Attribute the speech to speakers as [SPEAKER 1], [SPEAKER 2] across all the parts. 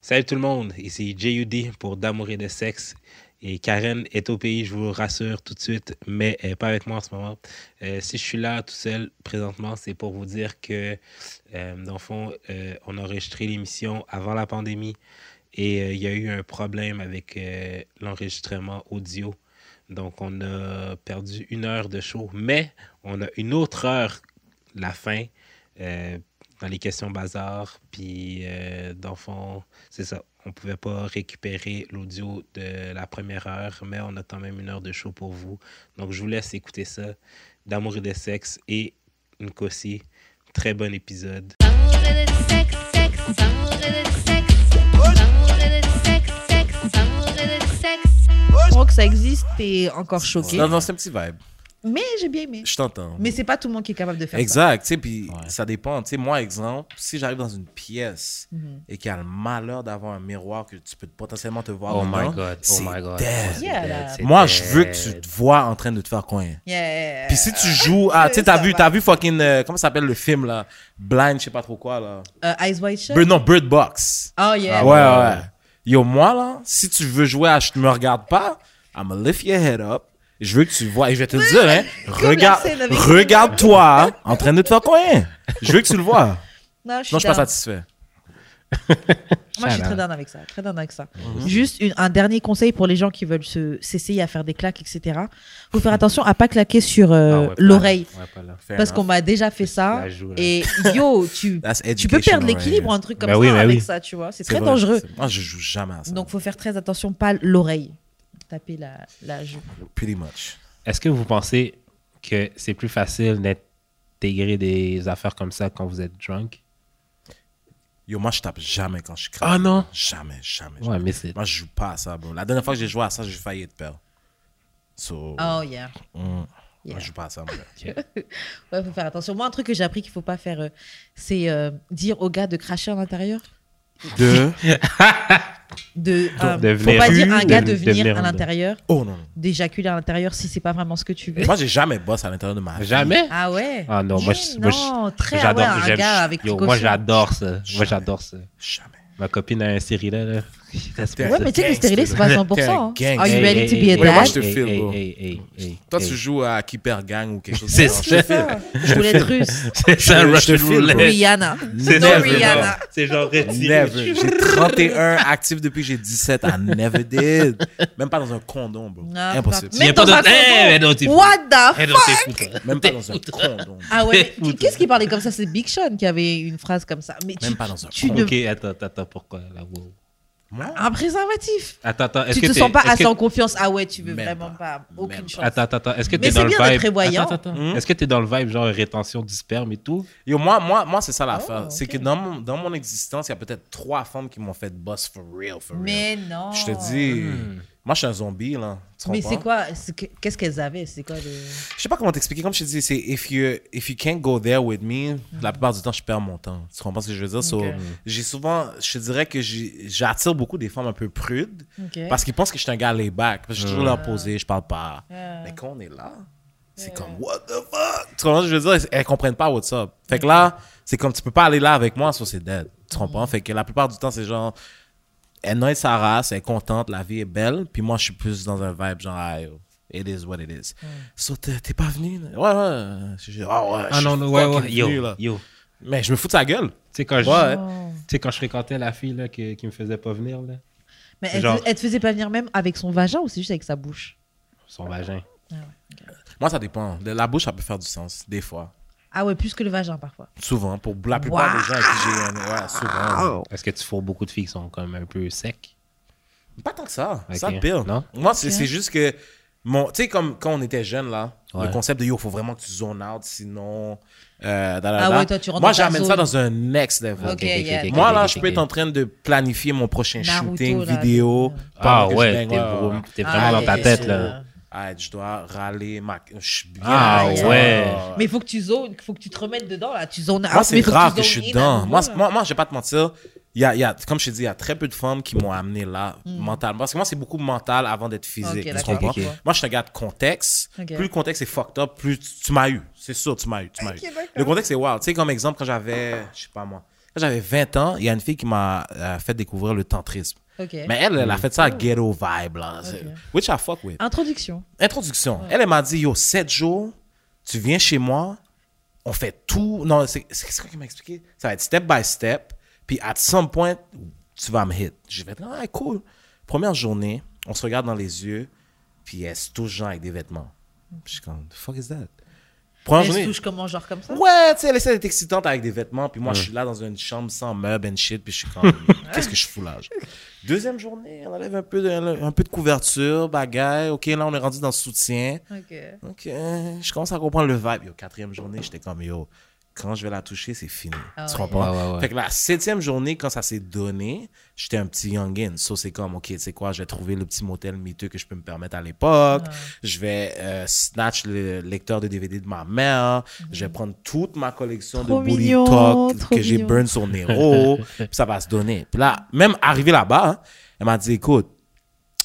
[SPEAKER 1] Salut tout le monde, ici JUD pour D'amour et de sexe. Et Karen est au pays, je vous rassure tout de suite, mais elle n'est pas avec moi en ce moment. Euh, si je suis là tout seul présentement, c'est pour vous dire que, euh, dans le fond, euh, on a enregistré l'émission avant la pandémie et euh, il y a eu un problème avec euh, l'enregistrement audio. Donc, on a perdu une heure de show, mais on a une autre heure, la fin, euh, dans les questions bazar. Puis, euh, dans le fond, c'est ça. On ne pouvait pas récupérer l'audio de la première heure, mais on a quand même une heure de show pour vous. Donc, je vous laisse écouter ça. D'amour et de sexe et Nkosi. Très bon épisode.
[SPEAKER 2] Amoureux de sexe, sexe, amoureux de sexe. Amoureux de sexe, sexe, amoureux de sexe.
[SPEAKER 3] Je crois que ça existe, t'es encore choqué.
[SPEAKER 4] Non, non, c'est un petit vibe.
[SPEAKER 3] Mais j'ai bien aimé.
[SPEAKER 4] Je t'entends.
[SPEAKER 3] Mais c'est pas tout le monde qui est capable de faire
[SPEAKER 4] Exact, tu sais, puis ça dépend. Tu sais, moi, exemple, si j'arrive dans une pièce
[SPEAKER 3] Mhm.
[SPEAKER 4] et qu'il y a le malheur d'avoir un miroir que tu peux potentiellement te voir
[SPEAKER 1] Oh
[SPEAKER 4] dedans,
[SPEAKER 1] my god, oh
[SPEAKER 4] c'est
[SPEAKER 1] my god.
[SPEAKER 4] dead.
[SPEAKER 1] C'est
[SPEAKER 3] Yeah,
[SPEAKER 1] dead,
[SPEAKER 3] là.
[SPEAKER 1] c'est
[SPEAKER 4] Moi, je veux que tu
[SPEAKER 1] dead.
[SPEAKER 4] te vois en train de te faire coin.
[SPEAKER 3] ça. Yeah.
[SPEAKER 4] Puis si tu joues à, tu sais, t'as
[SPEAKER 3] Euh, Ça
[SPEAKER 4] vu,
[SPEAKER 3] va.
[SPEAKER 4] t'as vu fucking, euh, comment ça s'appelle le film là? Blind, je sais pas trop quoi là.
[SPEAKER 3] Euh, Eyes Wide Shut.
[SPEAKER 4] Bird- non, Bird Box.
[SPEAKER 3] Oh yeah.
[SPEAKER 4] Ah Ouais, ouais, ouais. Yo, moi là, si tu veux jouer à Je ne me regarde pas, I'm gonna lift your head up. Je veux que tu vois, et je vais te le dire, hein,
[SPEAKER 3] la
[SPEAKER 4] regarde,
[SPEAKER 3] scène avec-
[SPEAKER 4] regarde-toi hein, en train de te faire coin. Je veux que tu le vois.
[SPEAKER 3] Non, je suis,
[SPEAKER 4] Non, je suis
[SPEAKER 3] down.
[SPEAKER 4] pas satisfait.
[SPEAKER 3] Moi, je suis très down avec ça. Très down avec ça. Juste une- un dernier conseil pour les gens qui veulent se- s'essayer à faire des claques, etc. Faut faire attention à pas claquer sur euh,
[SPEAKER 1] Ah ouais,
[SPEAKER 3] l'oreille.
[SPEAKER 1] pas là. Ouais, pas là.
[SPEAKER 4] Fair
[SPEAKER 3] Parce
[SPEAKER 4] enough.
[SPEAKER 3] qu'on m'a déjà fait ça.
[SPEAKER 1] La joue, là.
[SPEAKER 3] Et yo, tu,
[SPEAKER 4] That's
[SPEAKER 3] tu peux
[SPEAKER 4] education
[SPEAKER 3] perdre
[SPEAKER 4] right
[SPEAKER 3] l'équilibre,
[SPEAKER 4] here.
[SPEAKER 3] un truc comme
[SPEAKER 1] Ben
[SPEAKER 3] ça
[SPEAKER 1] oui, ben
[SPEAKER 3] avec
[SPEAKER 1] oui.
[SPEAKER 3] ça, tu vois. C'est
[SPEAKER 4] C'est
[SPEAKER 3] très
[SPEAKER 4] vrai,
[SPEAKER 3] dangereux.
[SPEAKER 4] c'est- Moi, je joue jamais à ça.
[SPEAKER 3] Donc, faut faire très attention, pas l'oreille. Taper la, la joue.
[SPEAKER 4] Pretty much.
[SPEAKER 1] Est-ce que vous pensez que c'est plus facile d'intégrer des affaires comme ça quand vous êtes drunk?
[SPEAKER 4] Yo, moi, je tape jamais quand je suis
[SPEAKER 1] Ah, non?
[SPEAKER 4] Jamais, jamais.
[SPEAKER 1] Ouais, mais c'est.
[SPEAKER 4] Moi, je joue pas à ça, bro. La dernière fois que j'ai joué à ça, j'ai failli être perdre. So,
[SPEAKER 3] Oh yeah.
[SPEAKER 4] mm,
[SPEAKER 3] Yeah.
[SPEAKER 4] moi, je joue pas à ça, mon gars.
[SPEAKER 3] Ouais, faut faire attention. Moi, un truc que j'ai appris qu'il faut pas faire, euh, c'est euh, dire au gars de cracher à l'intérieur.
[SPEAKER 4] Deux.
[SPEAKER 3] De, euh,
[SPEAKER 1] de
[SPEAKER 3] faut
[SPEAKER 1] venir
[SPEAKER 3] pas
[SPEAKER 1] un,
[SPEAKER 3] dire un
[SPEAKER 1] de-
[SPEAKER 3] gars
[SPEAKER 1] de
[SPEAKER 3] de venir
[SPEAKER 1] venir
[SPEAKER 3] à
[SPEAKER 1] un, de-
[SPEAKER 3] l'intérieur,
[SPEAKER 4] Oh non. non.
[SPEAKER 3] d'éjaculer à l'intérieur si c'est pas vraiment ce que tu veux.
[SPEAKER 4] Moi, j'ai jamais bossé à l'intérieur de ma vie.
[SPEAKER 1] Jamais?
[SPEAKER 3] Ah ouais.
[SPEAKER 1] Ah non,
[SPEAKER 3] Eh
[SPEAKER 1] moi, je- moi, je-
[SPEAKER 3] non, très ah ouais,
[SPEAKER 1] J'adore,
[SPEAKER 3] un
[SPEAKER 1] j'aime-
[SPEAKER 3] gars avec
[SPEAKER 1] yo,
[SPEAKER 3] Pico
[SPEAKER 1] moi
[SPEAKER 3] Show.
[SPEAKER 1] j'adore ça. Moi
[SPEAKER 4] Jamais.
[SPEAKER 1] j'adore ça.
[SPEAKER 4] Jamais.
[SPEAKER 1] Ma copine a un série là. là. Laisse-moi
[SPEAKER 4] Ouais,
[SPEAKER 3] Ouais,
[SPEAKER 1] ça.
[SPEAKER 3] mais tu sais que le stérilé, c'est pas 100%. hein.
[SPEAKER 4] T'es un gang.
[SPEAKER 3] Are you
[SPEAKER 4] Hey,
[SPEAKER 3] ready to be a
[SPEAKER 4] hey, moi,
[SPEAKER 3] dad?
[SPEAKER 4] je te file,
[SPEAKER 1] hey,
[SPEAKER 4] bro.
[SPEAKER 1] hey, hey, hey,
[SPEAKER 4] Toi,
[SPEAKER 1] hey.
[SPEAKER 4] tu joues à Keeper Gang ou quelque chose
[SPEAKER 1] C'est
[SPEAKER 4] comme ça.
[SPEAKER 1] ça.
[SPEAKER 4] Je file.
[SPEAKER 3] Je voulais être russe.
[SPEAKER 1] C'est ça,
[SPEAKER 4] Je- je te
[SPEAKER 1] Russian
[SPEAKER 4] file, bro.
[SPEAKER 1] roulette.
[SPEAKER 3] Rihanna.
[SPEAKER 1] C'est
[SPEAKER 3] Non,
[SPEAKER 1] never,
[SPEAKER 3] Rihanna.
[SPEAKER 1] bro. C'est genre
[SPEAKER 4] Never.
[SPEAKER 1] retiré.
[SPEAKER 4] J'ai 31 actifs depuis que j'ai 17. I never did. Même pas dans un condom, bro.
[SPEAKER 3] Non,
[SPEAKER 4] Impossible.
[SPEAKER 3] non.
[SPEAKER 1] Mais-
[SPEAKER 3] Même
[SPEAKER 1] Y a pas
[SPEAKER 3] dans un
[SPEAKER 1] d'autre- Eh, mais non, t'es
[SPEAKER 3] condom.
[SPEAKER 1] fou.
[SPEAKER 3] What the
[SPEAKER 1] Eh
[SPEAKER 3] fuck?
[SPEAKER 1] non, t'es fou, toi.
[SPEAKER 4] Même pas dans un condom.
[SPEAKER 3] Ah ouais. mais
[SPEAKER 1] T'es fou,
[SPEAKER 3] Qu'est-ce qui parlait comme ça? C'est Big Sean qui avait une phrase comme ça. Mais
[SPEAKER 4] Même
[SPEAKER 3] tu,
[SPEAKER 4] pas dans un
[SPEAKER 3] tu ne...
[SPEAKER 1] Ok, attends, attends, attends, pourquoi là? wow.
[SPEAKER 4] Moi,
[SPEAKER 3] Un préservatif.
[SPEAKER 1] Attends, attends, est-ce
[SPEAKER 3] tu
[SPEAKER 1] que
[SPEAKER 3] te
[SPEAKER 1] t'es-
[SPEAKER 3] sens pas
[SPEAKER 1] est-ce
[SPEAKER 3] assez
[SPEAKER 1] que-
[SPEAKER 3] en confiance. Ah ouais, tu veux
[SPEAKER 4] Même
[SPEAKER 3] vraiment pas.
[SPEAKER 4] pas.
[SPEAKER 3] Aucune
[SPEAKER 4] Même
[SPEAKER 3] chance.
[SPEAKER 1] Attends, attends, attends. Est-ce que
[SPEAKER 3] Mais
[SPEAKER 1] t'es
[SPEAKER 3] c'est
[SPEAKER 1] dans le
[SPEAKER 3] bien d'être
[SPEAKER 1] vibe?
[SPEAKER 3] prévoyant.
[SPEAKER 1] Attends, attends, attends.
[SPEAKER 4] Hmm?
[SPEAKER 1] Est-ce que t'es dans le vibe, genre rétention du sperme et tout?
[SPEAKER 4] Yo, moi, moi, moi c'est ça l'affaire.
[SPEAKER 3] Oh,
[SPEAKER 4] C'est
[SPEAKER 3] ok.
[SPEAKER 4] que dans mon, dans mon existence, il y a peut-être trois femmes qui m'ont fait boss for real, for real.
[SPEAKER 3] Mais non.
[SPEAKER 4] Je te dis, moi, je suis un zombie, là. Tu
[SPEAKER 3] Mais
[SPEAKER 4] comprends?
[SPEAKER 3] c'est quoi c'est que- Qu'est-ce qu'elles avaient C'est quoi le.
[SPEAKER 4] Je sais pas comment t'expliquer. Comme je te dis, c'est if you, if you can't go there with me, la plupart du temps, je perds mon temps. Tu comprends ce que je veux dire? So,
[SPEAKER 3] Ok.
[SPEAKER 4] j'ai souvent, je te dirais que j'ai- j'attire beaucoup des femmes un peu prudes
[SPEAKER 3] Ok.
[SPEAKER 4] parce qu'ils pensent que je suis un gars laid back. Parce que je suis toujours là posé, je parle pas.
[SPEAKER 3] Ah.
[SPEAKER 4] Mais quand on est là, c'est comme what the fuck? Tu comprends ce que je veux dire? Elles comprennent pas what's up. Fait que là, c'est comme tu peux pas aller là avec moi, sur c'est dead. Tu comprends?
[SPEAKER 3] Mhm.
[SPEAKER 4] Fait que la plupart du temps, c'est genre. Elle noie sa race, elle est contente, la vie est belle. Puis moi, je suis plus dans un vibe genre, ah, yo, it is what it is.
[SPEAKER 3] Mm.
[SPEAKER 4] So, t'es t'es pas venu? là? Ouais, ouais. Je suis- Ah ouais,
[SPEAKER 1] Ah
[SPEAKER 4] je
[SPEAKER 1] non,
[SPEAKER 4] suis
[SPEAKER 1] non, ouais,
[SPEAKER 4] fucking
[SPEAKER 1] ouais. Yo,
[SPEAKER 4] venu, là.
[SPEAKER 1] yo. Tu
[SPEAKER 4] Mais je me fous de sa gueule.
[SPEAKER 1] sais, quand, je-
[SPEAKER 4] Ouais.
[SPEAKER 3] Oh.
[SPEAKER 1] tu sais, quand je fréquentais la fille là, qui, qui me faisait pas venir, là,
[SPEAKER 3] Mais elle,
[SPEAKER 1] Genre-
[SPEAKER 3] te, elle te faisait pas venir même avec son vagin ou c'est juste avec sa bouche
[SPEAKER 1] son vagin.
[SPEAKER 4] Moi, ça dépend. La bouche, ça peut faire du sens, des fois.
[SPEAKER 3] Ah ouais, plus que le vagin parfois.
[SPEAKER 4] Souvent, pour la plupart des gens avec qui j'ai un. Ouais, souvent.
[SPEAKER 1] Est-ce que tu fourres beaucoup de filles qui sont comme un peu secs?
[SPEAKER 4] Pas tant que ça.
[SPEAKER 1] Ok.
[SPEAKER 4] Ça pire.
[SPEAKER 1] Non?
[SPEAKER 4] Moi, c'est c'est juste que. mon- Tu sais, comme quand on était jeune, là,
[SPEAKER 1] Ouais.
[SPEAKER 4] le concept de yo, faut vraiment que tu zones out, sinon. euh, da, da,
[SPEAKER 3] Ah
[SPEAKER 4] da.
[SPEAKER 3] ouais, toi, tu rentres
[SPEAKER 4] Moi,
[SPEAKER 3] dans ta
[SPEAKER 4] j'amène
[SPEAKER 3] zone.
[SPEAKER 4] ça dans un next level.
[SPEAKER 3] Ok, yeah.
[SPEAKER 1] ok,
[SPEAKER 4] Moi,
[SPEAKER 1] ok,
[SPEAKER 4] là,
[SPEAKER 1] ok,
[SPEAKER 4] je
[SPEAKER 1] ok.
[SPEAKER 4] peux être en train de planifier mon prochain
[SPEAKER 3] Naruto,
[SPEAKER 4] shooting
[SPEAKER 3] là,
[SPEAKER 4] vidéo.
[SPEAKER 1] Ah
[SPEAKER 4] pendant que je
[SPEAKER 1] ouais,
[SPEAKER 4] bang,
[SPEAKER 1] t'es
[SPEAKER 4] ouais, ouais.
[SPEAKER 1] vra- t'es vraiment dans ta
[SPEAKER 3] ouais,
[SPEAKER 1] tête,
[SPEAKER 3] Ah, c'est-
[SPEAKER 1] là.
[SPEAKER 4] Ah, je dois râler ma. Je suis bien.
[SPEAKER 1] Ah
[SPEAKER 4] avec
[SPEAKER 3] ouais.
[SPEAKER 4] ça.
[SPEAKER 3] Mais faut que tu zones, faut que tu te remettes dedans là. Tu zones
[SPEAKER 4] Moi,
[SPEAKER 3] out,
[SPEAKER 4] c'est
[SPEAKER 3] mais faut
[SPEAKER 4] rare
[SPEAKER 3] tu
[SPEAKER 4] que je
[SPEAKER 3] zones
[SPEAKER 4] suis
[SPEAKER 3] in à euh,
[SPEAKER 4] dedans.
[SPEAKER 3] nouveau,
[SPEAKER 4] Moi,
[SPEAKER 3] là.
[SPEAKER 4] c'est- moi, moi, je vais pas te mentir. Il y a, il y a, comme je te dis, il y a très peu de femmes qui m'ont amené là, mentalement. Parce que moi, c'est beaucoup mental avant d'être
[SPEAKER 3] Hmm. Ok,
[SPEAKER 4] physique. tu
[SPEAKER 3] d'accord,
[SPEAKER 4] comprends?
[SPEAKER 3] je vois.
[SPEAKER 4] Moi, je te garde contexte.
[SPEAKER 3] Ok.
[SPEAKER 4] Plus le contexte est fucked up, plus tu, tu m'as eu. C'est sûr, tu m'as eu. Tu m'as eu. Le contexte est wild. Tu sais, comme exemple, quand j'avais, je sais pas moi, quand Quand j'avais 20 ans, il y a une fille qui m'a euh, fait découvrir le tantrisme.
[SPEAKER 3] Ok. Hmm.
[SPEAKER 4] Mais elle, elle a fait ça à ghetto vibe, là. C'est-
[SPEAKER 3] Ok.
[SPEAKER 4] Which I fuck with.
[SPEAKER 3] Introduction.
[SPEAKER 4] Introduction. Elle, elle m'a dit, yo, 7 jours, tu viens chez moi, on fait tout. Non, c'est c'est- c'est quoi qu'elle m'a expliqué? Ça va être step by step, puis at some point, tu vas me hit. Je vais ah, cool. Première journée, on se regarde dans les yeux, puis elle se touche genre avec des vêtements. Puis Je suis comme, the fuck is that? Première
[SPEAKER 3] Elle se
[SPEAKER 4] journée.
[SPEAKER 3] touche comment, genre comme ça
[SPEAKER 4] Ouais, tu sais, elle essaie d'être excitante avec des vêtements, puis moi, je suis là dans une chambre sans meubles and shit, puis je suis comme, qu'est-ce que je fous là? Deuxième journée, on enlève un peu de, un peu de couverture, bagaille, ok, là, on est rendu dans le soutien.
[SPEAKER 3] Ok.
[SPEAKER 4] Ok, euh, je commence à comprendre le vibe. Yo, quatrième journée, j'étais comme, yo, quand je vais la toucher, c'est fini.
[SPEAKER 3] Ah
[SPEAKER 4] tu
[SPEAKER 3] ouais.
[SPEAKER 4] comprends?
[SPEAKER 1] Ouais, ouais, ouais.
[SPEAKER 4] Fait que la septième journée, quand ça s'est donné, j'étais un petit youngin. So, c'est comme, ok, tu sais quoi, je vais trouver le petit motel miteux que je peux me permettre à l'époque.
[SPEAKER 3] Ah.
[SPEAKER 4] Je vais euh, snatch le lecteur de DVD de ma mère. Je vais prendre toute ma collection
[SPEAKER 3] Mhm. Trop
[SPEAKER 4] de booty
[SPEAKER 3] mignon,
[SPEAKER 4] talk
[SPEAKER 3] trop
[SPEAKER 4] que j'ai
[SPEAKER 3] mignon.
[SPEAKER 4] burn sur Nero. puis ça va se donner. Puis là, même arrivé là-bas, hein, elle m'a dit, écoute,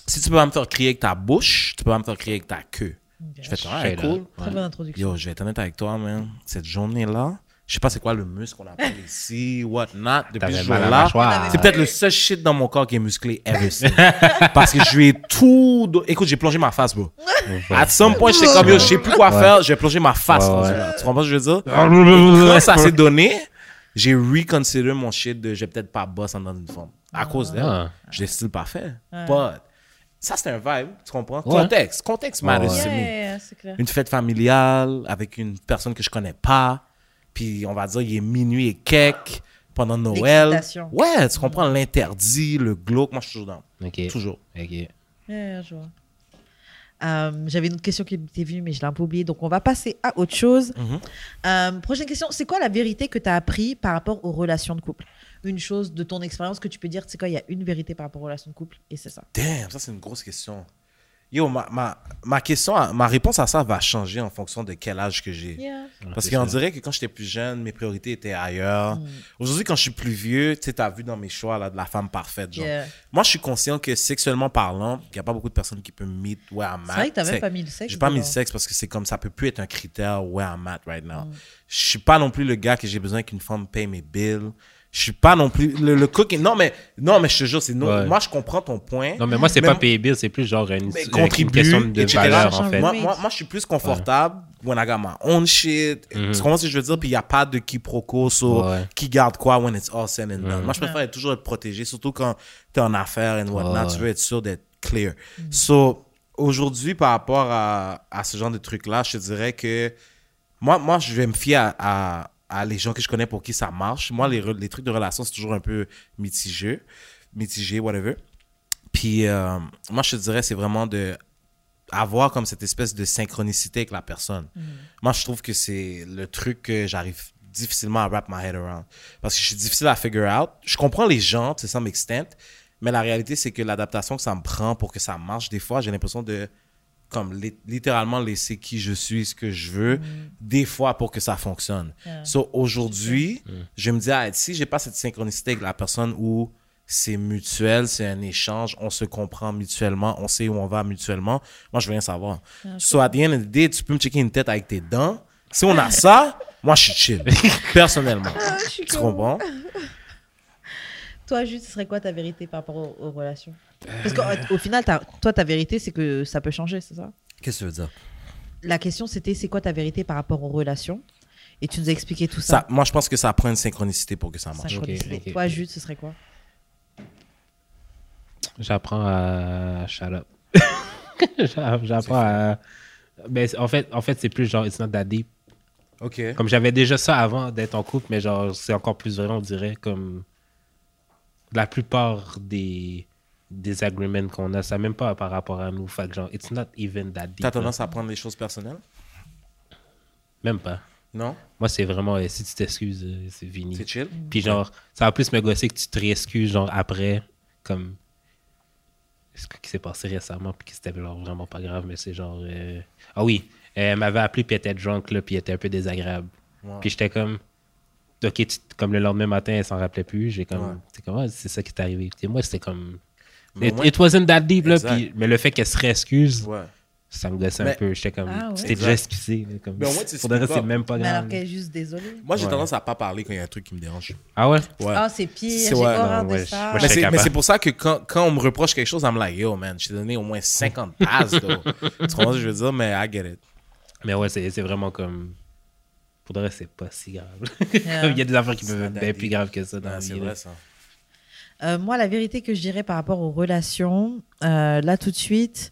[SPEAKER 4] si tu peux pas me faire crier avec ta bouche, tu peux pas me faire crier avec ta queue. Je fais, ah,
[SPEAKER 1] Straight
[SPEAKER 4] cool.
[SPEAKER 1] up.
[SPEAKER 3] Très bonne introduction.
[SPEAKER 4] Yo, je vais être honnête avec toi, man. Cette journée-là, je sais pas c'est quoi le muscle qu'on appelle ici, what not, depuis ce
[SPEAKER 1] T'avais mal à la
[SPEAKER 4] jour-là.
[SPEAKER 1] mâchoire.
[SPEAKER 4] C'est peut-être le seul shit dans mon corps qui est musclé ever since. Parce que je lui ai tout. do- Écoute, j'ai plongé ma face, bro. À some point, j'étais comme, yo, je sais plus quoi faire, j'ai plongé ma face.
[SPEAKER 1] Ouais,
[SPEAKER 4] rendu
[SPEAKER 1] ouais.
[SPEAKER 4] là. Tu comprends ce que je veux dire? Et Quand ça s'est donné, j'ai reconsidéré mon shit de j'ai peut-être pas boss en dans une forme. À cause d'elle,
[SPEAKER 1] Ah.
[SPEAKER 4] je l'ai style pas fait. But, ça, c'est un vibe, tu comprends?
[SPEAKER 1] Ouais.
[SPEAKER 4] Contexte, contexte matters
[SPEAKER 1] Ouais.
[SPEAKER 4] to me
[SPEAKER 3] Yeah, c'est clair.
[SPEAKER 4] une fête familiale avec une personne que je connais pas. Puis on va dire, il est minuit et quelques pendant Noël.
[SPEAKER 3] L'excitation.
[SPEAKER 4] Ouais, tu comprends l'interdit, le glauque. Moi, je suis toujours dans.
[SPEAKER 1] Ok.
[SPEAKER 4] Toujours.
[SPEAKER 1] Ok.
[SPEAKER 3] Yeah, je vois. Euh, J'avais une autre question qui m'était venue, mais je l'ai un peu oubliée. Donc, on va passer à autre chose.
[SPEAKER 4] Mhm.
[SPEAKER 3] Euh, prochaine question. C'est quoi la vérité que tu as appris par rapport aux relations de couple Une chose de ton expérience que tu peux dire, c'est quoi Il y a une vérité par rapport aux relations de couple et c'est ça.
[SPEAKER 4] Damn, ça, c'est une grosse question. Yo, ma, ma, ma question, à- ma réponse à ça va changer en fonction de quel âge que j'ai. Parce qu'on dirait que quand j'étais plus jeune, mes priorités étaient ailleurs.
[SPEAKER 3] Mm.
[SPEAKER 4] Aujourd'hui, quand je suis plus vieux, tu sais, t'as vu dans mes choix là, de la femme parfaite. Genre.
[SPEAKER 3] Yeah.
[SPEAKER 4] Moi, je suis conscient que sexuellement parlant, il n'y a pas beaucoup de personnes qui peuvent meet where I'm
[SPEAKER 3] C'est vrai
[SPEAKER 4] at.
[SPEAKER 3] que t'as
[SPEAKER 4] C'est-
[SPEAKER 3] même pas mis le sexe.
[SPEAKER 4] J'ai pas mis le
[SPEAKER 3] dedans.
[SPEAKER 4] sexe parce que c'est comme ça peut plus être un critère where I'm at right now.
[SPEAKER 3] Mm.
[SPEAKER 4] Je suis pas non plus le gars que j'ai besoin qu'une femme paye mes bills. Je suis pas non plus le, le cooking. Non mais non mais je te jure c'est non.
[SPEAKER 1] Ouais.
[SPEAKER 4] Moi je comprends ton point.
[SPEAKER 1] Non, mais moi, c'est
[SPEAKER 4] Mais
[SPEAKER 1] pas
[SPEAKER 4] moi-
[SPEAKER 1] payer bill, c'est plus genre une,
[SPEAKER 4] Mm, mais
[SPEAKER 1] une
[SPEAKER 4] contribue,
[SPEAKER 1] question de
[SPEAKER 4] etc.
[SPEAKER 1] valeur, en fait.
[SPEAKER 4] Moi, moi, moi, je suis plus confortable when I got my own shit. Tu comprends ce que je veux dire? Puis il n'y a pas de quiproquo sur
[SPEAKER 1] Mm-hmm. Ouais. Mm-hmm.
[SPEAKER 4] qui garde quoi when it's all said and done. Moi, je préfère être toujours être protégé, surtout quand tu es en affaires and whatnot. Tu veux être sûr d'être clear. So, aujourd'hui, par rapport à, à ce genre de truc-là, je te dirais que moi, moi je vais me fier à, à- à les gens que je connais pour qui ça marche. Moi, les, re- les trucs de relation, c'est toujours un peu mitigé, mitigé, whatever. Puis euh, moi, je te dirais, c'est vraiment de avoir comme cette espèce de synchronicité avec la personne. Moi, je trouve que c'est le truc que j'arrive difficilement à wrap my head around. Parce que je suis difficile à figure out. Je comprends les gens, to some extent, mais la réalité, c'est que l'adaptation que ça me prend pour que ça marche, des fois, j'ai l'impression de comme li- littéralement laisser qui je suis, ce que je veux, des fois pour que ça fonctionne. So, aujourd'hui, je me dis, ah, si j'ai pas cette synchronicité avec la personne où c'est mutuel, c'est un échange, on se comprend mutuellement, on sait où on va mutuellement, moi, je veux rien savoir. so, à the end of the day, tu peux me checker une tête avec tes dents. Si on a ça, moi, je suis chill, personnellement.
[SPEAKER 3] Ah, Je suis
[SPEAKER 4] tu
[SPEAKER 3] con.
[SPEAKER 4] comprends?
[SPEAKER 3] Toi, juste, ce serait quoi ta vérité par rapport aux, aux relations
[SPEAKER 4] Euh.
[SPEAKER 3] Parce qu'au au final, ta- toi, ta vérité, c'est que ça peut changer, c'est ça
[SPEAKER 4] Qu'est-ce que tu veux dire?
[SPEAKER 3] La question, c'était c'est quoi ta vérité par rapport aux relations Et tu nous as expliqué tout
[SPEAKER 4] Ça,
[SPEAKER 3] ça.
[SPEAKER 4] moi, je pense que ça prend une synchronicité pour que ça marche.
[SPEAKER 3] Synchronicité.
[SPEAKER 1] Ok, ok.
[SPEAKER 3] Toi, Jude, ce serait quoi
[SPEAKER 1] J'apprends à shut up. J'a- J'apprends à. Ben, c'est- en fait, en fait c'est plus genre, it's not that deep.
[SPEAKER 4] OK.
[SPEAKER 1] Comme j'avais déjà ça avant d'être en couple, mais genre, c'est encore plus vrai, on dirait, comme la plupart des disagreements qu'on a, ça même pas par rapport à nous. Fait que genre, it's not even that deep.
[SPEAKER 4] T'as
[SPEAKER 1] là.
[SPEAKER 4] tendance à prendre les choses personnelles?
[SPEAKER 1] Même pas.
[SPEAKER 4] Non?
[SPEAKER 1] Moi, c'est vraiment, euh, si tu t'excuses, euh, c'est fini.
[SPEAKER 4] C'est chill?
[SPEAKER 1] Puis genre, ça va plus me gosser que tu te réexcuses, genre, après, comme... Ce qui s'est passé récemment, puis que c'était genre vraiment pas grave, mais c'est genre... euh, Ah oui, elle m'avait appelé, puis elle était drunk, là, puis elle était un peu désagréable.
[SPEAKER 4] Ouais.
[SPEAKER 1] Puis j'étais comme... Ok, tu- comme le lendemain matin, elle s'en rappelait plus. J'ai comme...
[SPEAKER 4] Ouais.
[SPEAKER 1] C'est comme, ah, c'est ça qui t'est arrivé. Puis moi, c'était comme...
[SPEAKER 4] Mais au
[SPEAKER 1] It,
[SPEAKER 4] moins-
[SPEAKER 1] it wasn't that deep, là.
[SPEAKER 4] Exact.
[SPEAKER 1] Puis, mais le fait qu'elle se réexcuse,
[SPEAKER 4] Ouais.
[SPEAKER 1] Ça me gossait un
[SPEAKER 4] Mais-
[SPEAKER 1] peu. J'étais comme,
[SPEAKER 3] Ah ouais?
[SPEAKER 1] tu t'es déjà esquissé. là, Comme,
[SPEAKER 4] Mais au moins, tu
[SPEAKER 1] pour de vrai,
[SPEAKER 4] t'expliques
[SPEAKER 1] c'est
[SPEAKER 4] pas.
[SPEAKER 1] même pas
[SPEAKER 3] Mais alors
[SPEAKER 1] grave.
[SPEAKER 3] qu'elle est juste désolée.
[SPEAKER 4] Moi, j'ai
[SPEAKER 1] Ouais.
[SPEAKER 4] tendance à pas parler quand il y a un truc qui me dérange.
[SPEAKER 1] Ah ouais?
[SPEAKER 4] Ouais.
[SPEAKER 3] Ah, c'est pire,
[SPEAKER 4] C'est-
[SPEAKER 3] j'ai
[SPEAKER 4] ouais,
[SPEAKER 3] horreur
[SPEAKER 1] non,
[SPEAKER 3] de
[SPEAKER 1] ouais,
[SPEAKER 3] ça.
[SPEAKER 1] moi,
[SPEAKER 4] Mais
[SPEAKER 1] je-
[SPEAKER 4] c'est-
[SPEAKER 1] capable.
[SPEAKER 4] mais c'est pour ça que quand, quand on me reproche quelque chose, I'm like, yo, man, je t'ai donné au moins 50 passes, though. tu comprends ce que je veux dire? Mais I get it.
[SPEAKER 1] Mais ouais, c'est c'est vraiment comme. Pour de vrai, c'est pas si grave.
[SPEAKER 3] Yeah.
[SPEAKER 1] Comme Il y a des affaires qui
[SPEAKER 4] Ça
[SPEAKER 1] peuvent être bien
[SPEAKER 4] date
[SPEAKER 1] plus
[SPEAKER 4] des-
[SPEAKER 1] graves que ça dans
[SPEAKER 4] Non,
[SPEAKER 1] la
[SPEAKER 4] c'est
[SPEAKER 1] vie. là.
[SPEAKER 4] vrai, ça.
[SPEAKER 3] Euh, moi, la vérité que je dirais par rapport aux relations, euh, là tout de suite,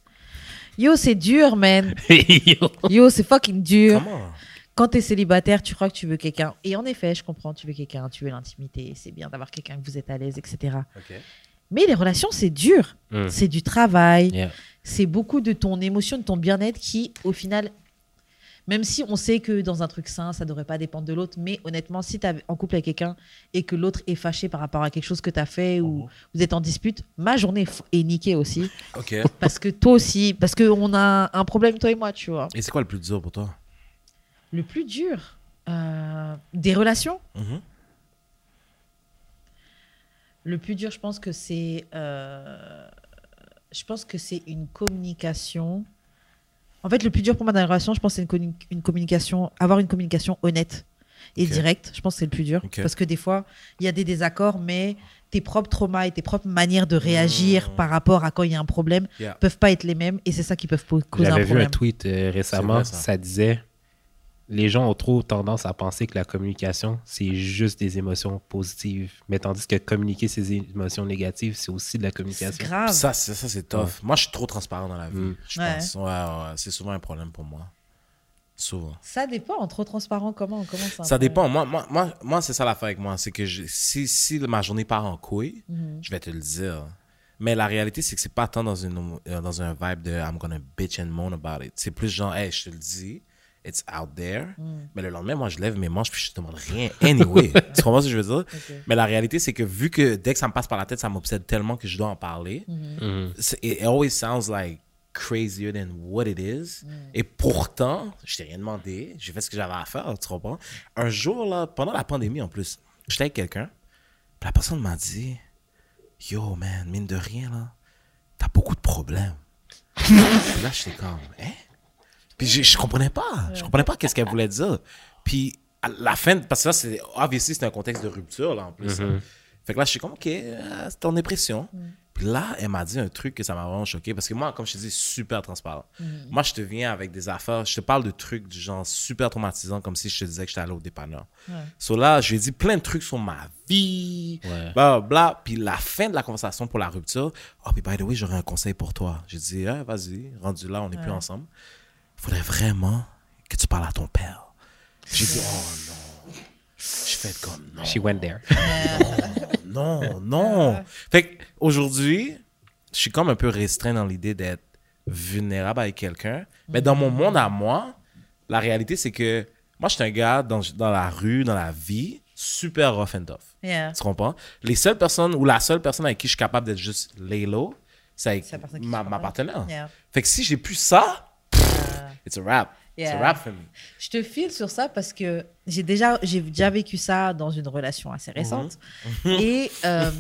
[SPEAKER 3] yo, c'est dur, man.
[SPEAKER 1] Yo.
[SPEAKER 3] Yo, c'est fucking dur.
[SPEAKER 4] Comment?
[SPEAKER 3] Quand t'es célibataire, tu crois que tu veux quelqu'un. Et en effet, je comprends, tu veux quelqu'un, tu veux l'intimité, c'est bien d'avoir quelqu'un que vous êtes à l'aise, etc.
[SPEAKER 4] Ok.
[SPEAKER 3] Mais les relations, c'est dur.
[SPEAKER 1] Mm.
[SPEAKER 3] C'est du travail.
[SPEAKER 1] Yeah.
[SPEAKER 3] C'est beaucoup de ton émotion, de ton bien-être qui, au final, même si on sait que dans un truc sain, ça devrait pas dépendre de l'autre, mais honnêtement, si tu en couple avec quelqu'un et que l'autre est fâché par rapport à quelque chose que tu as fait ou vous êtes en dispute, ma journée f- est niquée aussi.
[SPEAKER 4] Ok.
[SPEAKER 3] Parce que toi aussi, parce qu'on a un problème, toi et moi, tu vois.
[SPEAKER 4] Et c'est quoi le plus dur pour toi?
[SPEAKER 3] Le plus dur euh, des relations
[SPEAKER 4] Mhm.
[SPEAKER 3] Le plus dur, je pense que c'est, euh, je pense que c'est une communication. En fait, le plus dur pour moi dans la relation, je pense, que c'est une, communi- une communication, avoir une communication honnête et
[SPEAKER 4] Ok.
[SPEAKER 3] directe. Je pense que c'est le plus dur
[SPEAKER 4] Ok.
[SPEAKER 3] parce que des fois, il y a des désaccords, mais tes propres traumas et tes propres manières de réagir
[SPEAKER 4] Mmh.
[SPEAKER 3] par rapport à quand il y a un problème
[SPEAKER 4] Yeah.
[SPEAKER 3] peuvent pas être les mêmes et c'est ça qui peut po- causer un
[SPEAKER 1] J'avais vu un
[SPEAKER 3] problème.
[SPEAKER 1] tweet euh, récemment,
[SPEAKER 4] vrai, ça.
[SPEAKER 1] ça. disait Les gens ont trop tendance à penser que la communication, c'est juste des émotions positives. Mais tandis que communiquer ses émotions négatives, c'est aussi de la
[SPEAKER 3] C'est
[SPEAKER 1] communication.
[SPEAKER 3] grave.
[SPEAKER 4] Ça, c'est, ça, c'est tough.
[SPEAKER 1] Ouais.
[SPEAKER 4] Moi, je suis trop transparent dans la vie,
[SPEAKER 1] Mm.
[SPEAKER 4] je
[SPEAKER 3] Ouais.
[SPEAKER 4] pense. Ouais, ouais, ouais. C'est souvent un problème pour moi. Souvent.
[SPEAKER 3] Ça dépend. En trop transparent, comment comment ça
[SPEAKER 4] Ça dépend. Moi, moi, moi, moi, c'est ça l'affaire avec moi. C'est que je- si, si ma journée part en couille, je vais te le dire. Mais la réalité, c'est que c'est pas tant dans, une, euh, dans un vibe de I'm gonna bitch and moan about it. C'est plus genre, hey, je te le dis, it's out there. Mais le lendemain, moi, je lève mes manches puis je te demande rien. Anyway. tu comprends ce que je veux dire? Mais la réalité, c'est que vu que dès que ça me passe par la tête, ça m'obsède tellement que je dois en parler, c'est- it always sounds like crazier than what it is. Et pourtant, je t'ai rien demandé, j'ai fait ce que j'avais à faire, tu comprends? Un jour, là, pendant la pandémie en plus, j'étais avec quelqu'un, puis la personne m'a dit Yo, man, mine de rien, là, t'as beaucoup de problèmes. Puis là, j'étais comme, hein? Puis je, je comprenais pas. Je comprenais pas qu'est-ce qu'elle voulait dire. Puis à la fin, parce que là, c'est, obviously, c'est un contexte de rupture, là, en plus. hein. Fait que là, je suis comme, OK, euh, c'est ton dépression. Puis là, elle m'a dit un truc que ça m'a vraiment choqué. Parce que moi, comme je te dis, super transparent. Moi, je te viens avec des affaires, je te parle de trucs du genre super traumatisants, comme si je te disais que j'étais allé au dépanneur. So là, je lui ai dit plein de trucs sur ma vie,
[SPEAKER 1] Ouais.
[SPEAKER 4] bla, bla, bla. Puis la fin de la conversation pour la rupture, oh, puis by the way, j'aurais un conseil pour toi. J'ai dit, Ah, vas-y, rendu là, on n'est plus ensemble. Il faudrait vraiment que tu parles à ton père. J'ai dit, oh non. Je fais comme non.
[SPEAKER 1] She went there.
[SPEAKER 4] oh, Non, non. Fait qu'aujourd'hui, je suis comme un peu restreint dans l'idée d'être vulnérable avec quelqu'un. Mais dans mon monde à moi, la réalité, c'est que moi, je suis un gars dans, dans la rue, dans la vie, super rough and tough.
[SPEAKER 3] Yeah.
[SPEAKER 4] Tu comprends? Les seules personnes ou la seule personne avec qui je suis capable d'être juste lay low, c'est avec
[SPEAKER 3] C'est la personne qui
[SPEAKER 4] ma,
[SPEAKER 3] te
[SPEAKER 4] ma
[SPEAKER 3] parle.
[SPEAKER 4] partenaire.
[SPEAKER 3] Yeah.
[SPEAKER 4] Fait que si j'ai plus ça,
[SPEAKER 3] Euh,
[SPEAKER 4] it's a wrap. It's
[SPEAKER 3] Yeah.
[SPEAKER 4] a wrap for me.
[SPEAKER 3] Je te file sur ça parce que j'ai déjà, j'ai déjà vécu ça dans une relation
[SPEAKER 4] Mhm.
[SPEAKER 3] assez récente. Et euh,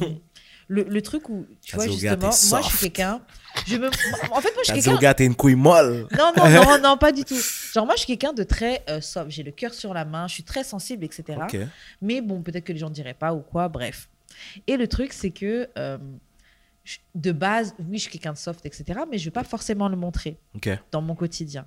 [SPEAKER 3] le, le truc où, tu
[SPEAKER 4] T'as
[SPEAKER 3] vois,
[SPEAKER 4] dit au gars,
[SPEAKER 3] justement,
[SPEAKER 4] t'es
[SPEAKER 3] moi, je suis
[SPEAKER 4] soft.
[SPEAKER 3] quelqu'un. Je me... En fait, moi, je suis
[SPEAKER 4] T'as dit au
[SPEAKER 3] quelqu'un.
[SPEAKER 4] gars, t'es une couille molle.
[SPEAKER 3] Non, non, non, non, pas du tout. Genre, moi, je suis quelqu'un de très euh, soft. J'ai le cœur sur la main, je suis très sensible, etc.
[SPEAKER 4] Ok.
[SPEAKER 3] Mais bon, peut-être que les gens ne diraient pas ou quoi, bref. Et le truc, c'est que euh, je- de base, oui, je suis quelqu'un de soft, etc. Mais je ne vais pas forcément le montrer
[SPEAKER 4] Ok.
[SPEAKER 3] dans mon quotidien.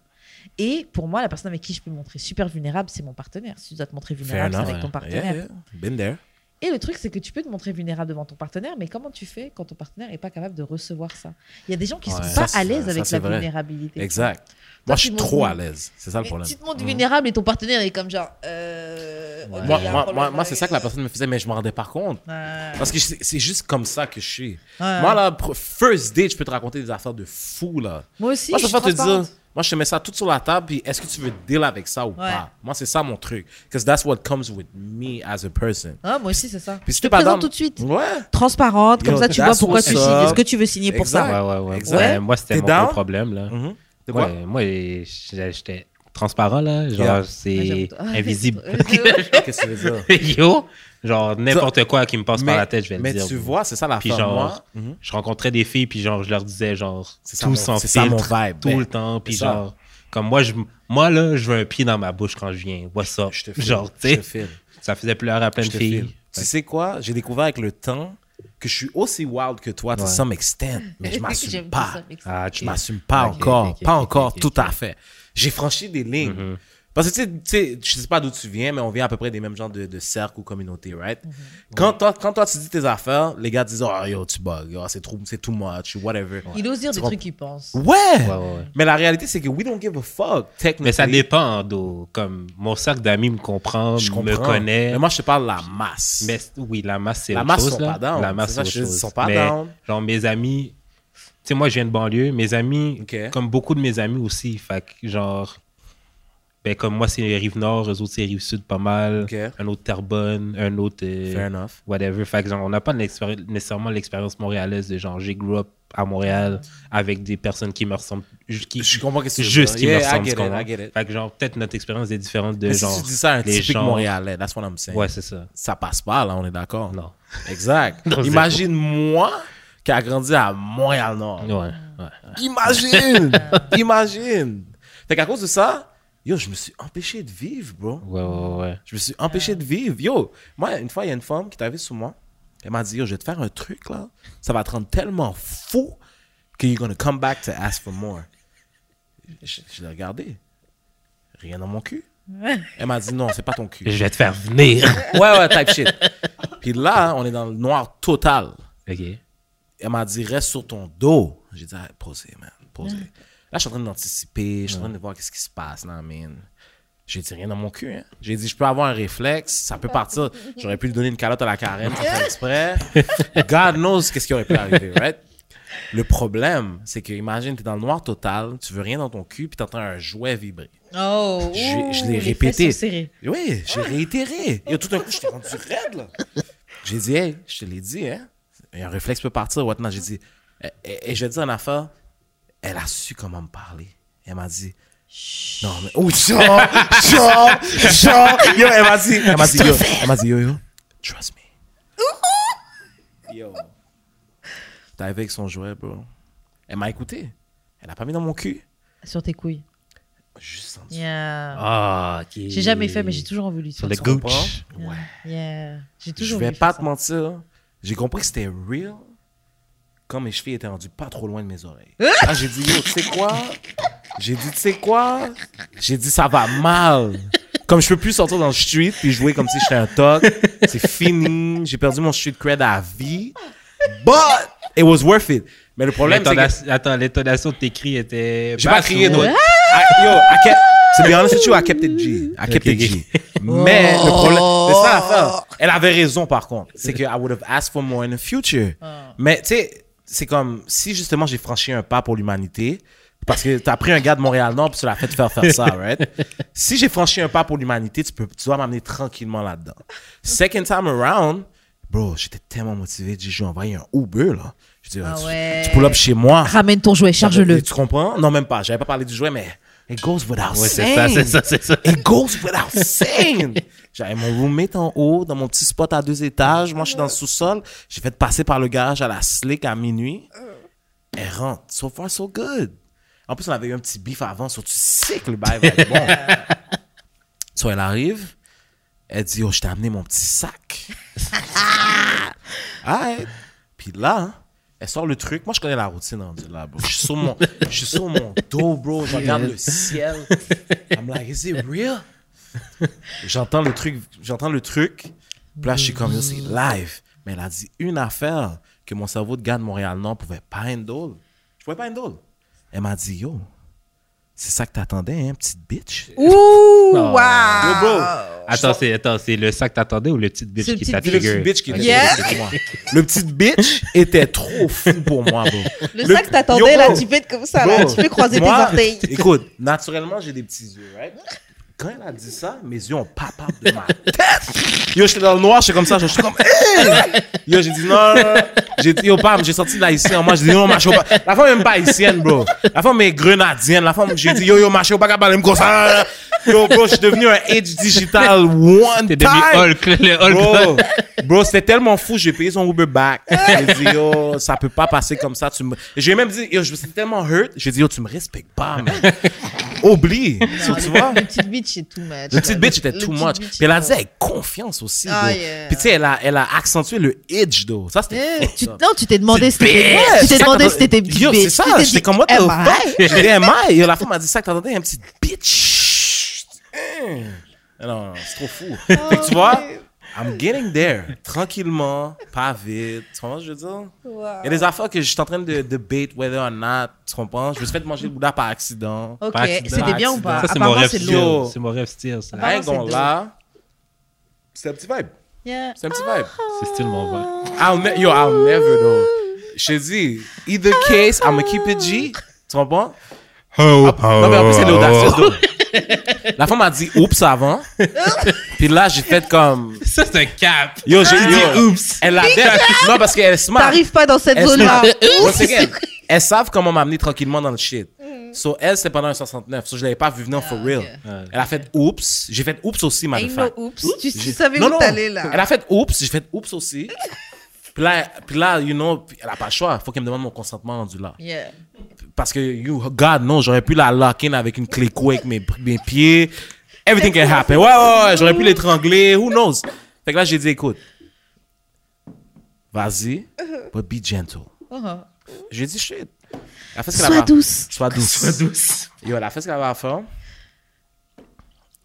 [SPEAKER 3] Et pour moi, la personne avec qui je peux me montrer super vulnérable, c'est mon partenaire. Si tu dois te montrer
[SPEAKER 4] Fair
[SPEAKER 3] vulnérable, c'est
[SPEAKER 4] enough.
[SPEAKER 3] avec ton partenaire.
[SPEAKER 4] Yeah, yeah. Been there.
[SPEAKER 3] Et le truc, c'est que tu peux te montrer vulnérable devant ton partenaire, mais comment tu fais quand ton partenaire n'est pas capable de recevoir ça Il y a des gens qui ne
[SPEAKER 1] Ouais.
[SPEAKER 3] sont
[SPEAKER 4] Ça,
[SPEAKER 3] pas
[SPEAKER 4] c'est-
[SPEAKER 3] à l'aise
[SPEAKER 4] ça,
[SPEAKER 3] avec
[SPEAKER 4] c'est
[SPEAKER 3] la
[SPEAKER 4] vrai.
[SPEAKER 3] vulnérabilité.
[SPEAKER 4] Exact. Moi,
[SPEAKER 3] tu
[SPEAKER 4] je suis
[SPEAKER 3] montes-
[SPEAKER 4] trop à l'aise. C'est ça le
[SPEAKER 3] Mais
[SPEAKER 4] problème. Mm.
[SPEAKER 3] tu te montres vulnérable et ton partenaire est comme genre. euh,
[SPEAKER 1] Ouais.
[SPEAKER 3] ok,
[SPEAKER 4] Moi,
[SPEAKER 3] il y a un
[SPEAKER 4] moi,
[SPEAKER 3] problème
[SPEAKER 4] moi, moi, c'est
[SPEAKER 3] avec
[SPEAKER 4] ça que la personne me faisait, mais je m'en rendais pas compte.
[SPEAKER 3] Ouais.
[SPEAKER 4] Parce que c'est c'est juste comme ça que je suis.
[SPEAKER 3] Ouais.
[SPEAKER 4] Moi, là, pr- first date, je peux te raconter des affaires de fou, là.
[SPEAKER 3] Moi aussi,
[SPEAKER 4] moi,
[SPEAKER 3] je
[SPEAKER 4] je
[SPEAKER 3] suis
[SPEAKER 4] préfère te dire,
[SPEAKER 3] transparente.
[SPEAKER 4] moi, je te mets ça tout sur la table, puis est-ce que tu veux deal avec ça ou pas? Moi, c'est ça mon truc. Because that's what comes with me as a person.
[SPEAKER 3] Ah, moi aussi, c'est ça.
[SPEAKER 4] Puis si
[SPEAKER 3] je te
[SPEAKER 4] t'es pas
[SPEAKER 3] présente
[SPEAKER 4] down-
[SPEAKER 3] tout de suite.
[SPEAKER 4] Ouais.
[SPEAKER 3] Transparente, comme
[SPEAKER 4] Yo,
[SPEAKER 3] ça tu vois
[SPEAKER 4] that's
[SPEAKER 3] pourquoi
[SPEAKER 4] what's
[SPEAKER 3] tu signes.
[SPEAKER 4] up.
[SPEAKER 3] Est-ce que tu veux signer pour
[SPEAKER 4] Exact.
[SPEAKER 3] ça
[SPEAKER 1] Ouais, ouais, ouais.
[SPEAKER 4] Exact.
[SPEAKER 1] Ouais, moi, c'était
[SPEAKER 4] T'es
[SPEAKER 1] mon
[SPEAKER 4] down?
[SPEAKER 1] gros problème. Là.
[SPEAKER 4] Mhm. De quoi?
[SPEAKER 1] Ouais, moi, j'étais transparent, là. Genre,
[SPEAKER 4] Yeah.
[SPEAKER 3] Moi, j'aime
[SPEAKER 1] c'est
[SPEAKER 3] tout.
[SPEAKER 1] invisible.
[SPEAKER 4] Qu'est-ce que tu veux dire?
[SPEAKER 1] Yo, genre, n'importe quoi qui me passe par la tête, je vais le
[SPEAKER 4] mais
[SPEAKER 1] dire.
[SPEAKER 4] tu
[SPEAKER 1] bro.
[SPEAKER 4] vois, c'est ça la
[SPEAKER 1] Puis
[SPEAKER 4] fin.
[SPEAKER 1] genre, mm-hmm.
[SPEAKER 4] Moi, Mhm.
[SPEAKER 1] je rencontrais des filles, puis genre, je leur disais, genre,
[SPEAKER 4] C'est ça
[SPEAKER 1] tout
[SPEAKER 4] mon-
[SPEAKER 1] sans
[SPEAKER 4] c'est ça mon
[SPEAKER 1] filtre,
[SPEAKER 4] vibe,
[SPEAKER 1] tout
[SPEAKER 4] man.
[SPEAKER 1] le temps, puis
[SPEAKER 4] C'est ça.
[SPEAKER 1] genre, comme moi, je, moi, là, je veux un pied dans ma bouche quand je viens. What's up?
[SPEAKER 4] je te file.
[SPEAKER 1] Genre,
[SPEAKER 4] je
[SPEAKER 1] tu
[SPEAKER 4] te
[SPEAKER 1] sais,
[SPEAKER 4] file.
[SPEAKER 1] ça faisait pleurer à plein
[SPEAKER 4] Je
[SPEAKER 1] de
[SPEAKER 4] te
[SPEAKER 1] filles.
[SPEAKER 4] file. Tu sais quoi? J'ai découvert avec le temps que je suis aussi wild que toi, to
[SPEAKER 1] Ouais.
[SPEAKER 4] some extent, mais je m'assume
[SPEAKER 3] J'aime
[SPEAKER 4] pas.
[SPEAKER 3] ça, mais c'est-
[SPEAKER 1] Ah,
[SPEAKER 4] Je
[SPEAKER 1] ok.
[SPEAKER 4] m'assume pas
[SPEAKER 1] Ok,
[SPEAKER 4] encore,
[SPEAKER 1] ok, ok,
[SPEAKER 4] pas
[SPEAKER 1] ok,
[SPEAKER 4] encore
[SPEAKER 1] ok,
[SPEAKER 4] tout à fait. J'ai franchi des lignes.
[SPEAKER 1] Mm-hmm.
[SPEAKER 4] Parce que tu sais- tu sais, je sais pas d'où tu viens, mais on vient à peu près des mêmes genres de, de cercles ou communautés, right?
[SPEAKER 1] Mm-hmm.
[SPEAKER 4] Quand, toi, quand toi tu dis tes affaires, les gars disent Oh yo, tu bugs, yo, c'est trop- c'est too much, whatever.
[SPEAKER 3] Il ose dire des
[SPEAKER 4] comprends-
[SPEAKER 3] trucs qu'il pense.
[SPEAKER 4] Ouais!
[SPEAKER 1] ouais.
[SPEAKER 4] Mais la réalité, c'est que we don't give a fuck, technically.
[SPEAKER 1] Mais ça dépend, d'où. Comme mon cercle d'amis me comprend,
[SPEAKER 4] Je
[SPEAKER 1] me
[SPEAKER 4] comprends.
[SPEAKER 1] connaît.
[SPEAKER 4] Mais moi, je te parle de la masse.
[SPEAKER 1] Mais c- oui, la masse, c'est
[SPEAKER 4] La
[SPEAKER 1] autre
[SPEAKER 4] masse
[SPEAKER 1] chose.
[SPEAKER 4] sont
[SPEAKER 1] là.
[SPEAKER 4] pas down.
[SPEAKER 1] La masse,
[SPEAKER 4] C'est ça,
[SPEAKER 1] c'est autre
[SPEAKER 4] je te dis,
[SPEAKER 1] chose.
[SPEAKER 4] sont pas
[SPEAKER 1] Mais,
[SPEAKER 4] down.
[SPEAKER 1] Genre, mes amis... Tu sais, moi, je viens de banlieue. Mes amis,
[SPEAKER 4] Ok.
[SPEAKER 1] comme beaucoup de mes amis aussi, fait que, genre... Ben, comme moi, c'est Rive-Nord, eux autres, c'est Rive-Sud pas mal.
[SPEAKER 4] Ok.
[SPEAKER 1] Un autre Terrebonne, un autre... euh,
[SPEAKER 4] Fair enough.
[SPEAKER 1] Whatever. Fait que, genre, on n'a pas l'expéri- nécessairement l'expérience montréalaise de genre, j'ai grew up à Montréal avec des personnes qui me ressemblent... Qui,
[SPEAKER 4] Je comprends qu'est-ce que tu veux
[SPEAKER 1] Juste
[SPEAKER 4] dire.
[SPEAKER 1] qui
[SPEAKER 4] Yeah, I
[SPEAKER 1] me ressemblent,
[SPEAKER 4] get
[SPEAKER 1] tu
[SPEAKER 4] it,
[SPEAKER 1] comprends?
[SPEAKER 4] I get it.
[SPEAKER 1] Fait que, genre, peut-être notre expérience est différente de
[SPEAKER 4] Mais
[SPEAKER 1] genre...
[SPEAKER 4] si tu dis ça à un
[SPEAKER 1] les
[SPEAKER 4] typique
[SPEAKER 1] gens-
[SPEAKER 4] Montréalais, that's what I'm saying.
[SPEAKER 1] Ouais, c'est ça.
[SPEAKER 4] Ça passe pas, là, on est d'accord.
[SPEAKER 1] Non.
[SPEAKER 4] Exact.
[SPEAKER 1] Non, zéro.
[SPEAKER 4] Imagine moi qui a grandi à Montréal-Nord.
[SPEAKER 1] Ouais, ouais.
[SPEAKER 4] Imagine! Imagine! Fait qu'à cause de ça, yo, je me suis empêché de vivre, bro.
[SPEAKER 1] Ouais, ouais, ouais.
[SPEAKER 4] Je me suis empêché de vivre. Yo, moi, une fois, il y a une femme qui est arrivée sur moi. Elle m'a dit, yo, je vais te faire un truc, là. Ça va te rendre tellement fou que you're gonna come back to ask for more. Je, je l'ai regardé. Rien dans mon cul. Elle m'a dit, non, c'est pas ton cul.
[SPEAKER 1] Je vais te faire venir.
[SPEAKER 4] Ouais, ouais, type shit. Puis là, on est dans le noir total.
[SPEAKER 1] OK.
[SPEAKER 4] Elle m'a dit, reste sur ton dos. J'ai dit, Ah, posez, man, posez. Là, je suis en train d'anticiper, je suis en train de voir qu'est-ce qui se passe, non, mine. J'ai dit rien dans mon cul, hein. J'ai dit, je peux avoir un réflexe, ça peut partir. J'aurais pu lui donner une calotte à la carène, sans faire exprès. God knows qu'est-ce qui aurait pu arriver, right? Le problème, c'est que, imagine, t'es dans le noir total, tu veux rien dans ton cul, puis t'entends un jouet vibrer.
[SPEAKER 3] Oh,
[SPEAKER 4] Je- je
[SPEAKER 3] ouh,
[SPEAKER 4] l'ai
[SPEAKER 3] les
[SPEAKER 4] répété.
[SPEAKER 3] fesses sont serrées. Ah.
[SPEAKER 4] Oui, j'ai réitéré. Et tout d'un coup, je t'ai rendu raide, là. J'ai dit, hey, je te l'ai dit, hein. Et un réflexe peut partir, maintenant. J'ai dit, et, et- et je dis en affaire, elle a su comment me parler. Elle m'a dit, non, mais, oh, genre, genre, genre, yo, elle m'a dit, elle m'a dit, yo, elle m'a dit, yo, yo, trust me. Yo. T'es arrivé avec son jouet, bro. Elle m'a écouté. Elle a pas mis dans mon cul.
[SPEAKER 3] Sur tes couilles.
[SPEAKER 4] Juste senti.
[SPEAKER 3] Yeah.
[SPEAKER 1] Ah, OK.
[SPEAKER 3] J'ai jamais fait, mais j'ai toujours envie de lui
[SPEAKER 1] Sur
[SPEAKER 3] faire
[SPEAKER 1] le
[SPEAKER 3] ça.
[SPEAKER 1] gooch.
[SPEAKER 4] Ouais.
[SPEAKER 3] Yeah. J'ai
[SPEAKER 4] Je
[SPEAKER 3] toujours
[SPEAKER 4] vais
[SPEAKER 3] voulu
[SPEAKER 4] pas
[SPEAKER 3] faire
[SPEAKER 4] te
[SPEAKER 3] ça.
[SPEAKER 4] mentir, j'ai compris que c'était real quand mes cheveux étaient rendus pas trop loin de mes oreilles.
[SPEAKER 3] Hein?
[SPEAKER 4] Là, j'ai dit, yo, tu sais quoi? J'ai dit, tu sais quoi? J'ai dit, ça va mal. Comme je peux plus sortir dans le street puis jouer comme si j'étais un toc, c'est fini. J'ai perdu mon street cred à vie. But it was worth it. Mais le problème, c'est que
[SPEAKER 1] L'intonation- Attends, l'intonation de tes cris était...
[SPEAKER 4] j'ai pas
[SPEAKER 1] basse
[SPEAKER 4] crié
[SPEAKER 1] ou-
[SPEAKER 4] d'autres.
[SPEAKER 3] Ah!
[SPEAKER 4] I- Yo, I kept, to be honest with you, I kept it G. I kept it G. Mais
[SPEAKER 3] Oh.
[SPEAKER 4] le problème, c'est ça l'affaire. Elle avait raison par contre. C'est que I would have asked for more in the future.
[SPEAKER 3] Ah.
[SPEAKER 4] Mais tu sais, c'est comme si justement j'ai franchi un pas pour l'humanité. Parce que t'as pris un gars de Montréal-Nord puis tu l'as fait faire faire ça, right? Si j'ai franchi un pas pour l'humanité, tu, peux, tu dois m'amener tranquillement là-dedans. Second time around, bro, j'étais tellement motivé. J'ai j'ai envoyé un Uber, là. Je dis,
[SPEAKER 3] Ah
[SPEAKER 4] tu,
[SPEAKER 3] ouais.
[SPEAKER 4] tu pull up chez moi.
[SPEAKER 3] Ramène ton jouet, charge-le.
[SPEAKER 4] Tu comprends? Non, même pas. J'avais pas parlé du jouet, mais it goes without
[SPEAKER 1] Ouais, c'est
[SPEAKER 4] saying.
[SPEAKER 1] ça, c'est ça, c'est ça.
[SPEAKER 4] It goes without saying. J'avais mon roommate en haut, dans mon petit spot à deux étages. Moi, je suis dans le sous-sol. J'ai fait passer par le garage à la slick à minuit. Elle rentre. So far, so good. En plus, on avait eu un petit bif avant, sur tu sais que le bail va être bon. so, elle arrive. Elle dit, oh, je t'ai amené mon petit sac. Alright. Puis là, elle sort le truc. Moi, je connais la routine rendu là, bro. Je suis sur mon, je suis sur mon dos, bro. Je regarde le ciel. I'm like, is it real? J'entends le truc, j'entends le truc. Puis là, je suis comme, yo, c'est live. Mais elle a dit une affaire que mon cerveau de gars de Montréal-Nord pouvait pas handle. Je pouvais pas handle. Elle m'a dit, yo, c'est ça que t'attendais, hein, petite bitch?
[SPEAKER 3] Ouh,
[SPEAKER 4] Oh. Yo,
[SPEAKER 3] wow.
[SPEAKER 4] bro!
[SPEAKER 1] Attends, c'est, attends, c'est le sac que t'attendais ou le petit bitch
[SPEAKER 3] C'est le
[SPEAKER 1] qui
[SPEAKER 3] petit
[SPEAKER 1] t'a
[SPEAKER 4] Puis le
[SPEAKER 1] trigger?
[SPEAKER 4] petit bitch qui était
[SPEAKER 3] Yeah.
[SPEAKER 4] trop fou pour moi. Le petit bitch était trop fou pour moi, bro.
[SPEAKER 3] Le sac t'attendait,
[SPEAKER 4] Yo,
[SPEAKER 3] là,
[SPEAKER 4] bro.
[SPEAKER 3] tu peux être comme ça, là.
[SPEAKER 4] Bro,
[SPEAKER 3] Tu peux croiser
[SPEAKER 4] moi,
[SPEAKER 3] tes orteils.
[SPEAKER 4] Écoute, naturellement, j'ai des petits yeux, right? Quand elle a dit ça, mes yeux ont pop up de ma tête. Yo, j'étais dans le noir, j'étais comme ça, j'étais comme, hey! Yo, j'ai dit non, non, non. J'ai dit, yo, pam, j'ai sorti de la haïtienne. Moi, j'ai dit, yo, macho, pas. La femme est même pas haïtienne, bro. La femme est grenadienne. La femme, j'ai dit, yo, yo, macho, pas capable de me comme ça. Yo, bro, je suis devenu un edge digital one
[SPEAKER 1] T'es
[SPEAKER 4] time.
[SPEAKER 1] devenu Hulk, le Hulk.
[SPEAKER 4] Bro, bro c'était tellement fou, j'ai payé son Uber back. J'ai dit, yo, ça peut pas passer comme ça. Tu me... J'ai même dit, yo, je me suis tellement hurt. J'ai dit, yo, tu me respectes pas, man. Oublie. So, tu
[SPEAKER 3] Ah,
[SPEAKER 4] vois?
[SPEAKER 3] Le petit bitch, c'est too much.
[SPEAKER 4] Le petit bitch était
[SPEAKER 3] Le
[SPEAKER 4] too
[SPEAKER 3] petit
[SPEAKER 4] much.
[SPEAKER 3] bitch,
[SPEAKER 4] Puis elle a dit
[SPEAKER 3] c'est-
[SPEAKER 4] avec confiance aussi.
[SPEAKER 3] Ah,
[SPEAKER 4] bro.
[SPEAKER 3] yeah.
[SPEAKER 4] Puis tu sais, elle a, elle a accentué le edge, though. Ça, c'était.
[SPEAKER 3] Eh,
[SPEAKER 4] fucked
[SPEAKER 3] tu-
[SPEAKER 4] up.
[SPEAKER 3] Non, tu t'es demandé si
[SPEAKER 4] Petite
[SPEAKER 3] t'étais
[SPEAKER 4] bitch.
[SPEAKER 3] tu t'es demandé
[SPEAKER 4] Quand
[SPEAKER 3] si t'étais
[SPEAKER 4] Yo,
[SPEAKER 3] bitch.
[SPEAKER 4] c'est ça,
[SPEAKER 3] Tu t'es
[SPEAKER 4] j'étais
[SPEAKER 3] dit, eh, bah,
[SPEAKER 4] comme, what the
[SPEAKER 3] am I?
[SPEAKER 4] fuck? J'ai dit, am I? Yo, la femme m'a dit ça, que t'entendais un petit bitch. Hein. Non, non, c'est trop fou. Fait que tu vois,
[SPEAKER 3] Oh,
[SPEAKER 4] I'm getting there. Tranquillement, pas vite. Tu comprends ce que je veux dire? Il y a des affaires que je suis en train de debate whether or not. Tu comprends? Je me suis fait manger le bouddha par accident.
[SPEAKER 3] Ok,
[SPEAKER 1] Par accident.
[SPEAKER 3] c'était bien ou pas
[SPEAKER 1] Ça, c'est mon
[SPEAKER 3] bah, Apparemment,
[SPEAKER 1] rêve
[SPEAKER 3] c'est de
[SPEAKER 1] style.
[SPEAKER 3] l'eau.
[SPEAKER 4] l'eau.
[SPEAKER 1] C'est mon rêve style, ça.
[SPEAKER 3] Ah,
[SPEAKER 4] Hein,
[SPEAKER 3] c'est
[SPEAKER 4] gon,
[SPEAKER 3] doux.
[SPEAKER 4] là. C'est un petit vibe.
[SPEAKER 3] Yeah.
[SPEAKER 4] C'est un petit vibe.
[SPEAKER 1] C'est style mon verre.
[SPEAKER 4] I'll ne- yo, I'll never know. Je te dis, either case, I'm gonna keep it G. Tu comprends? non, mais en plus, c'est l'audace. La femme a dit oups avant. Puis là, j'ai fait comme.
[SPEAKER 1] Ça, c'est un cap.
[SPEAKER 4] Yo, j'ai dit
[SPEAKER 1] oups.
[SPEAKER 4] Elle l'a dit. Non, parce qu'elle est smart.
[SPEAKER 3] T'arrives pas dans cette
[SPEAKER 4] Elle
[SPEAKER 3] zone-là.
[SPEAKER 4] smart. Once again, elles savent comment m'amener tranquillement dans le shit. So, elle, c'est pendant un 69. So, je l'avais pas vu venir for real.
[SPEAKER 3] Ah, ok.
[SPEAKER 4] Elle a fait oups. J'ai fait oups aussi, ma
[SPEAKER 3] Ain't no oops. Tu, tu
[SPEAKER 4] j'ai-
[SPEAKER 3] savais
[SPEAKER 4] Non,
[SPEAKER 3] où
[SPEAKER 4] non.
[SPEAKER 3] t'allais là.
[SPEAKER 4] Elle a fait oups, j'ai fait oups aussi. puis, là, puis là, you know, puis elle a pas le choix. Faut qu'elle me demande mon consentement rendu là.
[SPEAKER 3] Yeah.
[SPEAKER 4] Parce que, you, God, non, j'aurais pu la lock in avec une cléco avec mes, mes pieds. Everything can happen. Ouais, ouais, ouais, j'aurais pu l'étrangler. Who knows? Fait que là, j'ai dit, écoute, vas-y, but be gentle.
[SPEAKER 3] Uh-huh.
[SPEAKER 4] J'ai dit, shit. Elle a fait ce qu'elle
[SPEAKER 3] Sois
[SPEAKER 4] avait à-
[SPEAKER 3] douce.
[SPEAKER 4] Sois douce.
[SPEAKER 1] Sois douce.
[SPEAKER 4] Yo, elle a fait ce qu'elle avait à faire.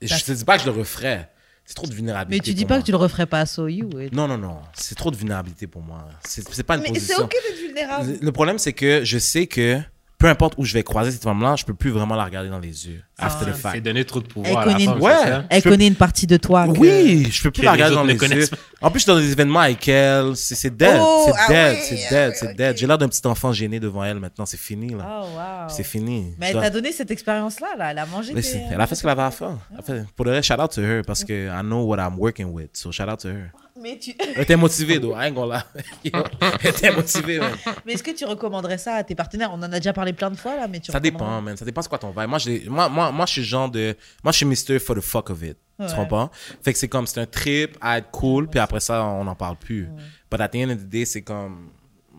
[SPEAKER 4] Et Je te dis pas que je le referais. C'est trop de vulnérabilité.
[SPEAKER 3] Mais tu dis
[SPEAKER 4] pour
[SPEAKER 3] pas
[SPEAKER 4] moi.
[SPEAKER 3] que tu le referais pas à So You. ouais.
[SPEAKER 4] Non, non, non. C'est trop de vulnérabilité pour moi. C'est c'est pas une
[SPEAKER 3] Mais c'est
[SPEAKER 4] position.
[SPEAKER 3] ok hein. d'être vulnérable.
[SPEAKER 4] Le- Le problème, c'est que je sais que peu importe où je vais croiser cette femme-là, je peux plus vraiment la regarder dans les yeux.
[SPEAKER 3] Ah,
[SPEAKER 4] After the
[SPEAKER 1] Ah, C'est
[SPEAKER 4] fact.
[SPEAKER 1] donner trop de pouvoir
[SPEAKER 3] Elle
[SPEAKER 1] à la
[SPEAKER 3] connaît-
[SPEAKER 1] femme.
[SPEAKER 4] Ouais.
[SPEAKER 1] c'est ça?
[SPEAKER 3] Elle
[SPEAKER 4] Je-
[SPEAKER 3] connaît une partie de toi. que-
[SPEAKER 4] Ah, Oui, je peux plus
[SPEAKER 1] que
[SPEAKER 4] la
[SPEAKER 1] les
[SPEAKER 4] regarder
[SPEAKER 1] autres
[SPEAKER 4] dans
[SPEAKER 1] ne
[SPEAKER 4] les yeux.
[SPEAKER 1] connaissent pas.
[SPEAKER 4] En plus, je suis dans des événements avec elle. C'est c'est dead.
[SPEAKER 3] Oh,
[SPEAKER 4] c'est
[SPEAKER 3] ah
[SPEAKER 4] dead.
[SPEAKER 3] oui,
[SPEAKER 4] c'est
[SPEAKER 3] ah
[SPEAKER 4] dead.
[SPEAKER 3] oui,
[SPEAKER 4] c'est
[SPEAKER 3] ok.
[SPEAKER 4] dead. J'ai l'air d'un petit enfant gêné devant elle maintenant. C'est fini, là.
[SPEAKER 3] Oh, wow.
[SPEAKER 4] C'est fini.
[SPEAKER 3] Mais
[SPEAKER 4] Je
[SPEAKER 3] elle
[SPEAKER 4] dois-
[SPEAKER 3] t'a donné cette expérience-là, là. Elle a mangé.
[SPEAKER 4] Mais
[SPEAKER 3] tes-
[SPEAKER 4] c'est- elle a fait ce qu'elle avait à faire.
[SPEAKER 3] Ah.
[SPEAKER 4] Elle fait- Pour le reste, shout out to her parce que I know what I'm working with. So shout out to her.
[SPEAKER 3] Mais, tu...
[SPEAKER 4] Elle était motivée, though. I ain't gonna lie. Yo, Elle était motivée, man.
[SPEAKER 3] mais est-ce que tu recommanderais ça à tes partenaires On en a déjà parlé plein de fois, là. Mais tu
[SPEAKER 4] Ça dépend,
[SPEAKER 3] recommanderais-
[SPEAKER 4] man. Ça dépend c'est quoi ton vibe. Moi, je, l'ai- moi, moi, moi, je suis le genre de. Moi, je suis Mister for the fuck of it.
[SPEAKER 3] Ouais.
[SPEAKER 4] Tu comprends? Fait que c'est comme, c'est un trip à être cool, puis après ça, on n'en parle plus. But at the end of the day, c'est comme.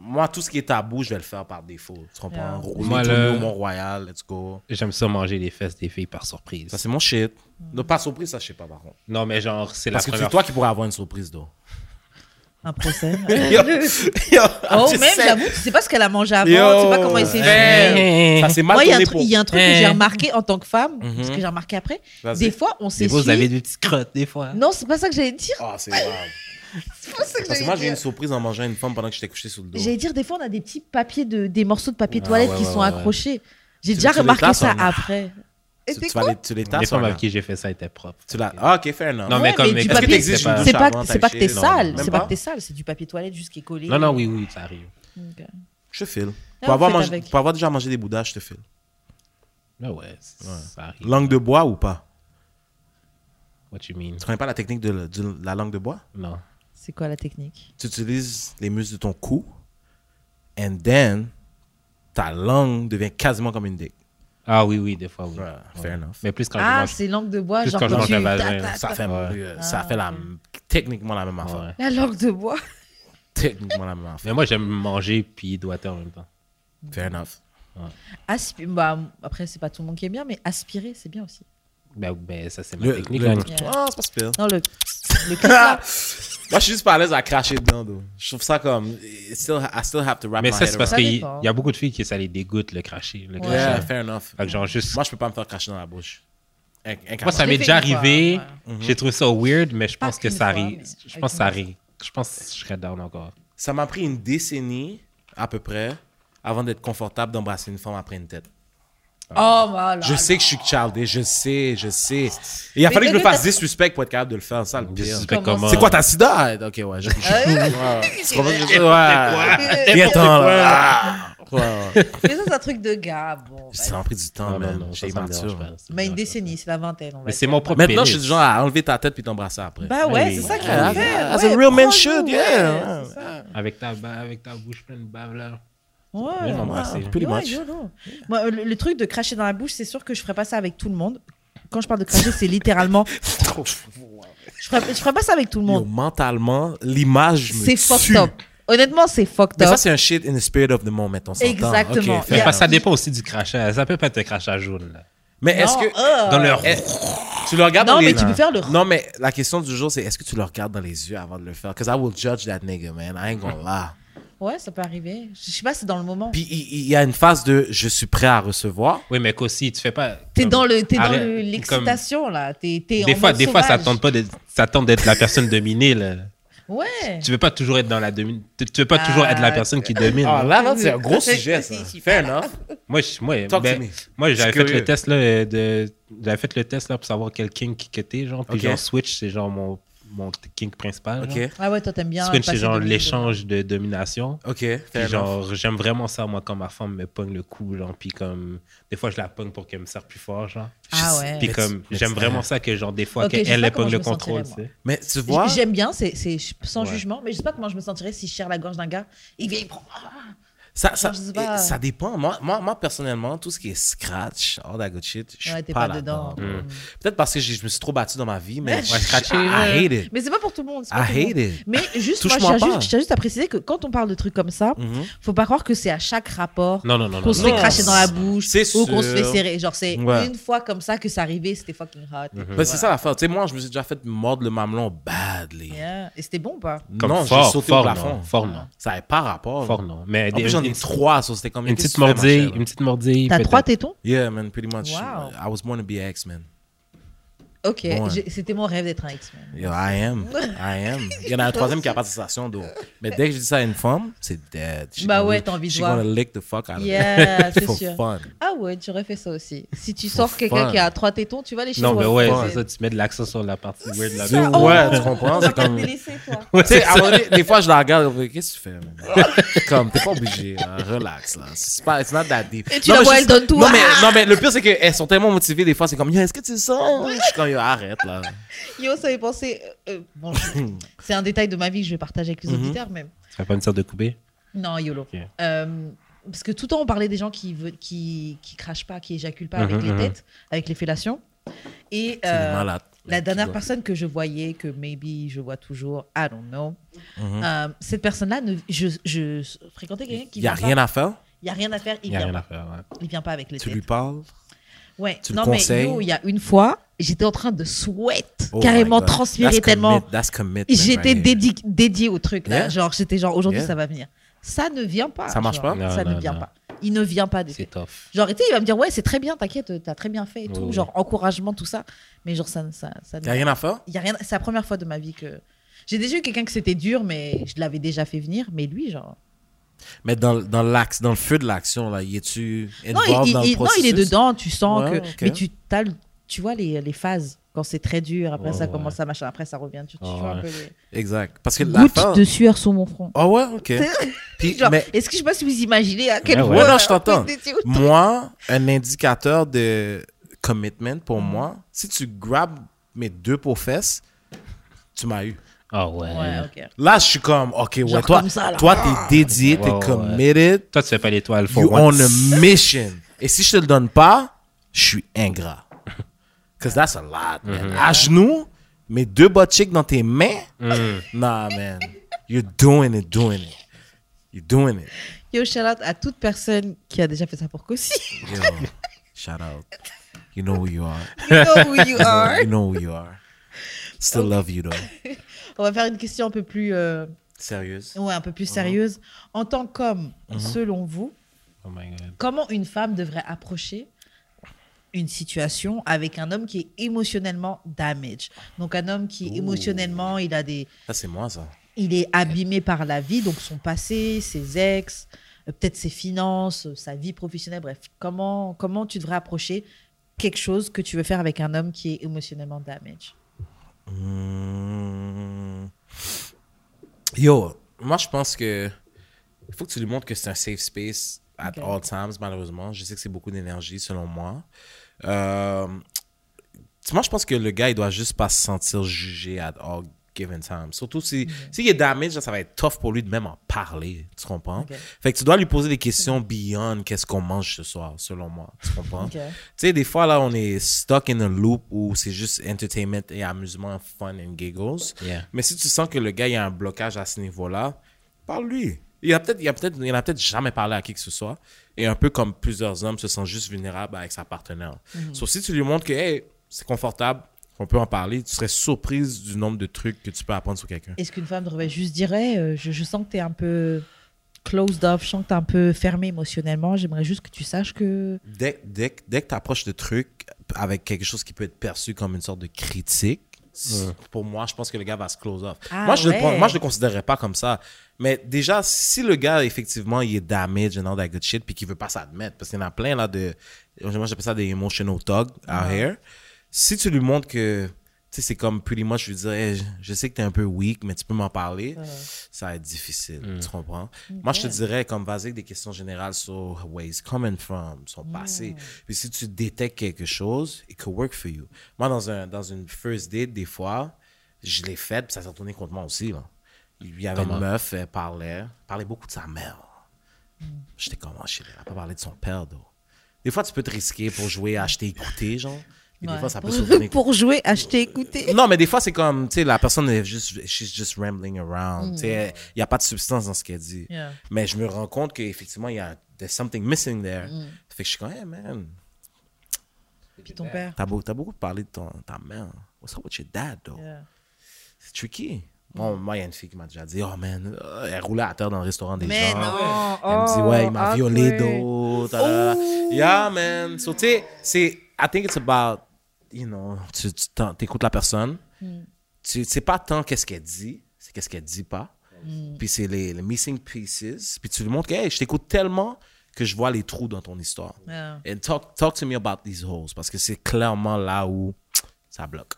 [SPEAKER 4] Moi, tout ce qui est tabou, je vais le faire par défaut. Tu comprends?
[SPEAKER 3] Yeah.
[SPEAKER 4] Rouler
[SPEAKER 1] Moi,
[SPEAKER 4] tout
[SPEAKER 1] le-
[SPEAKER 4] nu au Mont-Royal, let's go.
[SPEAKER 1] J'aime ça manger les fesses des filles par surprise.
[SPEAKER 4] Ça, c'est mon shit.
[SPEAKER 3] Mm.
[SPEAKER 4] Ne pas surprise, ça, je sais pas, par contre.
[SPEAKER 1] Non, mais genre, c'est la
[SPEAKER 4] Parce que c'est
[SPEAKER 1] première
[SPEAKER 4] toi qui pourrais avoir une surprise, d'eau.
[SPEAKER 3] Un procès.
[SPEAKER 4] Yo, yo, I'm
[SPEAKER 3] Oh,
[SPEAKER 4] just
[SPEAKER 3] même,
[SPEAKER 4] saying.
[SPEAKER 3] j'avoue, tu sais pas ce qu'elle a mangé avant,
[SPEAKER 4] Yo,
[SPEAKER 3] tu sais pas comment elle s'est
[SPEAKER 4] man.
[SPEAKER 3] gérée.
[SPEAKER 4] Ça, c'est mal
[SPEAKER 3] Moi, il y a un
[SPEAKER 4] tourné
[SPEAKER 3] truc,
[SPEAKER 4] pour-
[SPEAKER 3] il y a un truc que
[SPEAKER 1] Eh.
[SPEAKER 3] j'ai remarqué en tant que femme,
[SPEAKER 4] Mhm.
[SPEAKER 3] ce que j'ai remarqué après.
[SPEAKER 4] Vas-y.
[SPEAKER 3] Des fois, on
[SPEAKER 1] Des fois, vous avez
[SPEAKER 3] s'essuie.
[SPEAKER 1] des petites crottes, des fois. hein.
[SPEAKER 3] Non, c'est pas ça que j'allais dire. C'est pas
[SPEAKER 4] Ah, c'est grave.
[SPEAKER 3] ça que
[SPEAKER 4] Parce que
[SPEAKER 3] j'allais
[SPEAKER 4] moi, j'ai eu
[SPEAKER 3] dire.
[SPEAKER 4] une surprise en mangeant une femme pendant que j'étais couché sous le dos.
[SPEAKER 3] J'allais dire, des fois, on a des petits papiers, de, des morceaux de papier
[SPEAKER 1] Ah,
[SPEAKER 3] toilette
[SPEAKER 1] ouais,
[SPEAKER 3] qui
[SPEAKER 1] ouais,
[SPEAKER 3] sont
[SPEAKER 1] ouais.
[SPEAKER 3] accrochés. J'ai
[SPEAKER 4] Tu-
[SPEAKER 3] déjà
[SPEAKER 4] tu les
[SPEAKER 3] remarqué
[SPEAKER 4] tasses,
[SPEAKER 3] ça
[SPEAKER 4] hein?
[SPEAKER 3] après. Et
[SPEAKER 4] Tu,
[SPEAKER 3] t'es
[SPEAKER 4] tu vas
[SPEAKER 3] con.
[SPEAKER 4] les, tu les tasses,
[SPEAKER 1] Les femmes
[SPEAKER 4] ouais,
[SPEAKER 1] avec
[SPEAKER 4] non?
[SPEAKER 1] qui j'ai fait ça étaient propres.
[SPEAKER 4] Tu l'as. Ah, ok, fair enough.
[SPEAKER 1] Non,
[SPEAKER 3] Ouais,
[SPEAKER 1] mais comme.
[SPEAKER 3] mais
[SPEAKER 1] mais
[SPEAKER 3] du
[SPEAKER 1] comme-
[SPEAKER 4] papier- Est-ce que t'existes
[SPEAKER 1] c'est pas-
[SPEAKER 4] une
[SPEAKER 3] C'est
[SPEAKER 4] douche
[SPEAKER 3] pas,
[SPEAKER 4] avant,
[SPEAKER 3] c'est
[SPEAKER 4] t'as
[SPEAKER 3] pas que t'es
[SPEAKER 4] léché, non,
[SPEAKER 3] sale,
[SPEAKER 4] même
[SPEAKER 3] c'est
[SPEAKER 4] pas.
[SPEAKER 3] pas que t'es sale, c'est du papier toilette juste qui est collé.
[SPEAKER 1] Non, non, oui, oui, ça arrive.
[SPEAKER 3] Ok.
[SPEAKER 4] Je file.
[SPEAKER 3] Ah,
[SPEAKER 4] Pour avoir,
[SPEAKER 3] vous faites
[SPEAKER 4] mangé-
[SPEAKER 3] avec.
[SPEAKER 4] pour avoir déjà mangé des bouddhas, je te file.
[SPEAKER 1] Ah ouais, c'est- ça arrive.
[SPEAKER 4] Langue de bois ou pas
[SPEAKER 1] What you mean?
[SPEAKER 4] Tu connais pas la technique de, le- de la langue de bois
[SPEAKER 1] Non.
[SPEAKER 3] C'est quoi la technique
[SPEAKER 4] Tu utilises les muscles de ton cou, and then ta langue devient quasiment comme une dick.
[SPEAKER 1] Ah oui, oui, des fois, oui.
[SPEAKER 4] Ouais, fair enough.
[SPEAKER 1] Mais plus quand je
[SPEAKER 3] Ah,
[SPEAKER 1] mange.
[SPEAKER 3] c'est langue de bois,
[SPEAKER 1] Plus
[SPEAKER 3] genre
[SPEAKER 1] quand je
[SPEAKER 3] quand
[SPEAKER 1] mange
[SPEAKER 3] tu...
[SPEAKER 1] la
[SPEAKER 3] ta-
[SPEAKER 1] vagin.
[SPEAKER 3] ta- Ah,
[SPEAKER 4] Ça fait, euh, ça fait la, techniquement la même affaire.
[SPEAKER 1] Ouais.
[SPEAKER 3] La langue de bois.
[SPEAKER 4] Techniquement la même affaire.
[SPEAKER 1] Mais moi, j'aime manger puis doigter en même temps.
[SPEAKER 4] Fair enough.
[SPEAKER 3] Aspi- bah, après, c'est pas tout le monde qui aime bien, mais aspirer, c'est bien aussi.
[SPEAKER 1] Ben, ben, ça, c'est ma
[SPEAKER 4] Le-
[SPEAKER 1] technique.
[SPEAKER 4] le-
[SPEAKER 1] là.
[SPEAKER 4] Ah, c'est pas si pire.
[SPEAKER 3] Non, le, le clitoris.
[SPEAKER 4] Moi, je suis juste pas à l'aise à cracher dedans, though. Je trouve ça comme. it Still, I still have to wrap
[SPEAKER 1] Mais
[SPEAKER 4] my
[SPEAKER 1] ça,
[SPEAKER 4] head
[SPEAKER 1] c'est parce
[SPEAKER 3] Ça
[SPEAKER 1] qu'il y
[SPEAKER 3] dépend.
[SPEAKER 1] y a beaucoup de filles qui ça les dégoûte, le cracher. Le
[SPEAKER 4] around. Yeah,
[SPEAKER 1] cracher.
[SPEAKER 4] fair enough.
[SPEAKER 1] Fait que genre juste.
[SPEAKER 4] Moi, je peux pas me faire cracher dans la bouche. In-
[SPEAKER 1] Moi,
[SPEAKER 4] incapable.
[SPEAKER 1] ça
[SPEAKER 3] J'ai
[SPEAKER 1] m'est
[SPEAKER 3] fait
[SPEAKER 1] déjà
[SPEAKER 3] une fois,
[SPEAKER 1] arrivé.
[SPEAKER 3] ouais.
[SPEAKER 1] J'ai trouvé ça weird, mais je
[SPEAKER 3] Pas
[SPEAKER 1] pense que
[SPEAKER 3] qu'une
[SPEAKER 1] ça
[SPEAKER 3] fois,
[SPEAKER 1] arrive.
[SPEAKER 3] mais
[SPEAKER 1] Je
[SPEAKER 3] avec
[SPEAKER 1] pense que
[SPEAKER 3] une
[SPEAKER 1] ça
[SPEAKER 3] autre.
[SPEAKER 1] arrive. Je pense que je serais down encore.
[SPEAKER 4] Ça m'a pris une décennie, à peu près, avant d'être confortable d'embrasser une femme après une tête.
[SPEAKER 3] Oh, voilà.
[SPEAKER 4] Je sais que je suis childish, je sais, je sais. Et il a
[SPEAKER 3] Mais
[SPEAKER 4] fallu que je me
[SPEAKER 3] t'as vu,
[SPEAKER 4] fasse
[SPEAKER 3] t'as-
[SPEAKER 4] disrespect pour être capable de le faire, ça, le pire.
[SPEAKER 1] Disrespect
[SPEAKER 3] Comment
[SPEAKER 1] comment?
[SPEAKER 4] C'est quoi ta
[SPEAKER 3] Euh,
[SPEAKER 4] sida? Ok, ouais. Je, je, ouais. Tu comprends ce que je veux dire? Ouais.
[SPEAKER 3] quoi.
[SPEAKER 4] Viens-t'en, là. Ah. Ouais, ouais.
[SPEAKER 3] Mais ça, c'est un truc de gars. Bon,
[SPEAKER 4] Ça
[SPEAKER 3] bah,
[SPEAKER 4] m'a pris du temps,
[SPEAKER 1] Non, non,
[SPEAKER 4] man.
[SPEAKER 1] non, ça,
[SPEAKER 4] J'ai
[SPEAKER 1] ça me dérange
[SPEAKER 4] mature.
[SPEAKER 1] pas, ça me
[SPEAKER 3] mais une
[SPEAKER 1] dérange
[SPEAKER 3] décennie, c'est la vingtaine. On
[SPEAKER 1] pas.
[SPEAKER 3] va
[SPEAKER 1] Mais
[SPEAKER 3] dire.
[SPEAKER 1] c'est mon propre
[SPEAKER 4] Maintenant,
[SPEAKER 1] pénis.
[SPEAKER 4] je suis du genre à enlever ta tête puis t'embrasser après.
[SPEAKER 3] Bah ouais,
[SPEAKER 1] Oui.
[SPEAKER 3] c'est ça qu'il faut
[SPEAKER 1] Ah,
[SPEAKER 3] faire.
[SPEAKER 4] As
[SPEAKER 3] ouais,
[SPEAKER 4] a real man
[SPEAKER 3] prends-le,
[SPEAKER 4] should,
[SPEAKER 3] ouais,
[SPEAKER 4] yeah.
[SPEAKER 3] c'est ça.
[SPEAKER 1] Avec ta, ba- avec ta bouche pleine de bave, là.
[SPEAKER 3] Ouais,
[SPEAKER 1] Viens m'embrasser.
[SPEAKER 4] Pretty
[SPEAKER 3] Ouais,
[SPEAKER 4] much.
[SPEAKER 3] YOLO. Moi, euh, le, le truc de cracher dans la bouche, c'est sûr que je ferais pas ça avec tout le monde. Quand je parle de cracher, c'est littéralement. Je ferais, je ferais pas ça avec tout le
[SPEAKER 4] Yo,
[SPEAKER 3] monde.
[SPEAKER 4] mentalement, l'image me
[SPEAKER 3] C'est
[SPEAKER 4] tue.
[SPEAKER 3] fucked up. Honnêtement, c'est fucked
[SPEAKER 4] Mais
[SPEAKER 3] up.
[SPEAKER 4] ça, c'est un shit in the spirit of the moment, on s'entend.
[SPEAKER 3] Exactement.
[SPEAKER 4] Ok,
[SPEAKER 1] Mais
[SPEAKER 4] fair
[SPEAKER 1] parce que ça
[SPEAKER 4] enough.
[SPEAKER 1] dépend aussi du crachat. Ça peut pas être un crachat jaune, là.
[SPEAKER 4] Mais est-ce
[SPEAKER 3] Non,
[SPEAKER 4] que...
[SPEAKER 3] euh,
[SPEAKER 1] Dans leur...
[SPEAKER 4] Eh, Tu le regardes
[SPEAKER 3] Non,
[SPEAKER 4] dans les
[SPEAKER 3] mais tu peux faire le-
[SPEAKER 4] Non, mais la question du jour, c'est est-ce que tu le regardes dans les yeux avant de le faire? Because I will judge that nigga, man. I ain't
[SPEAKER 3] Mm.
[SPEAKER 4] gonna lie.
[SPEAKER 3] Ouais, ça peut arriver. Je sais pas, c'est dans le moment.
[SPEAKER 4] Puis il il y, a une phase de je suis prêt à recevoir.
[SPEAKER 1] Oui, mais qu'aussi, tu fais pas...
[SPEAKER 3] T'es
[SPEAKER 1] comme-
[SPEAKER 3] dans le, t'es dans
[SPEAKER 1] euh, Arrête,
[SPEAKER 3] le-
[SPEAKER 1] comme-
[SPEAKER 3] l'excitation là. T'es, t'es
[SPEAKER 1] Des
[SPEAKER 3] en
[SPEAKER 1] fois,
[SPEAKER 3] mode
[SPEAKER 1] des fois, ça
[SPEAKER 3] sauvage.
[SPEAKER 1] tente pas d'être, ça tente d'être la personne dominée, là.
[SPEAKER 3] Ouais.
[SPEAKER 1] Tu veux pas toujours être dans la domine. Tu tu veux pas toujours être la
[SPEAKER 3] Ah.
[SPEAKER 1] personne qui domine.
[SPEAKER 4] Ah là, là, c'est un gros sujet, ça.
[SPEAKER 3] Si, si,
[SPEAKER 4] Fair enough.
[SPEAKER 1] Moi, je- moi,
[SPEAKER 4] Talk
[SPEAKER 1] ben,
[SPEAKER 4] to me.
[SPEAKER 1] moi
[SPEAKER 4] Je suis
[SPEAKER 1] j'avais fait
[SPEAKER 4] curieux.
[SPEAKER 1] le test là, euh, de, j'avais fait le test là pour savoir quel kink que t'es, genre. Puis
[SPEAKER 4] Ok.
[SPEAKER 1] genre switch, c'est genre mon, mon t- kink principal.
[SPEAKER 4] Ok,
[SPEAKER 1] genre.
[SPEAKER 3] Ah ouais, toi t'aimes bien.
[SPEAKER 1] Switch, c'est
[SPEAKER 3] passer
[SPEAKER 1] genre
[SPEAKER 3] de- de-
[SPEAKER 1] l'échange de domination.
[SPEAKER 4] ok,
[SPEAKER 1] Puis
[SPEAKER 4] fair enough.
[SPEAKER 1] genre, j'aime vraiment ça, moi, quand ma femme me pogne le cou, genre, puis comme, des fois, je la pogne pour qu'elle me serre plus fort, genre.
[SPEAKER 3] Ah ouais.
[SPEAKER 1] Puis comme,
[SPEAKER 4] Mais-
[SPEAKER 1] j'aime
[SPEAKER 4] mais-
[SPEAKER 1] vraiment ça que, genre, des fois,
[SPEAKER 3] Ok, je sais
[SPEAKER 1] qu'elle,
[SPEAKER 3] pas
[SPEAKER 1] elle
[SPEAKER 3] comment
[SPEAKER 1] pogne
[SPEAKER 3] je
[SPEAKER 1] le
[SPEAKER 3] me
[SPEAKER 1] contrôle, tu
[SPEAKER 3] sentirais,
[SPEAKER 1] sais.
[SPEAKER 4] Mais tu vois,
[SPEAKER 3] J'aime bien, c'est, c'est sans
[SPEAKER 1] Ouais.
[SPEAKER 3] jugement, mais je sais pas comment je me sentirais si je serre la gorge d'un gars. Il vient, il prend. Ah
[SPEAKER 4] ça, ça,
[SPEAKER 3] je sais pas. euh,
[SPEAKER 4] ça dépend. Moi, moi, moi, personnellement, tout ce qui est scratch, all that good shit, je suis
[SPEAKER 3] Ouais, t'es
[SPEAKER 4] pas,
[SPEAKER 3] pas dedans. Mm.
[SPEAKER 4] là-dedans. Mm. Peut-être parce que j'ai- je me suis trop battu dans ma vie, mais je-
[SPEAKER 1] scratcher,
[SPEAKER 4] I hate it.
[SPEAKER 3] Mais c'est pas pour tout le monde. c'est
[SPEAKER 4] I
[SPEAKER 3] pas pour tout le
[SPEAKER 4] hate
[SPEAKER 3] monde.
[SPEAKER 4] it.
[SPEAKER 3] Mais juste, moi, je
[SPEAKER 4] Touche-moi
[SPEAKER 3] tiens
[SPEAKER 4] pas. Mhm.
[SPEAKER 3] juste, je tiens juste à préciser que quand on parle de trucs comme ça, faut pas croire que c'est à chaque rapport
[SPEAKER 1] Non, non, non,
[SPEAKER 3] qu'on
[SPEAKER 1] non.
[SPEAKER 3] se fait
[SPEAKER 4] non.
[SPEAKER 3] cracher dans la bouche
[SPEAKER 4] C'est
[SPEAKER 3] ou qu'on se
[SPEAKER 4] sûr.
[SPEAKER 3] fait serrer. Genre, c'est
[SPEAKER 4] Ouais. Mhm.
[SPEAKER 3] une fois comme ça que c'est arrivé, c'était fucking hot.
[SPEAKER 1] Mm.
[SPEAKER 3] Et puis
[SPEAKER 4] Parce que c'est ça
[SPEAKER 3] voilà.
[SPEAKER 4] l'affaire. Tu sais, moi, je me suis déjà fait mordre le mamelon badly.
[SPEAKER 3] Yeah. Et c'était bon ou pas
[SPEAKER 1] Comme
[SPEAKER 4] non, j'ai
[SPEAKER 1] fort,
[SPEAKER 4] sauté
[SPEAKER 1] fort,
[SPEAKER 4] au plafond.
[SPEAKER 1] non, fort, non.
[SPEAKER 4] Ça n'avait pas rapport. là.
[SPEAKER 1] Fort, non. Mais
[SPEAKER 4] En
[SPEAKER 1] des-
[SPEAKER 4] plus, j'en ai
[SPEAKER 1] une-
[SPEAKER 4] trois, ça c'était comme
[SPEAKER 1] une petite mordille, une petite mordille.
[SPEAKER 3] T'as
[SPEAKER 1] peut-être.
[SPEAKER 3] trois tétons
[SPEAKER 4] Yeah, man, pretty much.
[SPEAKER 3] Wow.
[SPEAKER 4] I was born to be an X-Men.
[SPEAKER 3] Ok,
[SPEAKER 4] Ouais.
[SPEAKER 3] j'ai- c'était mon rêve d'être un X-Men.
[SPEAKER 4] Yo, I am. I am. Il y en a un troisième qui a pas de sensation d'eau. Mais dès que je dis ça à une femme, c'est dead. She
[SPEAKER 3] Bah
[SPEAKER 4] gonna-
[SPEAKER 3] ouais, t'as envie de
[SPEAKER 4] she
[SPEAKER 3] voir.
[SPEAKER 4] gonna lick the fuck out of
[SPEAKER 3] Yeah,
[SPEAKER 4] it.
[SPEAKER 3] c'est
[SPEAKER 4] For
[SPEAKER 3] sûr.
[SPEAKER 4] fun.
[SPEAKER 3] Ah ouais, j'aurais fait ça aussi. Si tu
[SPEAKER 4] For
[SPEAKER 3] sors quelqu'un
[SPEAKER 4] fun.
[SPEAKER 3] qui a trois tétons, tu vas les
[SPEAKER 1] Non, mais ouais,
[SPEAKER 4] Ouais.
[SPEAKER 1] c'est ça, tu mets de l'accent sur la partie weird de la
[SPEAKER 4] Dude,
[SPEAKER 3] oh.
[SPEAKER 4] ouais, tu comprends? C'est comme. Tu
[SPEAKER 3] délaissé, toi.
[SPEAKER 4] sais, à un moment donné, des fois, je la regarde, je me dis, qu'est-ce que tu fais? man? comme, t'es pas obligé, là. relax, là. C'est pas, it's not that deep.
[SPEAKER 3] Et tu la
[SPEAKER 4] mais
[SPEAKER 3] vois,
[SPEAKER 4] je-
[SPEAKER 3] elle donne tout.
[SPEAKER 4] Non, mais,
[SPEAKER 3] Ah
[SPEAKER 4] non, mais le pire, c'est qu'elles sont tellement motivées, des fois, c'est comme, Yo, est-ce que tu sens? Je suis comme, Yo, arrête, là.
[SPEAKER 3] Yo, ça fait penser. euh, euh, bon, je- c'est un détail de ma vie que je vais partager avec les
[SPEAKER 4] Mhm.
[SPEAKER 3] auditeurs, même.
[SPEAKER 1] Tu fais pas une sorte de coupé
[SPEAKER 3] Non, YOLO.
[SPEAKER 1] Ok.
[SPEAKER 3] Euh, parce que tout le temps, on parlait des gens qui, veulent- qui, qui crachent pas, qui éjaculent pas avec
[SPEAKER 1] Mhm,
[SPEAKER 3] les
[SPEAKER 1] mhm.
[SPEAKER 3] têtes, avec les fellations. Et
[SPEAKER 4] C'est
[SPEAKER 3] euh,
[SPEAKER 4] des malades.
[SPEAKER 3] la dernière
[SPEAKER 4] Ouais.
[SPEAKER 3] personne que je voyais, que maybe je vois toujours, I don't know,
[SPEAKER 4] Mhm.
[SPEAKER 3] euh, cette personne-là, ne- je, je fréquentais quelqu'un qui.
[SPEAKER 4] Il n'y a
[SPEAKER 3] vient
[SPEAKER 4] rien
[SPEAKER 3] pas.
[SPEAKER 4] à faire.
[SPEAKER 3] Il n'y a rien à faire, il
[SPEAKER 1] Il n'y a
[SPEAKER 3] vient
[SPEAKER 1] rien à
[SPEAKER 3] pas.
[SPEAKER 1] faire, ouais.
[SPEAKER 3] Il vient pas avec les
[SPEAKER 4] Tu
[SPEAKER 3] têtes.
[SPEAKER 4] lui parles.
[SPEAKER 3] Ouais.
[SPEAKER 4] Tu le
[SPEAKER 3] non, mais
[SPEAKER 4] conseilles.
[SPEAKER 3] yo, il y a une fois, j'étais en train de sweat,
[SPEAKER 4] Oh
[SPEAKER 3] carrément
[SPEAKER 4] my God.
[SPEAKER 3] transpirer
[SPEAKER 4] That's
[SPEAKER 3] tellement.
[SPEAKER 4] commit- that's commitment
[SPEAKER 3] J'étais
[SPEAKER 4] right
[SPEAKER 3] dédi- dédiée au truc. Là.
[SPEAKER 4] Yeah.
[SPEAKER 3] Genre, j'étais genre, aujourd'hui,
[SPEAKER 4] Yeah.
[SPEAKER 3] ça va venir. Ça ne vient pas.
[SPEAKER 4] Ça marche
[SPEAKER 3] genre.
[SPEAKER 4] pas
[SPEAKER 1] Non,
[SPEAKER 3] Ça ne
[SPEAKER 1] non,
[SPEAKER 3] vient
[SPEAKER 1] non.
[SPEAKER 3] pas. Il ne vient pas des
[SPEAKER 1] C'est
[SPEAKER 3] faits.
[SPEAKER 1] tough.
[SPEAKER 3] Genre, et tu sais, il va me dire, ouais, c'est très bien, t'inquiète, t'as très bien fait et
[SPEAKER 1] Oui,
[SPEAKER 3] tout.
[SPEAKER 1] oui.
[SPEAKER 3] Genre, encouragement, tout ça. Mais genre, ça ne. Ça, ça ne-
[SPEAKER 4] here. Y a rien à faire.
[SPEAKER 3] Il y a rien. C'est la première fois de ma vie que. J'ai déjà eu quelqu'un que c'était dur, mais je l'avais déjà fait venir. Mais lui, genre.
[SPEAKER 4] Mais dans, dans l'axe, dans le feu de l'action là, y es-tu
[SPEAKER 3] Non,
[SPEAKER 4] involved
[SPEAKER 3] il, il-
[SPEAKER 4] dans le
[SPEAKER 3] non, il est
[SPEAKER 4] processus?
[SPEAKER 3] dedans, tu sens
[SPEAKER 4] Ouais,
[SPEAKER 3] que.
[SPEAKER 4] ok.
[SPEAKER 3] Mais tu, t'as le- tu vois les, les phases. Quand c'est très dur, après
[SPEAKER 1] Ouais,
[SPEAKER 3] ça
[SPEAKER 1] ouais.
[SPEAKER 3] commence à machin, après ça revient. Tu, tu
[SPEAKER 1] Ouais,
[SPEAKER 3] vois un
[SPEAKER 1] ouais.
[SPEAKER 3] peu les
[SPEAKER 4] Exact. Parce que la
[SPEAKER 3] gouttes
[SPEAKER 4] fin.
[SPEAKER 3] de sueur sur mon front.
[SPEAKER 4] Ah ouais, ok. Puis,
[SPEAKER 3] Genre,
[SPEAKER 4] mais
[SPEAKER 3] Est-ce que je sais pas si vous imaginez à
[SPEAKER 1] Ouais,
[SPEAKER 3] quel
[SPEAKER 1] ouais.
[SPEAKER 3] point.
[SPEAKER 4] Ouais, non, je t'entends. moi, un indicateur de commitment pour
[SPEAKER 3] Mm.
[SPEAKER 4] moi, si tu grabes mes deux pauvres fesses, tu m'as eu.
[SPEAKER 1] Ah ouais.
[SPEAKER 3] Ouais, ok.
[SPEAKER 4] Là, je suis comme, ok, ouais,
[SPEAKER 3] Genre
[SPEAKER 4] toi,
[SPEAKER 3] comme ça, là.
[SPEAKER 4] toi, t'es dédié,
[SPEAKER 1] Ouais,
[SPEAKER 4] t'es
[SPEAKER 1] ouais, ouais.
[SPEAKER 4] committed,
[SPEAKER 1] Toi, tu fais pas l'étoile, faut
[SPEAKER 4] you on a mission. Et si je te le donne pas, je suis ingrat. Cause that's a lot, man. À genoux, mes deux butt cheeks dans tes mains, nah, man. You're doing it, doing it. You're doing it.
[SPEAKER 3] Yo, shout out à toute personne qui a déjà fait ça pour Kossi.
[SPEAKER 4] Yo, shout out. You know who you are.
[SPEAKER 3] you know who you are.
[SPEAKER 4] You know who you are. Still love you, though.
[SPEAKER 3] On va faire une question un peu plus, euh,
[SPEAKER 4] Sérieuse.
[SPEAKER 3] ouais, un peu plus sérieuse. En tant qu'homme,
[SPEAKER 4] Mhm.
[SPEAKER 3] selon vous,
[SPEAKER 1] Oh my god.
[SPEAKER 3] comment une femme devrait approcher une situation avec un homme qui est émotionnellement damaged Donc un homme qui émotionnellement, il a des,
[SPEAKER 4] Ça, c'est moi, ça.
[SPEAKER 3] il est abîmé par la vie, donc son passé, ses ex, euh, peut-être ses finances, euh, sa vie professionnelle, bref. Comment, comment tu devrais approcher quelque chose que tu veux faire avec un homme qui est émotionnellement damaged
[SPEAKER 4] Mm. Yo, moi, je pense que. Il faut que tu lui montres que c'est un safe space at all times, malheureusement. Je sais que c'est beaucoup d'énergie, selon moi. Euh, tu- moi, je pense que le gars, il doit juste pas se sentir jugé at all given time. Surtout si, s'il est damage, là, ça va être tough pour lui de même en parler. Tu comprends?
[SPEAKER 3] Ok.
[SPEAKER 4] Fait que tu dois lui poser des questions beyond qu'est-ce qu'on mange ce soir, selon moi. Tu comprends?
[SPEAKER 3] Ok.
[SPEAKER 4] Tu sais, des fois, là, on est stuck in a loop où c'est juste entertainment et amusement, fun and giggles.
[SPEAKER 1] Yeah.
[SPEAKER 4] Mais si tu sens que le gars, il y a un blocage à ce niveau-là, parle-lui. Il a peut-être, il a peut-être, il en a peut-être jamais parlé à qui que ce soit. Et un peu comme plusieurs hommes se sentent juste vulnérables avec sa partenaire. Sauf si tu lui montres que, hey, c'est confortable, on peut en parler, tu serais surprise du nombre de trucs que tu peux apprendre sur quelqu'un.
[SPEAKER 3] Est-ce qu'une femme devrait juste dire Hey, euh, je, je sens que t'es un peu closed off, je sens que t'es un peu fermé émotionnellement, j'aimerais juste que tu saches que.
[SPEAKER 4] dès, dès, dès que tu approches de trucs avec quelque chose qui peut être perçu comme une sorte de critique, c- pour moi, je pense que le gars va se close off.
[SPEAKER 3] Ah,
[SPEAKER 4] moi, je ne
[SPEAKER 3] ouais.
[SPEAKER 4] moi, je le considérerais pas comme ça. Mais déjà, si le gars, effectivement, il est damaged and all that good shit, puis qu'il veut pas s'admettre, parce qu'il y en a plein, là, de... Moi, j'appelle ça des emotional thugs out here. Si tu lui montres que... Tu sais, c'est comme pretty much lui dire, Hey, je- je sais que t'es un peu weak, mais tu peux m'en parler. Ça va être difficile, tu comprends? Moi, je te dirais, comme vas-y, des questions générales sur where he's coming from, son
[SPEAKER 3] Mm.
[SPEAKER 4] passé. Puis si tu détectes quelque chose, it could work for you. Moi, dans, un, dans une first date, des fois, je l'ai faite, puis ça s'est retourné contre moi aussi. Là. Il y avait une meuf, elle parlait, elle parlait beaucoup de sa mère.
[SPEAKER 3] Mm.
[SPEAKER 4] J'étais comme, oh, shit, elle va pas parler de son père, though. Des fois, tu peux te risquer pour jouer, à acheter, écouter, genre. Et
[SPEAKER 3] Ouais.
[SPEAKER 4] des fois, ça peut
[SPEAKER 3] pour,
[SPEAKER 4] se retourner
[SPEAKER 3] pour jouer, acheter, écouter.
[SPEAKER 4] non, mais des fois, c'est comme, tu sais, la personne est juste, she's just rambling around. Tu sais, il n'y a pas de substance dans ce qu'elle dit.
[SPEAKER 3] Mm. Yeah.
[SPEAKER 4] Mais je me rends compte qu'effectivement, il y a, there's something missing there.
[SPEAKER 3] Mm.
[SPEAKER 4] Fait que je suis comme, hey man,
[SPEAKER 3] Puis ton père.
[SPEAKER 4] t'as beau- t'as beaucoup parlé de ton, ta mère. What's up with your dad, though?
[SPEAKER 3] Yeah.
[SPEAKER 4] C'est tricky. Moi, moi, il y a une fille qui m'a déjà dit, oh man, euh, elle roulait à terre dans le restaurant des
[SPEAKER 3] Mais
[SPEAKER 4] gens.
[SPEAKER 3] non.
[SPEAKER 4] Elle me dit,
[SPEAKER 3] Oh,
[SPEAKER 4] ouais, il m'a violé,
[SPEAKER 3] awkward.
[SPEAKER 4] though. ta, ta, ta. Yeah, man. So, tu sais, c'est, I think it's about, you know, tu tu t'en- t'écoutes la personne.
[SPEAKER 3] Mm.
[SPEAKER 4] Tu sais pas tant qu'est-ce qu'elle dit, c'est qu'est-ce qu'elle dit pas.
[SPEAKER 3] Mm.
[SPEAKER 4] Puis c'est les, les missing pieces. Puis tu lui montres que, hey, je t'écoute tellement que je vois les trous dans ton histoire.
[SPEAKER 3] Yeah.
[SPEAKER 4] And talk, talk to me about these holes. Parce que c'est clairement là où ça bloque.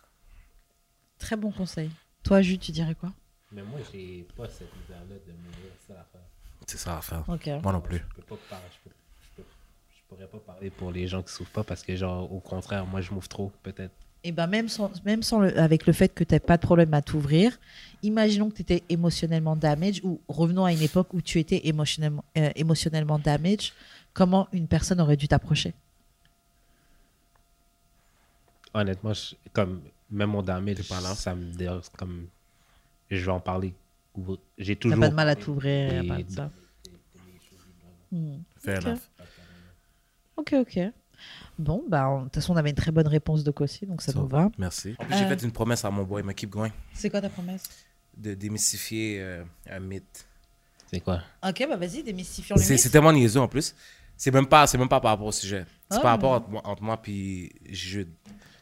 [SPEAKER 3] Très bon conseil. Toi, Jules, tu dirais quoi
[SPEAKER 1] Mais moi, j'ai pas cette misère-là de mourir, c'est ça l'affaire.
[SPEAKER 4] C'est ça à faire.
[SPEAKER 3] Ok.
[SPEAKER 4] Moi non plus.
[SPEAKER 1] Je peux pas parler, je, peux- je peux- je pourrais pas parler pour les gens qui souffrent pas parce que, genre, au contraire, moi, je m'ouvre trop, peut-être.
[SPEAKER 3] Et ben même sans, même sans le- avec le fait que tu pas de problème à t'ouvrir, imaginons que tu étais émotionnellement damage ou revenons à une époque où tu étais émotionnellement, euh, émotionnellement damage, comment une personne aurait dû t'approcher
[SPEAKER 1] Honnêtement, je- comme, même mon damage, ça me dérange, comme, je vais en parler. Ou- J'ai
[SPEAKER 3] T'as
[SPEAKER 1] toujours.
[SPEAKER 3] pas de mal à t'ouvrir, y a
[SPEAKER 1] Et-
[SPEAKER 3] pas de ça.
[SPEAKER 4] Fair
[SPEAKER 3] Ok.
[SPEAKER 4] enough.
[SPEAKER 3] Ok, ok. Bon, bah, en- de toute façon, on avait une très bonne réponse de Kossi, donc ça nous va.
[SPEAKER 4] Merci. En plus, j'ai
[SPEAKER 3] Euh.
[SPEAKER 4] fait une promesse à mon boy, mais keep going,
[SPEAKER 3] C'est quoi ta promesse
[SPEAKER 4] de démystifier euh, un mythe.
[SPEAKER 1] C'est quoi
[SPEAKER 3] Ok, bah vas-y, démystifions le
[SPEAKER 4] C'est c'est
[SPEAKER 3] mythe.
[SPEAKER 4] tellement niaiseux en plus. C'est même, pas- c'est même pas par rapport au sujet. C'est
[SPEAKER 3] Ah.
[SPEAKER 4] par rapport entre moi, entre moi puis Jude.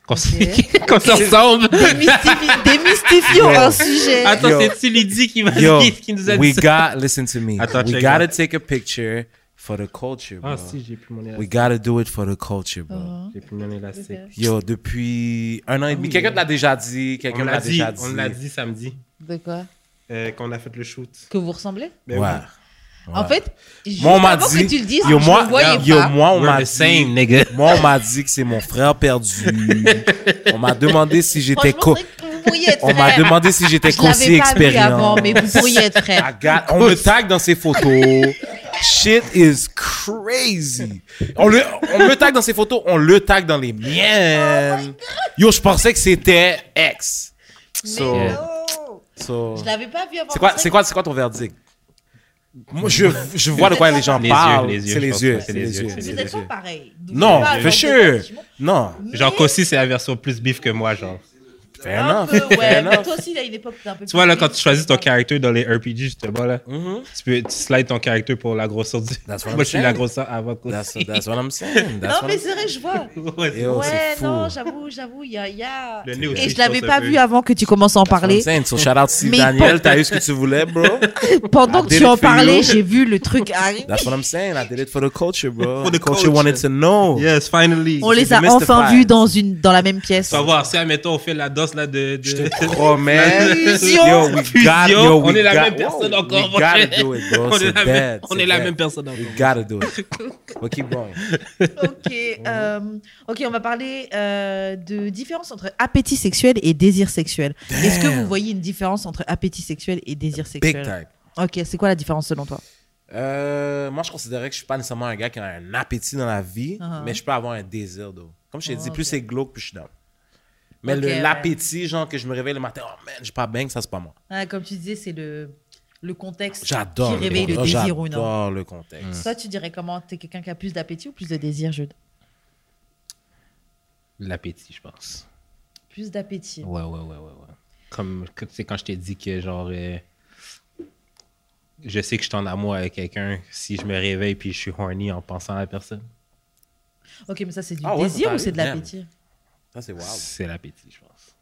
[SPEAKER 1] Qu'on s-
[SPEAKER 3] Ok.
[SPEAKER 1] qu'on se ressemble
[SPEAKER 3] Démystifi- Démystifions
[SPEAKER 4] Yo.
[SPEAKER 3] un sujet.
[SPEAKER 1] Attends,
[SPEAKER 4] Yo.
[SPEAKER 1] c'est-tu Lydie qui, m'a- qui, qui nous a dit
[SPEAKER 4] we
[SPEAKER 1] ça
[SPEAKER 4] got, listen to me.
[SPEAKER 1] Attends,
[SPEAKER 4] we
[SPEAKER 1] check
[SPEAKER 4] gotta
[SPEAKER 1] that.
[SPEAKER 4] take a picture for the culture, bro.
[SPEAKER 1] Ah, si, j'ai plus mon
[SPEAKER 4] We
[SPEAKER 1] élastique.
[SPEAKER 4] gotta do it for the culture, bro.
[SPEAKER 3] Ah.
[SPEAKER 1] J'ai plus mon élastique.
[SPEAKER 4] Yo, depuis un an et demi,
[SPEAKER 1] oui,
[SPEAKER 4] quelqu'un
[SPEAKER 1] hein.
[SPEAKER 4] te l'a déjà dit,
[SPEAKER 1] On
[SPEAKER 4] quelqu'un me
[SPEAKER 1] l'a
[SPEAKER 4] l'a
[SPEAKER 1] dit,
[SPEAKER 4] déjà dit.
[SPEAKER 1] on l'a dit samedi,
[SPEAKER 3] De quoi
[SPEAKER 1] euh, qu'on a fait le shoot.
[SPEAKER 3] Que vous ressemblez
[SPEAKER 4] Ouais.
[SPEAKER 1] oui.
[SPEAKER 3] En fait, juste
[SPEAKER 4] Moi, on m'a
[SPEAKER 3] avant
[SPEAKER 4] dit.
[SPEAKER 3] que tu le dises,
[SPEAKER 4] yo,
[SPEAKER 3] je
[SPEAKER 4] moi,
[SPEAKER 3] le voyais
[SPEAKER 4] yo,
[SPEAKER 3] pas.
[SPEAKER 4] moi, on
[SPEAKER 1] We're
[SPEAKER 4] m'a
[SPEAKER 1] the
[SPEAKER 4] dit-
[SPEAKER 1] same, nigga.
[SPEAKER 4] Moi, on m'a dit que c'est mon frère perdu. on m'a demandé si j'étais
[SPEAKER 3] Franchement,
[SPEAKER 4] co.
[SPEAKER 3] c'est vrai que vous pourriez être
[SPEAKER 4] On m'a
[SPEAKER 3] frère.
[SPEAKER 4] demandé si j'étais
[SPEAKER 3] Je l'avais
[SPEAKER 4] coci
[SPEAKER 3] pas vu
[SPEAKER 4] expérience.
[SPEAKER 3] avant, mais vous pourriez être frère.
[SPEAKER 4] Aga- on me tag dans ses photos. Shit is crazy. On, le, on me tag dans ses photos, on le tag dans les miennes. Yo, je pensais que c'était ex. So,
[SPEAKER 1] Mais
[SPEAKER 3] Oh,
[SPEAKER 4] so-
[SPEAKER 3] Je l'avais pas vu avant.
[SPEAKER 4] c'est quoi,
[SPEAKER 3] pour
[SPEAKER 4] c'est
[SPEAKER 3] ça
[SPEAKER 4] quoi, c'est quoi ton verdict? Moi, je, je vois de quoi les gens
[SPEAKER 1] Les yeux,
[SPEAKER 4] parlent.
[SPEAKER 1] les yeux,
[SPEAKER 4] c'est
[SPEAKER 1] je
[SPEAKER 4] les
[SPEAKER 1] pense
[SPEAKER 4] yeux.
[SPEAKER 1] que
[SPEAKER 4] C'est les yeux.
[SPEAKER 3] que
[SPEAKER 1] c'est
[SPEAKER 3] Vous
[SPEAKER 1] les
[SPEAKER 3] êtes pas
[SPEAKER 1] yeux.
[SPEAKER 3] pareil. Donc,
[SPEAKER 4] Non,
[SPEAKER 3] c'est pas
[SPEAKER 4] for
[SPEAKER 3] genre
[SPEAKER 4] sure.
[SPEAKER 3] définitivement.
[SPEAKER 4] Non,
[SPEAKER 3] Mais
[SPEAKER 1] Genre, Kossi, c'est la version plus bif que moi, genre.
[SPEAKER 4] fair
[SPEAKER 3] un
[SPEAKER 4] enough.
[SPEAKER 3] peu, Ouais,
[SPEAKER 4] fair
[SPEAKER 3] mais
[SPEAKER 4] enough.
[SPEAKER 3] toi aussi, il y a une époque où t'es un peu.
[SPEAKER 1] Tu vois, là, quand tu choisis ton character dans les RPG, justement, là,
[SPEAKER 4] Mm-hmm.
[SPEAKER 1] tu peux tu slides ton character pour la grosseur du.
[SPEAKER 4] That's what
[SPEAKER 1] moi, je
[SPEAKER 4] I'm
[SPEAKER 1] suis la
[SPEAKER 4] saying.
[SPEAKER 1] grosseur avant
[SPEAKER 4] That's,
[SPEAKER 1] Kossi.
[SPEAKER 4] that's what I'm saying. That's
[SPEAKER 3] Non,
[SPEAKER 4] what
[SPEAKER 3] mais
[SPEAKER 4] I'm-
[SPEAKER 3] c'est vrai, je vois.
[SPEAKER 1] Ouais, c'est-
[SPEAKER 4] Yo,
[SPEAKER 3] Ouais,
[SPEAKER 4] Oh, c'est fou.
[SPEAKER 3] non, j'avoue, j'avoue, il y a. il y a-
[SPEAKER 1] Le nez aussi,
[SPEAKER 3] Et je
[SPEAKER 1] pense,
[SPEAKER 3] l'avais
[SPEAKER 1] un
[SPEAKER 3] pas
[SPEAKER 1] peu.
[SPEAKER 3] vu avant que tu commences à en parler.
[SPEAKER 4] Insane. So shout out Steve
[SPEAKER 3] Mais
[SPEAKER 4] Daniel, t'as eu ce que tu voulais, bro.
[SPEAKER 3] Pendant
[SPEAKER 4] I
[SPEAKER 3] que
[SPEAKER 4] did
[SPEAKER 3] tu
[SPEAKER 4] it
[SPEAKER 3] en
[SPEAKER 4] for you.
[SPEAKER 3] parlais, j'ai vu le truc arriver.
[SPEAKER 4] That's what I'm saying. I did it for the culture, bro.
[SPEAKER 1] For the
[SPEAKER 4] culture,
[SPEAKER 1] culture.
[SPEAKER 4] wanted to know.
[SPEAKER 1] Yes, finally.
[SPEAKER 3] On les
[SPEAKER 4] the
[SPEAKER 3] a
[SPEAKER 4] Mr.
[SPEAKER 3] enfin
[SPEAKER 4] Five.
[SPEAKER 3] vus dans une dans la même pièce.
[SPEAKER 1] Tu vas voir, si, admettons, on fait la danse séance là de. de-
[SPEAKER 4] Je te promets.
[SPEAKER 3] Fusion.
[SPEAKER 4] Yo, we got,
[SPEAKER 1] Fusion.
[SPEAKER 4] yo, we
[SPEAKER 1] On est la
[SPEAKER 4] got-
[SPEAKER 1] même personne
[SPEAKER 4] Wow,
[SPEAKER 1] encore,
[SPEAKER 4] We
[SPEAKER 1] mon cher.
[SPEAKER 4] gotta do it, bro.
[SPEAKER 1] on
[SPEAKER 4] C'est
[SPEAKER 1] est la même,
[SPEAKER 4] dead,
[SPEAKER 1] on
[SPEAKER 4] c'est
[SPEAKER 1] est la
[SPEAKER 4] dead.
[SPEAKER 1] même personne. encore.
[SPEAKER 4] We gotta do it. We'll keep going.
[SPEAKER 3] Ok, euh, ok, on va parler euh, de différence entre appétit sexuel et désir sexuel. Est-ce que vous voyez une différence entre appétit sexuel et désir sexuel
[SPEAKER 4] Big time.
[SPEAKER 3] Ok, c'est quoi la différence selon toi
[SPEAKER 4] Euh, moi, je considérais que je suis pas nécessairement un gars qui a un appétit dans la vie,
[SPEAKER 3] Uh-huh.
[SPEAKER 4] mais je peux avoir un désir d'eau. Comme je t'ai
[SPEAKER 3] Oh,
[SPEAKER 4] dit,
[SPEAKER 3] ok.
[SPEAKER 4] plus c'est glauque, plus je suis down. Mais
[SPEAKER 3] Ok,
[SPEAKER 4] le-
[SPEAKER 3] ouais.
[SPEAKER 4] l'appétit, genre que je me réveille le matin, oh man, j'ai pas bien que ça, c'est pas moi.
[SPEAKER 3] Ah, Comme tu disais, c'est le, le contexte
[SPEAKER 4] J'adore
[SPEAKER 3] qui
[SPEAKER 4] le,
[SPEAKER 3] réveille le,
[SPEAKER 4] contexte.
[SPEAKER 3] désir ou non.
[SPEAKER 4] J'adore le contexte.
[SPEAKER 3] Toi, tu dirais comment T'es quelqu'un qui a plus d'appétit ou plus de désir, Jude
[SPEAKER 1] L'appétit, je pense.
[SPEAKER 3] Plus d'appétit.
[SPEAKER 1] Ouais, ouais, ouais, ouais. ouais. Comme, que- tu sais, quand je t'ai dit que, genre, euh, je sais que je suis en amour avec quelqu'un si je me réveille puis je suis horny en pensant à la personne.
[SPEAKER 3] Ok, mais ça, c'est du
[SPEAKER 4] Ah ouais, ça
[SPEAKER 3] désir ou
[SPEAKER 4] t'arrive,
[SPEAKER 3] c'est de
[SPEAKER 4] damn.
[SPEAKER 3] l'appétit
[SPEAKER 1] Mm.
[SPEAKER 4] Ça, c'est wow.
[SPEAKER 1] C'est l'appétit, je pense.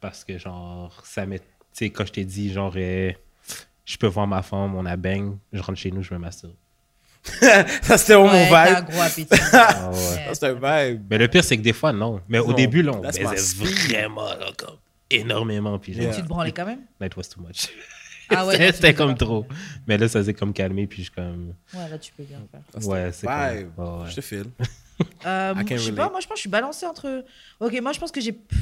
[SPEAKER 1] Parce que, genre, ça met. Tu sais, quand je t'ai dit, genre, euh, je peux voir ma femme, on a bang, je rentre chez nous, je me masturbe.
[SPEAKER 4] ça, c'était vraiment mon
[SPEAKER 3] Ouais, t'as un
[SPEAKER 4] vibe.
[SPEAKER 3] gros appétit.
[SPEAKER 1] Ah ouais.
[SPEAKER 4] Ça, c'est un vibe.
[SPEAKER 1] Mais le pire, c'est que des fois, non. Mais au
[SPEAKER 4] Non,
[SPEAKER 1] début, là, on
[SPEAKER 4] that's my
[SPEAKER 1] baisait vraiment, là, comme énormément. Puis, genre,
[SPEAKER 4] Yeah.
[SPEAKER 3] Tu te branlais quand même
[SPEAKER 1] that was too much.
[SPEAKER 3] Ah ouais,
[SPEAKER 1] C'était-
[SPEAKER 3] non, tu
[SPEAKER 1] C'était
[SPEAKER 3] faisais
[SPEAKER 1] comme
[SPEAKER 3] pas.
[SPEAKER 1] trop. Mais là, ça s'est comme calmé, puis je comme.
[SPEAKER 3] Ouais, là, tu peux bien faire.
[SPEAKER 4] Ça,
[SPEAKER 1] Ouais, c'est
[SPEAKER 4] c'était un vibe.
[SPEAKER 1] comme- ouais, ouais.
[SPEAKER 4] Je te file.
[SPEAKER 3] Euh,
[SPEAKER 4] I can
[SPEAKER 3] je sais
[SPEAKER 4] relate.
[SPEAKER 3] pas, moi je pense que je suis balancée entre. Ok, moi je pense que j'ai. pff,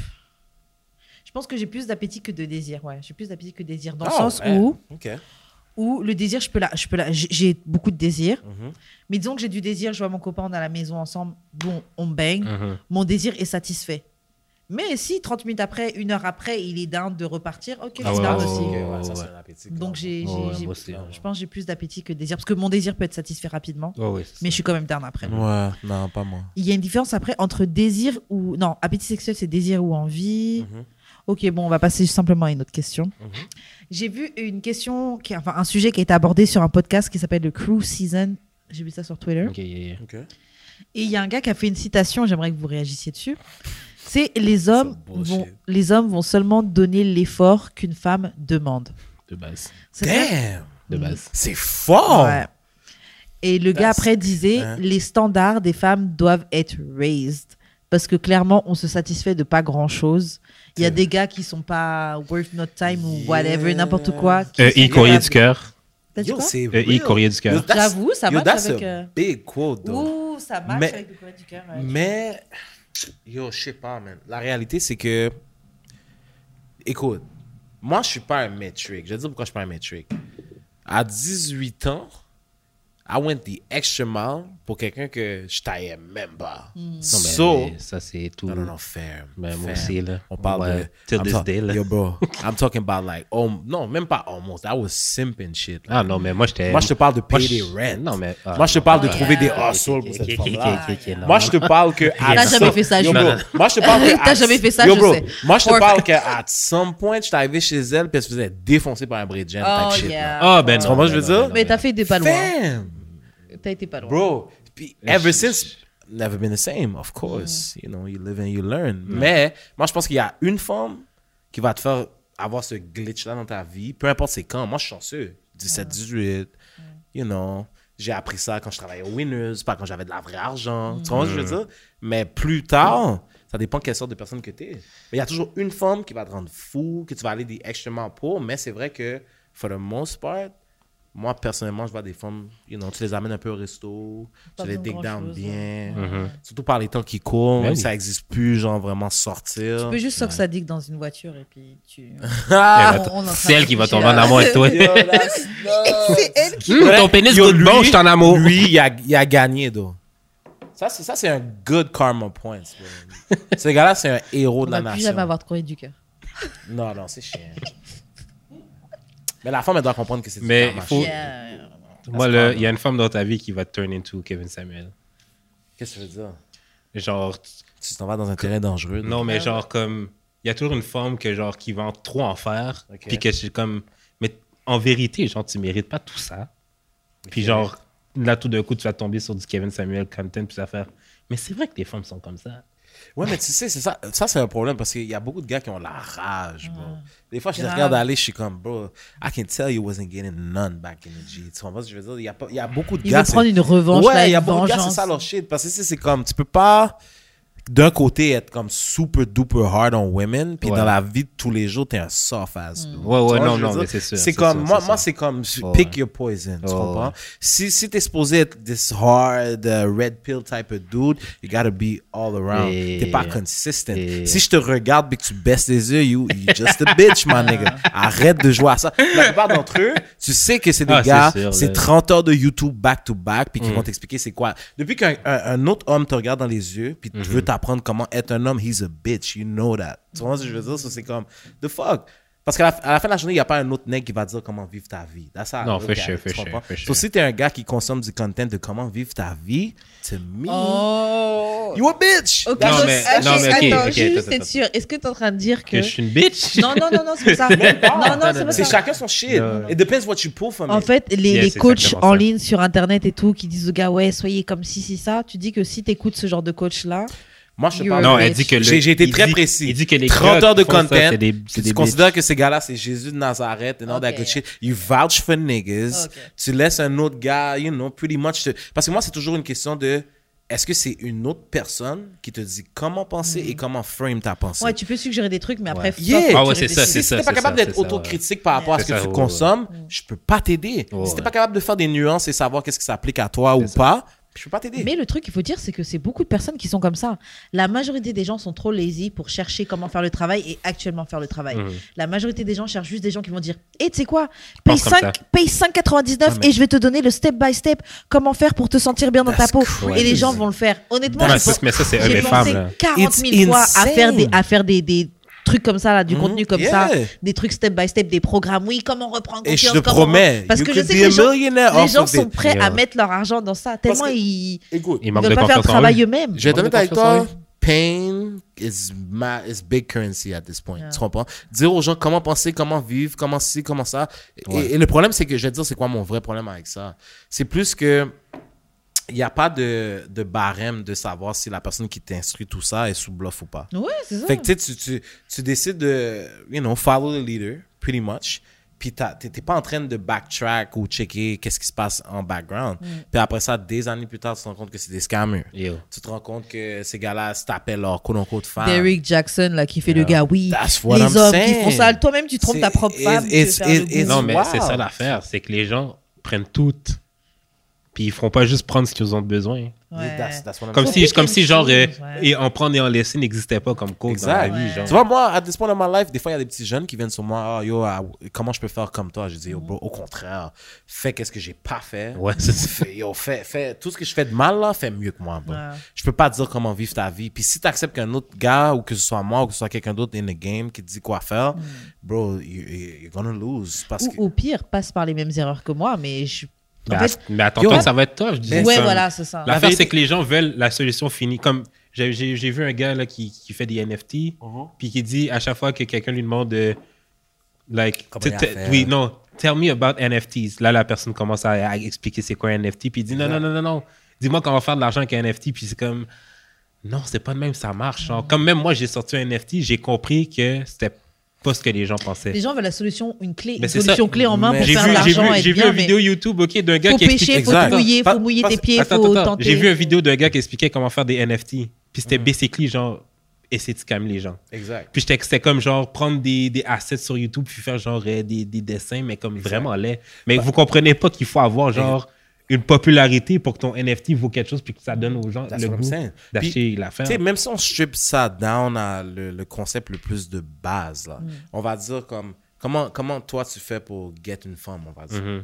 [SPEAKER 3] Je pense que j'ai plus d'appétit que de désir, ouais. J'ai plus d'appétit que de désir dans le
[SPEAKER 4] Oh,
[SPEAKER 3] sens
[SPEAKER 4] ouais.
[SPEAKER 3] où,
[SPEAKER 1] Ah
[SPEAKER 4] OK.
[SPEAKER 3] où le désir, je peux la, je peux la, j'ai- j'ai beaucoup de désir.
[SPEAKER 4] Mhm.
[SPEAKER 3] Mais disons que j'ai du désir, je vois mon copain, on est à la maison ensemble, bon, on baigne,
[SPEAKER 1] Mhm.
[SPEAKER 3] mon désir est satisfait. Mais si 30 minutes après, une heure après, il est dingue de repartir, ok,
[SPEAKER 1] Ah
[SPEAKER 3] c'est
[SPEAKER 1] ouais,
[SPEAKER 3] dingue
[SPEAKER 1] ouais,
[SPEAKER 3] aussi.
[SPEAKER 4] Ok,
[SPEAKER 1] ouais,
[SPEAKER 4] ouais, ça,
[SPEAKER 1] ouais.
[SPEAKER 4] c'est un appétit.
[SPEAKER 3] Donc j'ai, j'ai-
[SPEAKER 1] Ouais,
[SPEAKER 3] j'ai-
[SPEAKER 1] moi aussi, ouais.
[SPEAKER 3] je pense que j'ai plus d'appétit que de désir, parce que mon désir peut être satisfait rapidement,
[SPEAKER 1] Ouais, ouais, c'est
[SPEAKER 3] mais je
[SPEAKER 1] ça.
[SPEAKER 3] suis quand même down après.
[SPEAKER 4] Ouais, non, pas moi.
[SPEAKER 3] Il y a une différence après entre désir ou. Non, appétit sexuel, c'est désir ou envie.
[SPEAKER 4] Mhm.
[SPEAKER 3] Ok, bon, on va passer simplement à une autre question. J'ai vu une question, qui, enfin, un sujet qui a été abordé sur un podcast qui s'appelle le Crew Season. J'ai vu ça sur Twitter.
[SPEAKER 1] Ok, yeah, yeah.
[SPEAKER 4] OK.
[SPEAKER 3] Et il y a un gars qui a fait une citation, j'aimerais que vous réagissiez dessus. C'est les hommes,
[SPEAKER 4] C'est bullshit.
[SPEAKER 3] vont, les hommes vont seulement donner l'effort qu'une femme demande.
[SPEAKER 1] de base.
[SPEAKER 3] C'est-à-dire-
[SPEAKER 4] Damn!
[SPEAKER 3] Mm.
[SPEAKER 1] De base.
[SPEAKER 4] C'est fort!
[SPEAKER 3] Ouais. Et le gars
[SPEAKER 4] That's-
[SPEAKER 3] après disait
[SPEAKER 4] Hein.
[SPEAKER 3] les standards des femmes doivent être raised parce que clairement on se satisfait de pas grand chose. Il y a
[SPEAKER 4] Dude.
[SPEAKER 3] des gars qui sont pas worth notre time ou whatever
[SPEAKER 4] Yeah.
[SPEAKER 3] n'importe quoi. qui
[SPEAKER 1] Euh,
[SPEAKER 3] sont
[SPEAKER 1] I, courrier
[SPEAKER 3] capables
[SPEAKER 1] du
[SPEAKER 3] de-
[SPEAKER 1] cœur.
[SPEAKER 3] T'as dit
[SPEAKER 4] Yo,
[SPEAKER 3] quoi
[SPEAKER 4] c'est
[SPEAKER 1] Euh, I,
[SPEAKER 4] real.
[SPEAKER 1] courrier du
[SPEAKER 4] Yo,
[SPEAKER 1] cœur.
[SPEAKER 4] that's-
[SPEAKER 3] J'avoue, ça
[SPEAKER 4] Yo,
[SPEAKER 3] marche
[SPEAKER 4] that's
[SPEAKER 3] avec,
[SPEAKER 4] a
[SPEAKER 3] euh,
[SPEAKER 4] big quote, though.
[SPEAKER 3] Ouh, ça marche
[SPEAKER 4] Mais- Mm.
[SPEAKER 3] avec le courrier du cœur. ouais.
[SPEAKER 4] Mais, yo, je sais pas, man. La réalité, c'est que, écoute, moi, je suis pas un metric. Je vais te dire pourquoi je suis pas un metric. À 18 ans, I went the extra mile pour quelqu'un que je taillais même pas.
[SPEAKER 3] Hmm.
[SPEAKER 1] Non, ben,
[SPEAKER 4] So,
[SPEAKER 1] mais ça, c'est tout.
[SPEAKER 4] non, non, non, ferme.
[SPEAKER 1] Ben, moi
[SPEAKER 4] ferme.
[SPEAKER 1] aussi, là.
[SPEAKER 4] On parle
[SPEAKER 1] Ouais,
[SPEAKER 4] de.
[SPEAKER 1] till
[SPEAKER 4] I'm
[SPEAKER 1] this
[SPEAKER 4] ta-
[SPEAKER 1] day, là.
[SPEAKER 4] Yo, bro, I'm talking about like, oh, non, même pas almost. I was simping shit. là.
[SPEAKER 1] Ah non, mais moi, j'étais.
[SPEAKER 4] Moi, je te parle de
[SPEAKER 1] Moi,
[SPEAKER 4] payer des
[SPEAKER 1] je-
[SPEAKER 4] rents.
[SPEAKER 1] Non, mais- ah,
[SPEAKER 4] moi, je te
[SPEAKER 1] non.
[SPEAKER 4] parle de
[SPEAKER 3] Ah,
[SPEAKER 4] trouver des
[SPEAKER 3] ok, ok,
[SPEAKER 4] hustles pour
[SPEAKER 1] Ok,
[SPEAKER 4] cette
[SPEAKER 1] ok, ok,
[SPEAKER 4] femme-là.
[SPEAKER 1] ok, ok, non,
[SPEAKER 4] Moi,
[SPEAKER 1] non.
[SPEAKER 4] je te parle que.
[SPEAKER 3] T'as
[SPEAKER 4] à
[SPEAKER 3] jamais
[SPEAKER 4] some-
[SPEAKER 3] fait ça,
[SPEAKER 4] Yo,
[SPEAKER 3] je
[SPEAKER 4] bro,
[SPEAKER 1] sais.
[SPEAKER 4] Moi, je te parle que.
[SPEAKER 3] T'as
[SPEAKER 4] à-
[SPEAKER 3] jamais fait ça,
[SPEAKER 4] Yo,
[SPEAKER 3] je
[SPEAKER 4] bro,
[SPEAKER 3] sais.
[SPEAKER 4] Moi, je te
[SPEAKER 3] For a
[SPEAKER 4] parle que à some point, je suis arrivé chez elle, puis elle se faisait défoncer par un bridge type
[SPEAKER 3] Oh,
[SPEAKER 4] shit. là.
[SPEAKER 3] yeah.
[SPEAKER 1] Ah, ben non.
[SPEAKER 4] Tu comprends ce que
[SPEAKER 1] ben
[SPEAKER 4] je veux
[SPEAKER 1] non,
[SPEAKER 4] dire?
[SPEAKER 1] ben
[SPEAKER 3] Mais
[SPEAKER 1] non,
[SPEAKER 3] t'as fait des pas loin.
[SPEAKER 4] Fam!
[SPEAKER 3] T'as été pas loin.
[SPEAKER 4] Bro, puis ever
[SPEAKER 1] je-
[SPEAKER 4] since, Mm. never been the same, of course. You know, you live and you learn. Mais moi, je pense qu'il y a une femme qui va te faire avoir ce glitch-là dans ta vie, peu importe c'est quand. Moi, je suis chanceux. 17, 18, you know. J'ai appris ça quand je travaillais au Winners, pas quand j'avais de la vraie argent. Tu comprends ce que je veux dire? Mais plus tard, ça dépend quelle sorte de personne que t'es. Mais il y a toujours une femme qui va te rendre fou, que tu vas aller des extrêmement pour. Mais c'est vrai que, for the most part, moi, personnellement, je vois des femmes, you know, tu les amènes un peu au resto,
[SPEAKER 3] Pas
[SPEAKER 4] tu
[SPEAKER 3] besoin
[SPEAKER 4] les
[SPEAKER 3] de
[SPEAKER 4] dig down
[SPEAKER 3] grand-chose,
[SPEAKER 4] bien.
[SPEAKER 3] ouais. Mhm.
[SPEAKER 4] Surtout par les temps qui courent,
[SPEAKER 1] Ben oui.
[SPEAKER 4] ça n'existe plus, genre vraiment sortir.
[SPEAKER 3] Tu peux juste que ça dit dans une voiture et puis tu.
[SPEAKER 4] Ah!
[SPEAKER 1] Eh, ben, Elle va
[SPEAKER 3] On-
[SPEAKER 1] t-
[SPEAKER 3] on est en train
[SPEAKER 1] Celle qui
[SPEAKER 3] de
[SPEAKER 1] va
[SPEAKER 3] réfléchir
[SPEAKER 1] tomber en
[SPEAKER 3] là.
[SPEAKER 1] amour avec toi.
[SPEAKER 4] Yo, that's-
[SPEAKER 3] C'est elle qui.
[SPEAKER 1] Hum, Eh ben, Ton pénis
[SPEAKER 4] Yo,
[SPEAKER 1] goûte bon,
[SPEAKER 4] lui-
[SPEAKER 1] je suis en amour.
[SPEAKER 4] Lui, il a, il a gagné, though. Ça, c'est, ça, c'est un good karma point. bro. Ce gars-là, c'est un héros
[SPEAKER 3] On
[SPEAKER 4] de la hein.
[SPEAKER 3] va plus
[SPEAKER 4] nation.
[SPEAKER 3] jamais avoir de courrier du cœur.
[SPEAKER 4] Non, non, c'est chiant. Mais la femme, elle doit comprendre que c'est du
[SPEAKER 1] Mais
[SPEAKER 4] karma,
[SPEAKER 1] faut-
[SPEAKER 4] shit.
[SPEAKER 3] Yeah.
[SPEAKER 1] Moi, là, il y a une femme dans ta vie qui va te turn into Kevin Samuel.
[SPEAKER 4] Qu'est-ce que tu veux dire?
[SPEAKER 1] Genre, tu-
[SPEAKER 4] Tu t'en vas dans un terrain dangereux.
[SPEAKER 1] non, mais
[SPEAKER 3] Ouais.
[SPEAKER 1] genre, comme, il y a toujours une forme que, genre, qui va trop en faire.
[SPEAKER 4] Ok.
[SPEAKER 1] Puis que c'est comme, mais en vérité, genre, tu mérites pas tout ça. Puis, genre, là, tout d'un coup, tu vas tomber sur du Kevin Samuel Compton, puis ça va faire. Mais c'est vrai que les femmes sont comme ça.
[SPEAKER 4] Ouais, mais tu sais, c'est ça, ça c'est un problème parce qu'il y a beaucoup de gars qui ont la rage, bro. Des fois, je les
[SPEAKER 3] Ah. Grave.
[SPEAKER 4] regarde aller, je suis comme, bro, I can tell you wasn't getting none back in the G. Tu comprends ce que je veux dire? Il y a, pas- il y a beaucoup de
[SPEAKER 3] Il
[SPEAKER 4] gars.
[SPEAKER 3] veut prendre
[SPEAKER 4] c'est-
[SPEAKER 3] une revanche.
[SPEAKER 4] Ouais,
[SPEAKER 3] là,
[SPEAKER 4] il y a
[SPEAKER 3] une
[SPEAKER 4] beaucoup de gars,
[SPEAKER 3] vengeance.
[SPEAKER 4] c'est ça leur shit. Parce que tu sais, c'est comme, tu peux pas d'un côté, être comme super duper hard on women, puis
[SPEAKER 1] Ouais.
[SPEAKER 4] dans la vie de tous les jours, t'es un soft ass.
[SPEAKER 3] Mm.
[SPEAKER 4] bro.
[SPEAKER 1] Ouais,
[SPEAKER 4] Tu
[SPEAKER 1] ouais,
[SPEAKER 4] vois,
[SPEAKER 1] non,
[SPEAKER 4] je veux
[SPEAKER 1] non,
[SPEAKER 4] dire,
[SPEAKER 1] mais c'est sûr,
[SPEAKER 4] C'est
[SPEAKER 1] c'est
[SPEAKER 4] comme,
[SPEAKER 1] sûr,
[SPEAKER 4] moi,
[SPEAKER 1] c'est
[SPEAKER 4] moi
[SPEAKER 1] ça.
[SPEAKER 4] c'est comme, je-
[SPEAKER 1] Ouais.
[SPEAKER 4] pick your poison, tu
[SPEAKER 1] Ouais,
[SPEAKER 4] comprends?
[SPEAKER 1] ouais.
[SPEAKER 4] Si, si t'es supposé être this hard, uh, red pill type of dude, you gotta be all around.
[SPEAKER 1] Yeah.
[SPEAKER 4] T'es pas consistent.
[SPEAKER 1] Yeah.
[SPEAKER 4] Si je te regarde et que tu baisses les yeux, you, you just a bitch, my nigga. Arrête de jouer à ça. La plupart d'entre eux, tu sais que c'est des
[SPEAKER 1] Ah, c'est
[SPEAKER 4] gars,
[SPEAKER 1] sûr,
[SPEAKER 4] c'est
[SPEAKER 1] là. Mm.
[SPEAKER 4] 30 heures de YouTube back-to-back, puis qui vont t'expliquer c'est quoi. Depuis qu'un un- un autre homme te regarde dans les yeux,
[SPEAKER 1] Mm-hmm.
[SPEAKER 4] puis tu veux t'apprendre comment être un homme, he's a bitch, you know that. Tu vois ce que je veux dire? So, c'est comme, the fuck. Parce qu'à la, à la fin de la journée, il n'y a pas un autre nègre qui va te dire comment vivre ta vie. That's how I
[SPEAKER 1] Non,
[SPEAKER 4] look
[SPEAKER 1] for
[SPEAKER 4] at
[SPEAKER 1] sure,
[SPEAKER 4] it,
[SPEAKER 1] for
[SPEAKER 4] tu
[SPEAKER 1] sure,
[SPEAKER 4] comprends?
[SPEAKER 1] for
[SPEAKER 4] So,
[SPEAKER 1] sure.
[SPEAKER 4] si t'es un gars qui consomme du content de comment vivre ta vie, to me,
[SPEAKER 3] Oh.
[SPEAKER 4] you a bitch!
[SPEAKER 3] Ok,
[SPEAKER 1] Non,
[SPEAKER 3] donc-
[SPEAKER 1] mais-
[SPEAKER 3] ok,
[SPEAKER 1] non, mais ok,
[SPEAKER 3] attends,
[SPEAKER 1] ok,
[SPEAKER 3] juste
[SPEAKER 1] attends,
[SPEAKER 3] être
[SPEAKER 1] attends.
[SPEAKER 3] sûr. Est-ce que t'es en train de dire que.
[SPEAKER 1] Que je suis une bitch.
[SPEAKER 3] Non, non, non, non, c'est pas ça. non, non, c'est pas
[SPEAKER 4] C'est
[SPEAKER 3] ça.
[SPEAKER 4] chacun son shit. It depends what you pull from
[SPEAKER 3] En
[SPEAKER 4] it.
[SPEAKER 3] fait, les,
[SPEAKER 1] Yes,
[SPEAKER 3] les
[SPEAKER 1] c'est
[SPEAKER 3] coachs
[SPEAKER 1] exactement
[SPEAKER 3] en
[SPEAKER 1] ça.
[SPEAKER 3] ligne sur internet et tout qui disent aux gars, ouais, soyez comme si, si, ça. Tu dis que si t'écoutes ce genre de coach là,
[SPEAKER 4] Moi, je te
[SPEAKER 3] you
[SPEAKER 4] parle
[SPEAKER 3] are-
[SPEAKER 1] Non, elle dit que le-
[SPEAKER 4] J'ai j'ai été
[SPEAKER 1] il
[SPEAKER 4] très
[SPEAKER 1] dit-
[SPEAKER 4] précis.
[SPEAKER 1] Il dit que les
[SPEAKER 4] 30
[SPEAKER 1] gars
[SPEAKER 4] heures de
[SPEAKER 1] qui font ça,
[SPEAKER 4] content.
[SPEAKER 1] c'est des,
[SPEAKER 4] tu
[SPEAKER 1] c'est des
[SPEAKER 4] considères que ces gars-là, c'est Jésus de Nazareth and all that
[SPEAKER 3] Ok.
[SPEAKER 4] good shit. You vouch for niggas.
[SPEAKER 3] Ok.
[SPEAKER 4] Tu laisses un autre gars, you know, pretty much. te- Parce que moi, c'est toujours une question de est-ce que c'est une autre personne qui te dit comment penser
[SPEAKER 1] Mm.
[SPEAKER 4] et comment frame ta pensée?
[SPEAKER 3] ouais, tu peux suggérer des trucs, mais après, faut
[SPEAKER 4] Yeah.
[SPEAKER 3] pas
[SPEAKER 1] Ah ouais,
[SPEAKER 3] que tu
[SPEAKER 1] c'est ça,
[SPEAKER 3] réfléchisses.
[SPEAKER 1] c'est
[SPEAKER 4] si t'es pas
[SPEAKER 1] ça,
[SPEAKER 4] capable
[SPEAKER 1] c'est
[SPEAKER 4] d'être
[SPEAKER 1] ça, ouais.
[SPEAKER 4] autocritique par rapport à ce
[SPEAKER 1] C'est
[SPEAKER 4] que
[SPEAKER 1] ça,
[SPEAKER 4] tu
[SPEAKER 1] ouais,
[SPEAKER 4] consommes, je peux pas t'aider.
[SPEAKER 1] Ouais,
[SPEAKER 4] si t'es
[SPEAKER 1] ouais.
[SPEAKER 4] pas capable de faire des nuances et savoir qu'est-ce que ça applique à toi ou pas, je peux pas t'aider.
[SPEAKER 3] Mais le truc qu'il faut dire, c'est que c'est beaucoup de personnes qui sont comme ça. La majorité des gens sont trop lazy pour chercher comment faire le travail et actuellement faire le
[SPEAKER 1] Mhm.
[SPEAKER 3] travail. La majorité des gens cherchent juste des gens qui vont dire Et tu sais quoi Paye
[SPEAKER 1] Pense comme
[SPEAKER 3] 5,
[SPEAKER 1] ça.
[SPEAKER 3] paye 5,99 et je vais te donner le step by step comment faire pour te sentir bien dans ta
[SPEAKER 4] That's
[SPEAKER 3] peau.
[SPEAKER 4] crazy.
[SPEAKER 3] Et les gens vont le faire. Honnêtement,
[SPEAKER 1] Non, mais
[SPEAKER 3] j'ai
[SPEAKER 1] ça,
[SPEAKER 3] pensé-
[SPEAKER 1] mais ça, c'est eux,
[SPEAKER 3] j'ai
[SPEAKER 1] les femmes,
[SPEAKER 3] pensé
[SPEAKER 1] là.
[SPEAKER 3] 40 000
[SPEAKER 4] It's
[SPEAKER 3] fois à
[SPEAKER 4] insane.
[SPEAKER 3] faire des, à faire des, des trucs comme ça, là, du
[SPEAKER 4] Mhm,
[SPEAKER 3] contenu comme
[SPEAKER 4] yeah.
[SPEAKER 3] ça, des trucs step by step, des programmes. Oui, comment reprendre
[SPEAKER 4] Et
[SPEAKER 3] confiance
[SPEAKER 4] je te
[SPEAKER 3] comment-
[SPEAKER 4] promets,
[SPEAKER 3] Parce
[SPEAKER 4] you
[SPEAKER 3] que je
[SPEAKER 4] could
[SPEAKER 3] sais
[SPEAKER 4] be
[SPEAKER 3] que les
[SPEAKER 4] a
[SPEAKER 3] gens,
[SPEAKER 4] millionaire
[SPEAKER 3] les
[SPEAKER 4] off
[SPEAKER 3] gens
[SPEAKER 4] of
[SPEAKER 3] sont
[SPEAKER 4] it.
[SPEAKER 3] prêts à
[SPEAKER 1] Yeah.
[SPEAKER 3] mettre leur argent dans ça, tellement
[SPEAKER 4] que-
[SPEAKER 3] ils
[SPEAKER 4] Écoute,
[SPEAKER 1] Il
[SPEAKER 3] ne
[SPEAKER 1] manque
[SPEAKER 3] veulent
[SPEAKER 1] de
[SPEAKER 3] pas faire le
[SPEAKER 1] confiance en
[SPEAKER 3] travail
[SPEAKER 1] eux.
[SPEAKER 3] eux-mêmes.
[SPEAKER 4] Je vais être
[SPEAKER 1] Manque
[SPEAKER 4] honnête
[SPEAKER 1] de
[SPEAKER 4] avec toi.
[SPEAKER 1] confiance
[SPEAKER 4] Pain is, ma, is big currency at this point. Tu comprends? Dire aux gens comment penser, comment vivre, comment ci, comment ça. Et-
[SPEAKER 1] Ouais.
[SPEAKER 4] Et, le problème, c'est que je vais te dire, c'est quoi mon vrai problème avec ça? C'est plus que il n'y a pas de, de barème de savoir si la personne qui t'instruit tout ça est sous bluff ou pas.
[SPEAKER 3] Ouais, c'est ça.
[SPEAKER 4] Fait que tu, sais, tu, tu, tu décides de, you know, follow the leader, pretty much. Puis t'as- t'es t'es pas en train de backtrack ou checker qu'est-ce qui se passe en
[SPEAKER 1] Mm.
[SPEAKER 4] background. Puis après ça, des années plus tard, tu te rends compte que c'est des scammers
[SPEAKER 1] Yo.
[SPEAKER 4] tu te rends compte que ces gars-là se tapaient leur quote unquote femme.
[SPEAKER 3] Derrick Jackson, là, qui fait le gars, oui.
[SPEAKER 4] That's what
[SPEAKER 3] les
[SPEAKER 4] I'm
[SPEAKER 3] hommes qui
[SPEAKER 4] saying.
[SPEAKER 3] font ça. Toi-même, tu trompes
[SPEAKER 4] C'est-
[SPEAKER 3] ta propre
[SPEAKER 4] it's-
[SPEAKER 3] femme. tu veux
[SPEAKER 4] it's-
[SPEAKER 3] faire le
[SPEAKER 4] it's-
[SPEAKER 3] goût.
[SPEAKER 1] Non, mais
[SPEAKER 4] Wow.
[SPEAKER 1] c'est ça l'affaire. C'est que les gens prennent tout. Puis ils feront pas juste prendre ce qu'ils ont besoin.
[SPEAKER 3] Ouais.
[SPEAKER 4] That's- that's what I'm
[SPEAKER 1] Comme
[SPEAKER 3] Faut
[SPEAKER 4] saying.
[SPEAKER 3] plus
[SPEAKER 1] si, comme
[SPEAKER 3] qu'une
[SPEAKER 1] si genre,
[SPEAKER 3] chose,
[SPEAKER 1] euh,
[SPEAKER 3] ouais.
[SPEAKER 1] et en prendre et en laisser n'existait pas comme cause dans la
[SPEAKER 4] Exact.
[SPEAKER 1] vie.
[SPEAKER 3] Ouais.
[SPEAKER 1] Genre.
[SPEAKER 4] Tu vois, moi, à this point in my life, des fois, il y a des petits jeunes qui viennent sur moi, Ah, yo, ah, comment je peux faire comme toi? Je dis, yo, bro, au contraire, fais qu'est-ce que j'ai pas fait.
[SPEAKER 1] Ouais, c'est ça.
[SPEAKER 4] Fais- yo, fais, fais, tout ce que je fais de mal, là, fais mieux que moi, bro.
[SPEAKER 3] Ouais.
[SPEAKER 4] Je peux pas te dire comment vivre ta vie. Puis si t'acceptes qu'un autre gars, ou que ce soit moi, ou que ce soit quelqu'un d'autre in the game qui te dit quoi faire, bro, you, you're gonna lose. Parce
[SPEAKER 3] Mm. Ou
[SPEAKER 4] que...
[SPEAKER 3] au pire, passe par les mêmes erreurs que moi, mais je. en
[SPEAKER 1] Mais,
[SPEAKER 3] fait,
[SPEAKER 1] att- mais attends,
[SPEAKER 4] Yo.
[SPEAKER 1] toi, ça va être toi. Je disais
[SPEAKER 3] ouais,
[SPEAKER 1] ça.
[SPEAKER 3] voilà, c'est ça.
[SPEAKER 1] L'affaire,
[SPEAKER 4] vérité-
[SPEAKER 1] c'est que les gens veulent la solution finie. Comme j'ai- j'ai j'ai vu un gars là, qui, qui fait des NFT,
[SPEAKER 3] Uh-huh.
[SPEAKER 1] puis qui dit à chaque fois que quelqu'un lui demande, euh, like,
[SPEAKER 4] Comment
[SPEAKER 1] t-
[SPEAKER 4] il a
[SPEAKER 1] t-
[SPEAKER 4] fait,
[SPEAKER 1] oui,
[SPEAKER 4] hein.
[SPEAKER 1] non, tell me about NFTs. Là, la personne commence à, à expliquer c'est quoi un NFT, puis il dit non, non, non, non, non, dis-moi comment faire de l'argent avec un NFT, puis c'est comme, non, c'est pas de même, ça marche. genre. Comme même moi, j'ai sorti un NFT, j'ai compris que c'était pas ce que les gens pensaient.
[SPEAKER 3] Les gens veulent la solution, une clé, une
[SPEAKER 1] Mais c'est
[SPEAKER 3] solution
[SPEAKER 1] ça.
[SPEAKER 3] clé en main
[SPEAKER 4] Mais
[SPEAKER 3] pour
[SPEAKER 1] J'ai
[SPEAKER 3] faire
[SPEAKER 1] vu, j'ai vu,
[SPEAKER 3] l'argent et
[SPEAKER 1] j'ai vu
[SPEAKER 3] bien,
[SPEAKER 1] une
[SPEAKER 3] mais
[SPEAKER 1] vidéo YouTube, ok, d'un gars
[SPEAKER 3] faut
[SPEAKER 1] qui explique
[SPEAKER 3] pêcher, faut te
[SPEAKER 4] Exact.
[SPEAKER 3] mouiller, faut
[SPEAKER 4] Parce-
[SPEAKER 3] mouiller tes
[SPEAKER 4] parce-
[SPEAKER 3] pieds,
[SPEAKER 1] Attends,
[SPEAKER 3] faut
[SPEAKER 1] attends, attends.
[SPEAKER 3] tenter.
[SPEAKER 1] J'ai vu une vidéo d'un gars qui expliquait comment faire des NFT. Puis c'était basically genre essayer de scammer les gens.
[SPEAKER 4] Exact.
[SPEAKER 1] Puis j'étais- c'était comme genre prendre des, des assets sur YouTube puis faire genre euh, des, des dessins, mais comme vraiment laid. Mais vous comprenez pas qu'il faut avoir genre une popularité pour que ton NFT vaut quelque chose puis que ça donne aux gens
[SPEAKER 4] That's
[SPEAKER 1] le
[SPEAKER 4] what I'm
[SPEAKER 1] goût
[SPEAKER 4] saying.
[SPEAKER 1] d'acheter l'affaire.
[SPEAKER 4] Tu sais, même si on strip ça down à le, le concept le plus de base, là,
[SPEAKER 1] Mm.
[SPEAKER 4] on va dire comme comment, comment toi tu fais pour get une femme, on va dire.
[SPEAKER 1] Mm-hmm.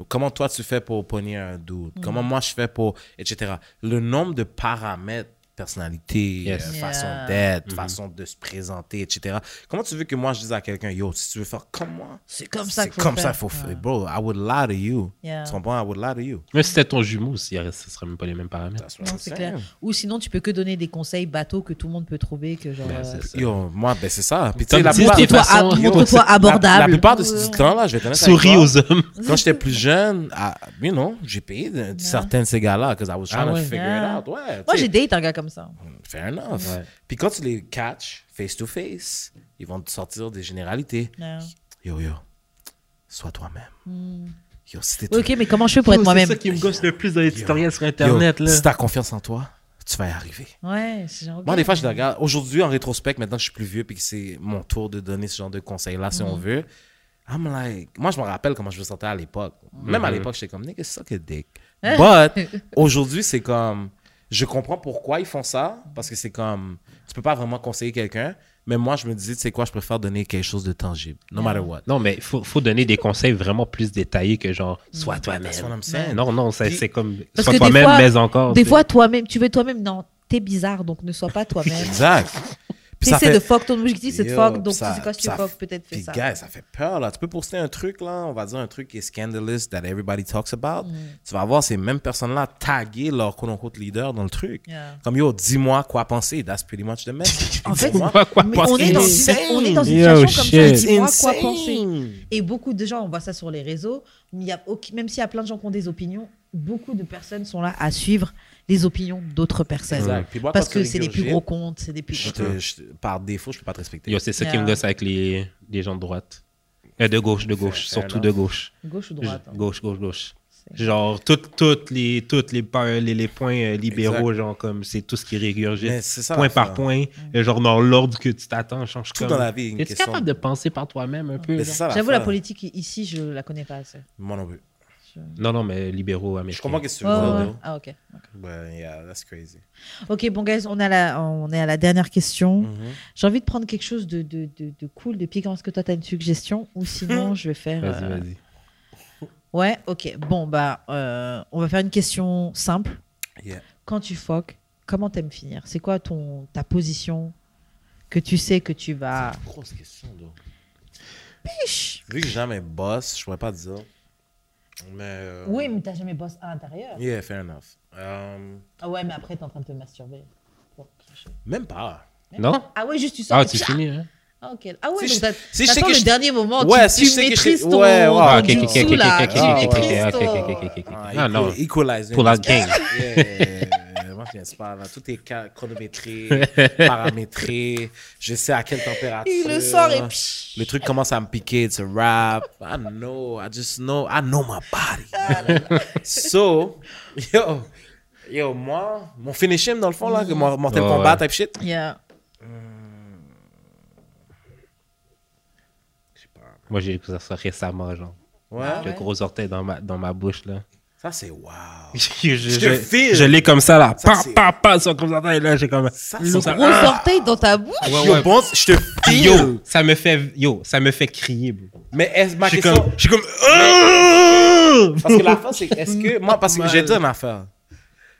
[SPEAKER 4] Ou Comment toi tu fais pour pogner un doute, comment moi je fais pour, etc. Le nombre de paramètres, personnalité,
[SPEAKER 1] Yes. Mm-hmm.
[SPEAKER 4] euh,
[SPEAKER 3] Yeah.
[SPEAKER 4] façon d'être, façon de se présenter, etc. Comment tu veux que moi je dise à quelqu'un, yo, si tu veux faire comme moi,
[SPEAKER 3] C'est comme ça
[SPEAKER 4] c'est
[SPEAKER 3] qu'il faut
[SPEAKER 4] comme
[SPEAKER 3] faire.
[SPEAKER 4] ça qu'il faut
[SPEAKER 3] Ouais.
[SPEAKER 4] faire. Bro, I would lie to you.
[SPEAKER 3] Yeah.
[SPEAKER 4] Tu comprends? I would lie to you.
[SPEAKER 1] Même si c'était ton jumeau aussi, ce serait même pas les mêmes paramètres.
[SPEAKER 4] That's what
[SPEAKER 3] Non,
[SPEAKER 4] I'm
[SPEAKER 3] c'est
[SPEAKER 4] saying.
[SPEAKER 3] clair. Ou sinon, tu peux que donner des conseils bateaux que tout le monde peut trouver, que genre.
[SPEAKER 1] Ben,
[SPEAKER 3] euh,
[SPEAKER 1] c'est ça.
[SPEAKER 4] Yo, moi, ben c'est ça. Puis tu
[SPEAKER 1] Comme
[SPEAKER 4] sais, la
[SPEAKER 1] dit,
[SPEAKER 4] plupart-
[SPEAKER 1] t'es
[SPEAKER 3] Montre-toi
[SPEAKER 1] façon,
[SPEAKER 3] ab-
[SPEAKER 1] yo,
[SPEAKER 3] montre-toi
[SPEAKER 4] La- La,
[SPEAKER 3] abordable.
[SPEAKER 4] plupart de ce temps là, je vais être honnête avec
[SPEAKER 1] Souris
[SPEAKER 4] toi,
[SPEAKER 1] aux hommes.
[SPEAKER 4] Quand j'étais plus jeune, ah, you know, j'ai payé de- certains de ces gars-là, because I was trying
[SPEAKER 1] Ah
[SPEAKER 4] to
[SPEAKER 1] ouais.
[SPEAKER 4] figure
[SPEAKER 3] Yeah.
[SPEAKER 4] it out. Ouais,
[SPEAKER 3] Moi,
[SPEAKER 4] tu
[SPEAKER 3] j'ai
[SPEAKER 4] sais,
[SPEAKER 3] date un gars comme ça.
[SPEAKER 4] Fair enough.
[SPEAKER 1] Ouais.
[SPEAKER 4] Puis quand tu les catches face to face, ils vont te sortir des généralités.
[SPEAKER 3] Ouais.
[SPEAKER 4] Yo yo, sois toi-même. Yo, si t'es
[SPEAKER 1] Hmm.
[SPEAKER 3] Ok, mais comment je fais pour être
[SPEAKER 1] C'est
[SPEAKER 3] moi-même
[SPEAKER 1] ça qui me gosse le plus dans les tutoriels sur
[SPEAKER 4] Yo,
[SPEAKER 1] Internet. là.
[SPEAKER 4] si t'as confiance en toi, tu vas y arriver.
[SPEAKER 3] Ouais, c'est genre.
[SPEAKER 4] Moi,
[SPEAKER 3] ok.
[SPEAKER 4] des fois, je les regarde. Aujourd'hui, en rétrospect, maintenant que je suis plus vieux puis que c'est mon tour de donner ce genre de conseils-là, si
[SPEAKER 3] Mm.
[SPEAKER 4] on veut, I'm like, moi, je me rappelle comment je me sentais à l'époque. Même à
[SPEAKER 3] Mm-hmm.
[SPEAKER 4] l'époque, j'étais comme, nigga, suck a dick. But aujourd'hui, c'est comme, je comprends pourquoi ils font ça parce que c'est comme, tu peux pas vraiment conseiller quelqu'un, mais moi, je me dis, tu sais quoi, je préfère donner quelque chose de tangible, no matter what.
[SPEAKER 1] Non, mais il faut, faut donner des conseils vraiment plus détaillés que genre, sois
[SPEAKER 4] That's what
[SPEAKER 1] toi-même.
[SPEAKER 4] I'm saying.
[SPEAKER 1] Non, non, c'est
[SPEAKER 4] Puis-
[SPEAKER 1] c'est comme,
[SPEAKER 3] Parce
[SPEAKER 1] sois
[SPEAKER 3] que des
[SPEAKER 1] toi-même,
[SPEAKER 3] fois-
[SPEAKER 1] mais encore.
[SPEAKER 3] Des
[SPEAKER 1] tu sais.
[SPEAKER 3] fois, toi-même, tu veux toi-même. Non, t'es bizarre, donc ne sois pas toi-même.
[SPEAKER 4] Exact. Puis ça
[SPEAKER 3] T'essaies
[SPEAKER 4] fait-
[SPEAKER 3] de fuck ton objectif, c'est de
[SPEAKER 4] Yo,
[SPEAKER 3] fuck. Donc,
[SPEAKER 4] ça-
[SPEAKER 3] c'est quoi si tu
[SPEAKER 4] ça-
[SPEAKER 3] fuck, peut-être fais
[SPEAKER 4] Puis,
[SPEAKER 3] ça.
[SPEAKER 4] gars, ça fait peur, là. Tu peux poster un truc, là, on va dire un truc qui est scandalous, that everybody talks about.
[SPEAKER 3] Mm,
[SPEAKER 4] Tu vas avoir ces mêmes personnes-là taguer leur quote unquote leader dans le truc.
[SPEAKER 3] Yeah.
[SPEAKER 4] Comme, yo, dis-moi quoi penser. That's pretty much the message.
[SPEAKER 3] En fait,
[SPEAKER 4] Dis-moi
[SPEAKER 1] Quoi, quoi,
[SPEAKER 3] Mais
[SPEAKER 1] penser-
[SPEAKER 3] on est, dans une,
[SPEAKER 4] Insane.
[SPEAKER 3] on est dans une
[SPEAKER 1] Yo,
[SPEAKER 3] situation comme ça.
[SPEAKER 1] shit.
[SPEAKER 3] Dis-moi quoi
[SPEAKER 4] Insane.
[SPEAKER 3] penser. Et beaucoup de gens, on voit ça sur les réseaux, mais il y a aucun- même s'il y a plein de gens qui ont des opinions, beaucoup de personnes sont là à suivre les opinions d'autres personnes.
[SPEAKER 4] Exact. Puis moi,
[SPEAKER 3] Parce
[SPEAKER 4] quand
[SPEAKER 3] que
[SPEAKER 4] tu
[SPEAKER 3] c'est les plus
[SPEAKER 4] régurgites,
[SPEAKER 3] gros comptes, c'est des plus
[SPEAKER 4] je te- je te- par défaut, je peux pas te respecter.
[SPEAKER 1] Yo, c'est ça qui
[SPEAKER 3] Yeah.
[SPEAKER 1] me gosse avec les, les gens de droite. Euh, de gauche, de gauche,
[SPEAKER 4] Fair
[SPEAKER 1] surtout
[SPEAKER 4] enough.
[SPEAKER 1] de gauche.
[SPEAKER 3] Gauche ou droite hein.
[SPEAKER 1] Je- Gauche, gauche, gauche.
[SPEAKER 3] C'est-
[SPEAKER 1] Genre, toutes toutes les, toutes les, pa- les, les points euh, libéraux, genre, comme c'est tout ce qui
[SPEAKER 4] Mais
[SPEAKER 1] régurgite.
[SPEAKER 4] c'est ça,
[SPEAKER 1] point par
[SPEAKER 4] l'affaire.
[SPEAKER 1] point, euh, genre dans l'ordre que tu t'attends, change
[SPEAKER 4] Tout dans la vie, une
[SPEAKER 1] Es-tu
[SPEAKER 4] question.
[SPEAKER 1] capable de penser par toi-même un peu?
[SPEAKER 4] Mais
[SPEAKER 1] genre?
[SPEAKER 4] c'est ça,
[SPEAKER 3] J'avoue, la
[SPEAKER 4] l'affaire.
[SPEAKER 3] politique ici, je la connais pas assez.
[SPEAKER 4] Moi non plus.
[SPEAKER 1] Non, non, mais libéraux
[SPEAKER 4] Je
[SPEAKER 1] américains.
[SPEAKER 4] comprends qu'est-ce que tu
[SPEAKER 3] Ouais, ouais,
[SPEAKER 4] veux
[SPEAKER 3] ouais.
[SPEAKER 4] dire.
[SPEAKER 3] Ah, ok.
[SPEAKER 4] Ben, yeah, that's crazy.
[SPEAKER 3] Ok, bon, guys, on, est à la, on est à la dernière question.
[SPEAKER 4] Mhm.
[SPEAKER 3] J'ai envie de prendre quelque chose de, de, de, de cool, de piquant. Est-ce que toi, tu as une suggestion Ou sinon, je vais faire.
[SPEAKER 1] Vas-y,
[SPEAKER 3] euh,
[SPEAKER 1] vas-y.
[SPEAKER 3] Ouais, ok. Bon, bah, euh, on va faire une question simple.
[SPEAKER 4] Yeah.
[SPEAKER 3] Quand tu foques, comment t'aimes finir C'est quoi ton, ta position que tu sais que tu vas.
[SPEAKER 4] Grosse question, donc.
[SPEAKER 3] Piche
[SPEAKER 4] Vu que j'ai jamais boss, je pourrais pas dire. Mais. euh,
[SPEAKER 3] Oui, mais t'as jamais bossé à l'intérieur.
[SPEAKER 4] Yeah, fair enough. Um,
[SPEAKER 3] Ah ouais, mais après, t'es en train de te masturber. Pour piche.
[SPEAKER 4] même pas.
[SPEAKER 1] Non?
[SPEAKER 3] Ah ouais, juste tu sors.
[SPEAKER 1] Ah,
[SPEAKER 3] et
[SPEAKER 1] tu
[SPEAKER 3] tcha-
[SPEAKER 1] finis, hein?
[SPEAKER 3] Ah, ok. Ah ouais,
[SPEAKER 4] Si je-
[SPEAKER 3] donc t'as-
[SPEAKER 4] si je sais
[SPEAKER 3] t'attends
[SPEAKER 4] que
[SPEAKER 3] le
[SPEAKER 4] je-
[SPEAKER 3] dernier moment.
[SPEAKER 4] Ouais,
[SPEAKER 3] tu,
[SPEAKER 4] si
[SPEAKER 3] tu
[SPEAKER 4] je sais que je-
[SPEAKER 3] maîtrises ton.
[SPEAKER 4] Ouais, ouais,
[SPEAKER 3] ton
[SPEAKER 1] Ah,
[SPEAKER 4] Ah,
[SPEAKER 1] ok,
[SPEAKER 4] du
[SPEAKER 1] ok, ok,
[SPEAKER 3] jutsu,
[SPEAKER 1] ok, ok,
[SPEAKER 3] là.
[SPEAKER 1] ok, ok,
[SPEAKER 3] Ah,
[SPEAKER 1] ok,
[SPEAKER 3] maîtrise
[SPEAKER 1] ok,
[SPEAKER 3] ton-
[SPEAKER 1] ok, ok, ok, ok.
[SPEAKER 4] Ah,
[SPEAKER 1] Ah, non.
[SPEAKER 4] equal- Equalizing.
[SPEAKER 1] Pour la gang.
[SPEAKER 4] Yeah. Moi, je ne pas. Là. Tout est ca- chronométré, paramétré. Je sais à quelle température.
[SPEAKER 3] Il le sort et piche.
[SPEAKER 4] Le truc commence à me piquer. It's a rap. I know. I just know. I know my body. so, yo, yo, moi, mon finish him dans le fond, là, que mon Mortal
[SPEAKER 1] Ouais,
[SPEAKER 4] Kombat
[SPEAKER 1] Oh, ouais.
[SPEAKER 4] type shit.
[SPEAKER 3] Yeah.
[SPEAKER 1] Moi, j'ai découvert ça récemment, genre.
[SPEAKER 4] Ouais.
[SPEAKER 1] Le gros orteil dans ma, dans ma bouche, là.
[SPEAKER 4] Ça, c'est wow.
[SPEAKER 1] je je,
[SPEAKER 4] te file.
[SPEAKER 1] je l'ai comme ça, là.
[SPEAKER 4] Ça,
[SPEAKER 1] Pa,
[SPEAKER 4] c'est-
[SPEAKER 1] pa, pa, sur le gros orteil, là. J'ai comme.
[SPEAKER 4] Ça,
[SPEAKER 3] Le
[SPEAKER 4] c'est ça.
[SPEAKER 3] gros orteil dans ta bouche
[SPEAKER 1] Ouais,
[SPEAKER 4] Yo,
[SPEAKER 1] ouais.
[SPEAKER 4] bon, je te
[SPEAKER 1] Puis,
[SPEAKER 4] file.
[SPEAKER 1] Yo, ça me fait, yo, ça me fait crier, bro.
[SPEAKER 4] Mais est-ce ma
[SPEAKER 1] Je suis
[SPEAKER 4] question.
[SPEAKER 1] comme, je suis comme, Ah!
[SPEAKER 4] Parce que la fin, c'est est-ce que. Moi, parce que j'ai dit une affaire.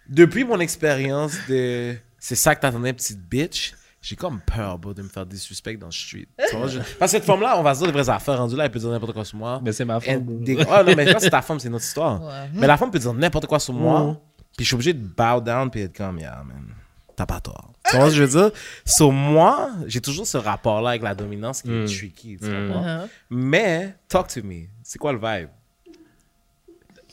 [SPEAKER 4] Depuis mon expérience de. C'est ça que t'attendais, petite bitch. J'ai comme peur, bro, de me faire des suspects dans le street. Tu vois, je- Parce que cette femme-là, on va se dire des vraies affaires. Rendu là, elle peut dire n'importe quoi sur moi.
[SPEAKER 1] Mais c'est ma
[SPEAKER 4] Elle-
[SPEAKER 1] femme, bro.
[SPEAKER 4] des- Ah non, mais quand c'est ta femme, c'est notre histoire.
[SPEAKER 3] Ouais.
[SPEAKER 4] Mais la femme peut dire n'importe quoi sur moi. Puis je suis obligé de bow down puis être comme, yeah, man, t'as pas tort. Tu vois ce que je veux dire? Sur moi, j'ai toujours ce rapport-là avec la dominance qui
[SPEAKER 1] Mm.
[SPEAKER 4] est tricky. Tu comprends?
[SPEAKER 3] Mhm.
[SPEAKER 4] Mais, talk to me. C'est quoi le vibe?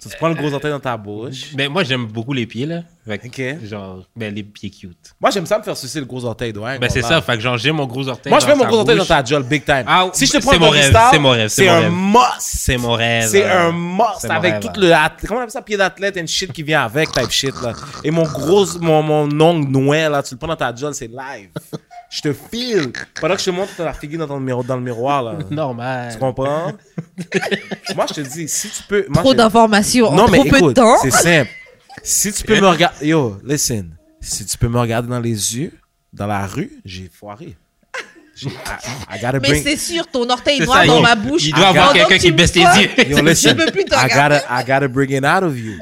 [SPEAKER 4] Tu te prends le gros orteil dans ta bouche.
[SPEAKER 1] Mais Ben, moi, j'aime beaucoup les pieds, là. Fait que,
[SPEAKER 4] Ok.
[SPEAKER 1] genre, ben, les pieds cute.
[SPEAKER 4] Moi, j'aime ça me faire sucer le gros orteil, ouais.
[SPEAKER 1] Ben, c'est
[SPEAKER 4] qu'on
[SPEAKER 1] ça.
[SPEAKER 4] a.
[SPEAKER 1] Fait que, genre, j'ai mon gros orteil.
[SPEAKER 4] Moi, je
[SPEAKER 1] dans
[SPEAKER 4] mets mon
[SPEAKER 1] sa
[SPEAKER 4] gros orteil dans
[SPEAKER 1] bouche.
[SPEAKER 4] ta jolle big time.
[SPEAKER 1] Ah,
[SPEAKER 4] si je te
[SPEAKER 1] c'est
[SPEAKER 4] prends le
[SPEAKER 1] mon rêve,
[SPEAKER 4] Doristar,
[SPEAKER 1] c'est mon rêve, c'est
[SPEAKER 4] C'est
[SPEAKER 1] mon
[SPEAKER 4] un
[SPEAKER 1] rêve.
[SPEAKER 4] must.
[SPEAKER 1] C'est mon rêve.
[SPEAKER 4] C'est
[SPEAKER 1] euh,
[SPEAKER 4] un must
[SPEAKER 1] c'est mon
[SPEAKER 4] avec
[SPEAKER 1] rêve,
[SPEAKER 4] tout
[SPEAKER 1] hein.
[SPEAKER 4] le. ath- Comment on appelle ça? Pied d'athlète and shit qui vient avec, type shit, là. Et mon gros. Mon, mon ongle noué, là, tu le prends dans ta jolle, c'est live. Je te file. Pendant que je te montre ta figure dans, ton miroir- dans le miroir, là.
[SPEAKER 1] Normal.
[SPEAKER 4] Tu comprends? Moi, je te dis, si tu peux. moi,
[SPEAKER 3] Trop
[SPEAKER 4] je-
[SPEAKER 3] d'informations en
[SPEAKER 4] Non, mais
[SPEAKER 3] trop peu de
[SPEAKER 4] écoute,
[SPEAKER 3] temps.
[SPEAKER 4] c'est simple. Si tu peux
[SPEAKER 1] Eh.
[SPEAKER 4] me regarder. Yo, listen. Si tu peux me regarder dans les yeux, dans la rue, j'ai foiré. J'ai- I, I gotta
[SPEAKER 3] Mais
[SPEAKER 4] bring.
[SPEAKER 3] c'est sûr, ton orteil
[SPEAKER 1] C'est
[SPEAKER 3] noir
[SPEAKER 1] ça,
[SPEAKER 3] dans
[SPEAKER 1] yo.
[SPEAKER 3] ma bouche.
[SPEAKER 1] Il doit avoir
[SPEAKER 3] Pendant
[SPEAKER 1] quelqu'un
[SPEAKER 3] que
[SPEAKER 1] qui
[SPEAKER 3] tu
[SPEAKER 1] baisse
[SPEAKER 3] me
[SPEAKER 1] les
[SPEAKER 3] vois,
[SPEAKER 1] yeux.
[SPEAKER 4] Yo, listen.
[SPEAKER 3] Je peux plus te
[SPEAKER 4] I
[SPEAKER 3] regarder.
[SPEAKER 4] gotta, I gotta bring it out of you.